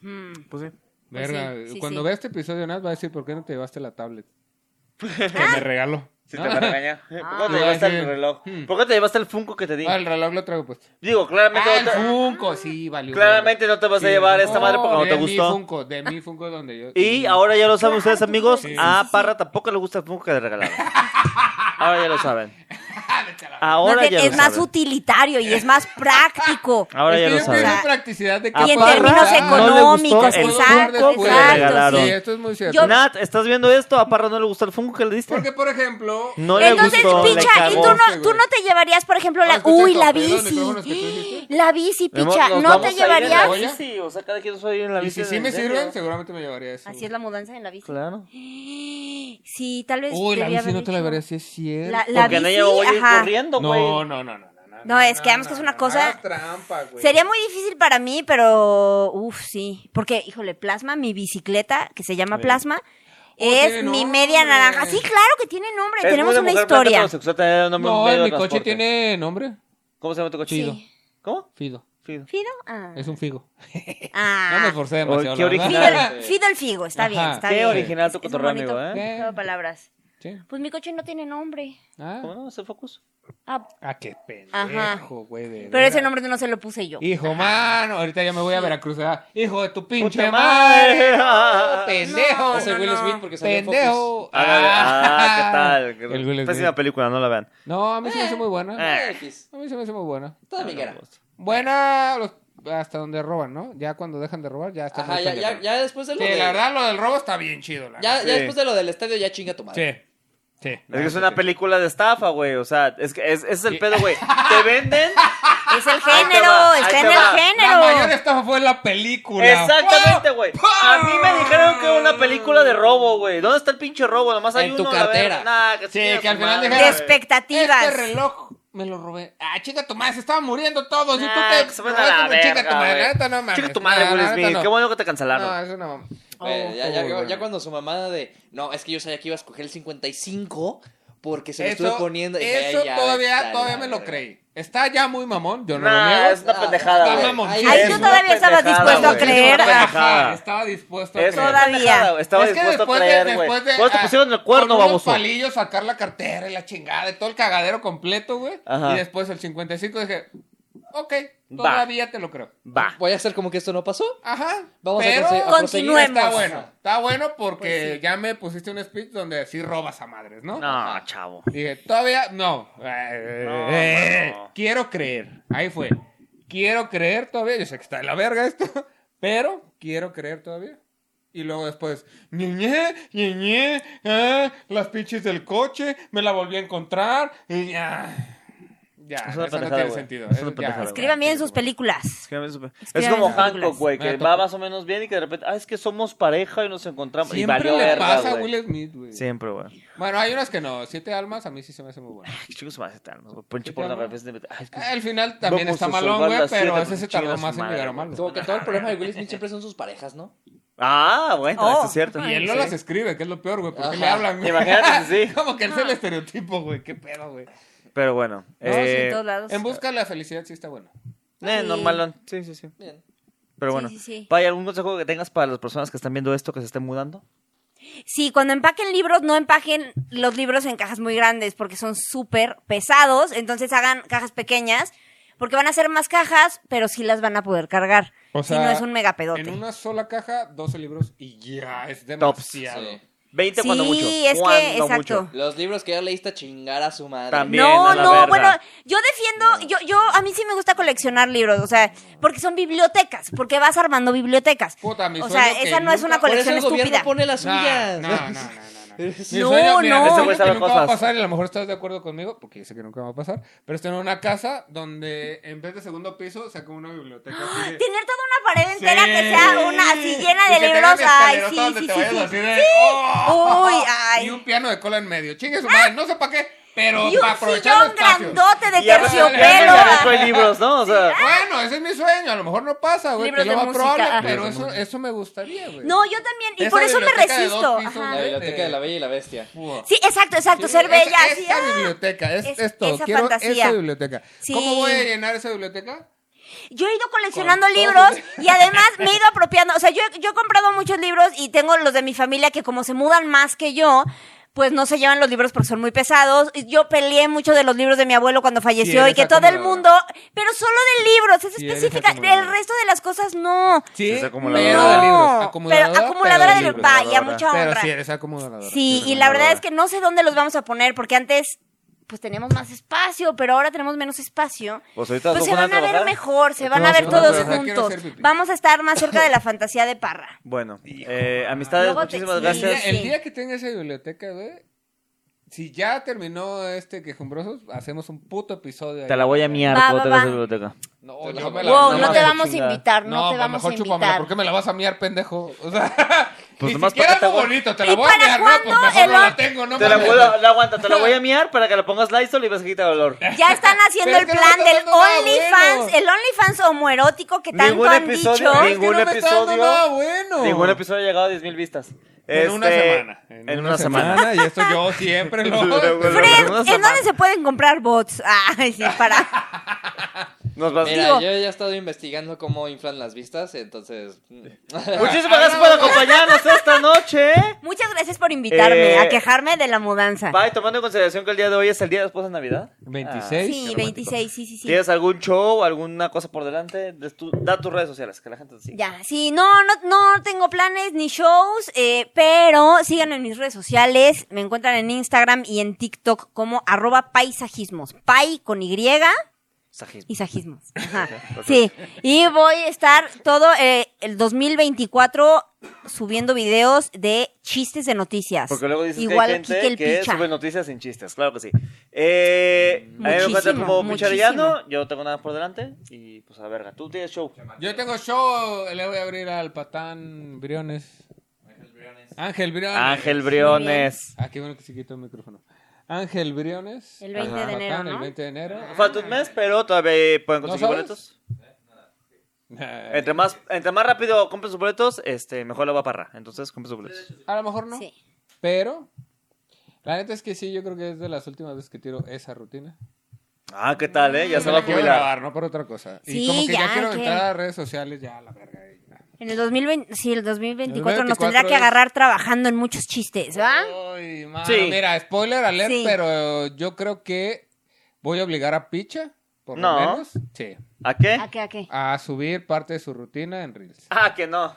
mm,
Pues sí.
Pues
Verga,
sí, sí,
cuando
sí.
vea este episodio, Nat va a decir, ¿por qué no te llevaste la tablet? que me regaló.
Si te me regaña. ¿Por qué no te
Ah.
llevaste
Sí.
el reloj?
Hmm.
¿Por qué te llevaste el Funko que te di?
Ah, el reloj lo traigo pues.
Digo, claramente
Ah,
no te-
el Funko, sí, valió.
Claramente no te vas a llevar esta madre porque no te
De mi
gustó.
Funko, de mi Funco donde yo.
Y ahora ya lo saben ustedes, amigos.
Sí.
A Parra tampoco le gusta el Funko que le regalaron. Ahora ya lo saben. Ahora
más
ya
bien,
lo
es más
saben.
utilitario y es más práctico.
Ahora
Es
ya
que
lo
yo pienso en
saben.
practicidad de que
A
Y en
Parra
términos
no le gustó
económicos,
el
exacto,
Funko que le
exacto,
regalaron.
Sí, esto es muy cierto.
Yo-
Nat, ¿estás viendo esto? A Parra no le gustó el Funko que le diste.
Porque, por ejemplo,
No le
Entonces,
gustó. le
picha, ¿y tú
cagó.
cagaste,
no, tú
güey.
no te llevarías, por ejemplo,
Ah,
la.
escucha,
Uy, la
perdón, los micrófonos que tú
bici.
dijiste.
La bici,
Nos
picha.
vamos-
¿No
vamos a
te
ir en la
llevarías?
olla.
bici, o sea, cada quien soy en la
y
bici.
si sí me
del-
sirven, seguramente me llevaría eso.
Así es la mudanza en la bici.
Claro.
Sí, tal vez.
Uy, la
debí
bici
haber
no te la
dicho.
llevaría, sí es cierto.
La, la
Porque no llevo voy a
bici,
ir
ajá.
corriendo, güey.
No, no, no, no, no. No,
No, es que además que es una cosa-
hagas trampa,
Pues
güey.
Sería muy difícil para mí, pero uff, sí. Porque, híjole, plasma, mi bicicleta, que se llama plasma, es
tiene
mi
nombre.
media naranja. Sí, claro que tiene nombre,
Es
tenemos
muy de
una
mujer blanca
historia.
heterosexual, tener un nombre, un
No,
medio de
mi coche
transporte.
tiene nombre.
¿Cómo se llama tu coche?
Sí.
¿Cómo?
Fido.
Fido.
¿Fido? Ah.
Es un figo. No me
Ah.
esforcé demasiado.
qué
la
original.
Fido,
verdad.
el- Fido el Figo, está
Ajá.
bien, está
Qué
bien.
original tu
Es- es
cotorreo,
bonito
amigo, ¿eh?
Eh.
juego de palabras.
Sí.
Pues mi coche no tiene nombre.
¿Cómo
Ah,
no? ¿Se focus?
Ah,
ah, qué
Ajá.
pendejo, güey. de
pero ese
veras.
nombre no se lo puse yo.
Hijo, mano, ahorita ya me voy a Veracruz. ¿verdad? Hijo de tu pinche
¡Puta
madre.
madre!
No, pendejo.
Ese Will Smith porque salió en Focus.
pendejo.
Hágale. Ah, ¿qué
El Will
tal?
Smith.
Pésima película, no la vean.
No, a mí se me hace muy buena.
Eh.
X.
A mí se me hace muy buena.
Toda miguera.
Buena los- hasta donde roban, ¿no? Ya cuando dejan de robar, ya está.
Ajá,
muy
ya, ya,
pendejo.
ya después de lo
Sí,
del...
la verdad, lo del robo está bien chido. La
Ya,
neta.
ya
Sí.
después de lo del estadio ya chinga tu madre.
Sí. Sí.
Es que es una película de estafa, güey. O sea, es que es, ese es el pedo, güey. Te venden.
Es el
Ahí te
género,
va,
está
ahí
en
te va. Este
el
La
La mayor
género.
estafa fue la película.
Exactamente, güey. A mí me dijeron que era una película de robo, güey. ¿Dónde está el pinche robo? Nomás hay
En tu
uno. la
cartera.
verga. Nah, que
Sí,
chingue
que
su
al final
madre,
De
dejaron-
güey.
expectativas.
Este reloj me lo robé. Ah, chica tu madre, se estaban muriendo todos. y
Nah, que
tú te.
se vayan a la
no, chinga
verga,
tu madre,
güey.
la neta, no mames.
Chinga tu madre,
No,
Will
la neta,
Smith.
no.
Qué bueno que te cancelaron.
No, es una mamá.
Güey, ya, ya,
Oh,
ya cuando su mamada de... No, es que yo sabía que iba a escoger el 55 porque se lo estuve
Eso,
poniendo... y dije,
eso
"Ay, ya, está
todavía,
la
todavía me lo
verga".
creí. Está ya muy mamón, yo no lo
Nah,
niego.
es una
Ah,
pendejada,
está
güey.
mamón.
Ahí
Ay,
es
tú
una
todavía estabas
pendejada,
dispuesto a
güey.
creer.
Es una
Ajá.
pendejada.
Estaba dispuesto a
Es una
creer.
Todavía.
pendejada, Estaba
Ah, es que
dispuesto a
después de-
creer, güey.
después de,
¿Cuándo te
ah,
pusieron el cuerno,
con
baboso?
unos palillos sacar la cartera y la chingada y todo el cagadero completo, güey.
Ajá.
Y después el 55 dije, ok, todavía te lo creo.
Va.
Voy a hacer como que esto no pasó.
Ajá.
Vamos a
pero
conse- a conseguir
Continuemos.
Está bueno, está bueno porque ya me pusiste un speech donde sí robas a madres, ¿no?
No, chavo.
Dije, todavía no. Eh,
No,
eh,
bueno.
Quiero creer. Ahí fue. Quiero creer todavía. Yo sé que está en la verga esto, pero quiero creer todavía. Y luego después, ñeñe, ñeñe, ah, las pinches del coche, me la volví a encontrar y ya. Ya,
Es
eso
una
no
pendejada,
tiene
güey.
sentido.
Es
Eso
una
ya.
pendejada, güey.
Escriban bien sus películas.
Es
que
como
hay películas.
Hancock, güey, que
Me
va
tocó.
más o menos bien y que de repente, ah, es que somos pareja y nos encontramos. y
Siempre
valió
le
verga,
pasa a
güey.
Will Smith, güey.
Siempre, güey.
Bueno, hay unas que no. Siete almas a mí sí se me hace muy buena.
Qué chicos se me hace tan, güey. Pinche
¿Qué Eh. te llama?
pornografía es de- Ay, es que-
El final también
Vamos
está
a
malón,
salvar
güey,
las
pero
siete,
ese se
chinga
tardó
su
más en
madre,
llegar a
güey.
malo.
Como que todo el problema de Will Smith siempre son sus parejas, ¿no?
Ah, bueno,
Oh.
eso es cierto.
Y él no
Sí.
las escribe, que es lo peor, güey, porque
Ajá.
le hablan, güey.
Imagínate, sí.
Como que él es el estereotipo, güey, qué pedo, güey.
Pero bueno.
No, sí,
eh,
en todos lados.
En busca de la felicidad sí está bueno.
eh,
Sí.
normalón. Sí, sí, sí.
Bien.
Pero
Sí,
bueno.
sí, sí.
Pai, ¿algún consejo que tengas para las personas que están viendo esto, que se estén mudando?
Sí, cuando empaquen libros, no empajen los libros en cajas muy grandes porque son súper pesados. Entonces hagan cajas pequeñas porque van a ser más cajas, pero sí las van a poder cargar. si no es un megapedote.
En una sola caja, 12 libros y ya, es demasiado.
Sí.
20
Sí,
cuando mucho.
es que,
Cuando
exacto.
mucho.
Los libros que ya leíste a chingar a su madre.
También. Bien,
no,
a la
no,
verga.
bueno, yo defiendo, yo, yo, a mí sí me gusta coleccionar libros, o sea, porque son bibliotecas, porque vas armando bibliotecas.
Puta, mi
o
sueño
sea,
que
esa no es una
nunca-
Por eso
colección
el gobierno
estúpida.
pone las
No,
suyas.
no, no, no, no. Mi
No,
sueño, mira,
no.
mi
Ese
sueño que
güey sabe
nunca va a
cosas.
pasar y a lo mejor estás de acuerdo conmigo, porque yo sé que nunca va a pasar, pero es tener una casa donde en vez de segundo piso sea como una biblioteca. así de-
Tener toda una pared entera
Sí.
que sea una así llena
Y
de
que tenga
libros,
un
ay,
escalerota
sí,
donde
sí,
te
sí,
vayas
sí.
así de, ¡oh!
Uy, ay.
Y un piano de cola en medio. Chingue su madre, no sé para qué, pero
Y un
para aprovechar
sillón
los espacios.
grandote de
Y ya ves, ya ves,
terciopelo. ah.
ya ves, hay libros, ¿no? O sea,
Bueno, ese es mi sueño. A lo mejor no pasa, güey.
Libros
Que lo
de
más
música,
probable,
ajá.
pero eso, eso me gustaría, güey.
No, yo también, y
Esa
por eso me
biblioteca de dos
resisto.
pisos,
ajá.
La
güey.
biblioteca de la bella y la bestia.
Pua.
Sí, exacto, exacto, ser
Sí,
bella.
esa,
así,
esa
ah.
biblioteca, es,
Es-
esto.
esa
Quiero
fantasía.
esa biblioteca.
Sí.
¿Cómo voy a llenar esa biblioteca?
Yo he ido coleccionando
Con todo.
libros y además me he ido apropiando. O sea, yo, he- yo he comprado muchos libros y tengo los de mi familia que como se mudan más que yo, pues no se llevan los libros porque son muy pesados. Y Yo peleé mucho de los libros de mi abuelo cuando falleció
eres
y que todo el
acomodadora.
mundo, pero solo de libros, es
Sí, eres
específica.
acomodadora.
El resto de las cosas no.
Sí,
es acumuladora.
pero
no.
de libros.
pero acumuladora de
pero
libros. Vaya,
Acumuladora.
mucha honra.
Pero sí, eres acumuladora.
Sí, y la verdad es que no sé dónde los vamos a poner, porque antes pues teníamos más espacio, pero ahora tenemos menos espacio.
Pues ahorita
Pues
los
se
dos van
van
a
a ver
trabajar.
mejor, se van a
vamos
ver
a trabajar.
todos
Yo quiero
juntos.
hacer pipí.
Vamos a estar más cerca de la fantasía de Parra.
Bueno, eh, amistades,
Luego te
muchísimas
El día,
gracias.
el
Sí.
día que tenga esa biblioteca, güey. Si ya terminó este quejumbrosos, hacemos un puto episodio.
Te la voy a miar
Va,
cuando
va,
tengas
va.
la biblioteca.
No,
Yo
la-
me la-
Wow,
no,
no
no,
te
no,
vamos a
chingada.
invitar,
No,
no te
pa,
vamos a
mejor chúpamela,
invitar.
¿por qué me la vas a miar, pendejo? O sea,
Pues
ni
nomás
siquiera
pa' que te
algo
agu-
bonito, te
¿Y
la voy a
para
miar, ¿no? Pues
cuándo
mejor no
el-
la tengo, no
Te la,
mames.
voy a- la aguanta, te la voy a miar para que la pongas Lysol y vas a quitar olor.
Ya están haciendo
Pero
el
es que no
plan
me está
del
dando nada
OnlyFans,
bueno.
el OnlyFans homoerótico que tanto
Ningún
han
episodio,
dicho.
Es que
ningún
no me está dando
episodio.
nada bueno.
Ningún episodio ha llegado a 10.000 vistas.
En una
Este,
semana.
En, una, semana.
Y esto yo siempre lo...
Fre-
Fred,
Algunos
¿en dónde
aman.
se pueden comprar bots? Ay, sí, para.
Nos vas-
Mira,
Digo-
yo ya he estado investigando cómo inflan las vistas, entonces. mm,
Muchísimas gracias por acompañarnos esta noche.
Muchas gracias por invitarme
Eh,
a quejarme de la mudanza.
Bye, tomando en consideración que el día de hoy es el día después de Navidad.
26.
Sí, 26, sí, sí, sí.
¿Tienes algún show, alguna cosa por delante? Des- tu- da tus redes sociales, que la gente te siga.
Ya, sí, no, no, no tengo planes ni shows, eh, pero síganme en mis redes sociales, me encuentran en Instagram y en TikTok como arroba paisajismos, pai con Y
Sajismo.
y sajismos. Ajá,
¿eh?
Sí, y voy a estar todo eh, el 2024 subiendo videos de chistes de noticias.
Porque luego dices
Igual
que hay gente
Kike el
que
Picha.
sube noticias sin chistes, claro que sí. Eh, a mí me encuentran
Muchísimo,
como
muchísimo.
Picharellano, yo no tengo nada por delante y pues a la verga, tú tienes show.
Yo tengo show, le voy a abrir al patán Briones. Ángel Briones.
Ángel Briones.
Ah, qué bueno que se quitó el micrófono. Ángel Briones.
El 20 de
Patán,
enero, ¿no?
El 20 de enero.
Falta un mes, pero todavía pueden conseguir
sabes?
boletos. Entre más, entre más rápido compren sus boletos, este, mejor la va a parra. Entonces compren sus boletos.
A lo mejor no.
Sí.
Pero, la neta es que sí, yo creo que es de las últimas veces que tiro esa rutina.
Ah, ¿qué tal, eh? Ya se va a
Quiero
jubilar.
grabar, no por otra cosa.
Sí,
y como que ya,
ya,
quiero
¿qué?
entrar a redes sociales, ya la verga. eh, ya.
En el 2020, sí, el 2024 nos
2024
tendrá que
es- Eh.
agarrar trabajando en muchos chistes, ¿va?
Ay, mano,
Sí.
Mira, spoiler alert,
Sí.
pero yo creo que voy a obligar a Picha, por
No.
lo menos. Sí.
¿A qué?
¿A qué, a qué?
A subir parte de su rutina en Reels.
Ah, que no.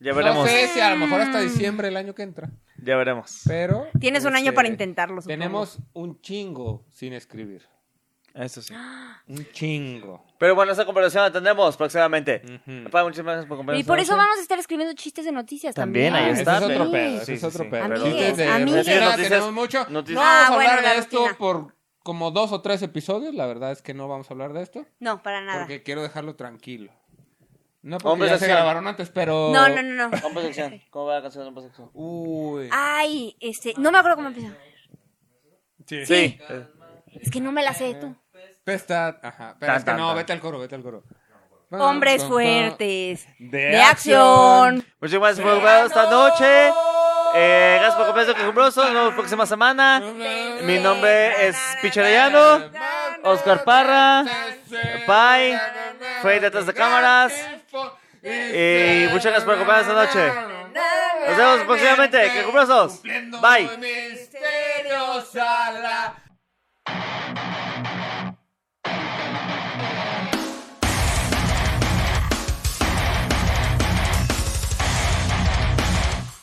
Ya
No
veremos.
sé si a lo mejor hasta diciembre el año que entra.
Ya veremos.
Pero.
Tienes un año
este,
para intentarlo, supongo.
Tenemos un chingo sin escribir.
Eso sí.
Un chingo.
Pero bueno, esa conversación la tendremos próximamente. Papá, muchísimas gracias
Y
por acompañarnos.
por eso vamos a estar escribiendo chistes de noticias también.
También, ahí
Ah, ese
está.
es otro
pero-
pedo, ese es otro pedo.
pero-
Amigues,
Entonces, de
amigues.
rutina
Noticias,
tenemos mucho.
noticias.
No vamos
Ah,
a hablar
bueno, la
de esto
rutina.
por como dos o tres episodios. La verdad es que no vamos a hablar de esto.
No, para nada.
Porque quiero dejarlo tranquilo. No porque
Hombres
ya
de
se
acción.
grabaron antes, pero...
No, no, Ah, no, no.
Hombre sección. ¿Cómo va la canción de Hombre sección?
Uy.
Ay, este, no me acuerdo cómo empezó.
Sí.
Sí.
Es que no me la sé tú.
Pesta- Ajá. Pero
Tan,
es que
tan,
no,
tan.
vete al coro, vete al coro.
Hombres
No, no,
fuertes.
no.
De acción.
Muchísimas gracias por acompañarnos esta noche. Eh, gracias por acompañarnos quejumbrosos. Nos vemos la próxima semana. Mi nombre es Picharellano. Oscar Parra. Bye. Fue detrás de cámaras. Y muchas gracias por acompañarnos esta noche. Nos vemos próximamente. Quejumbrosos. Bye.
Misterios a la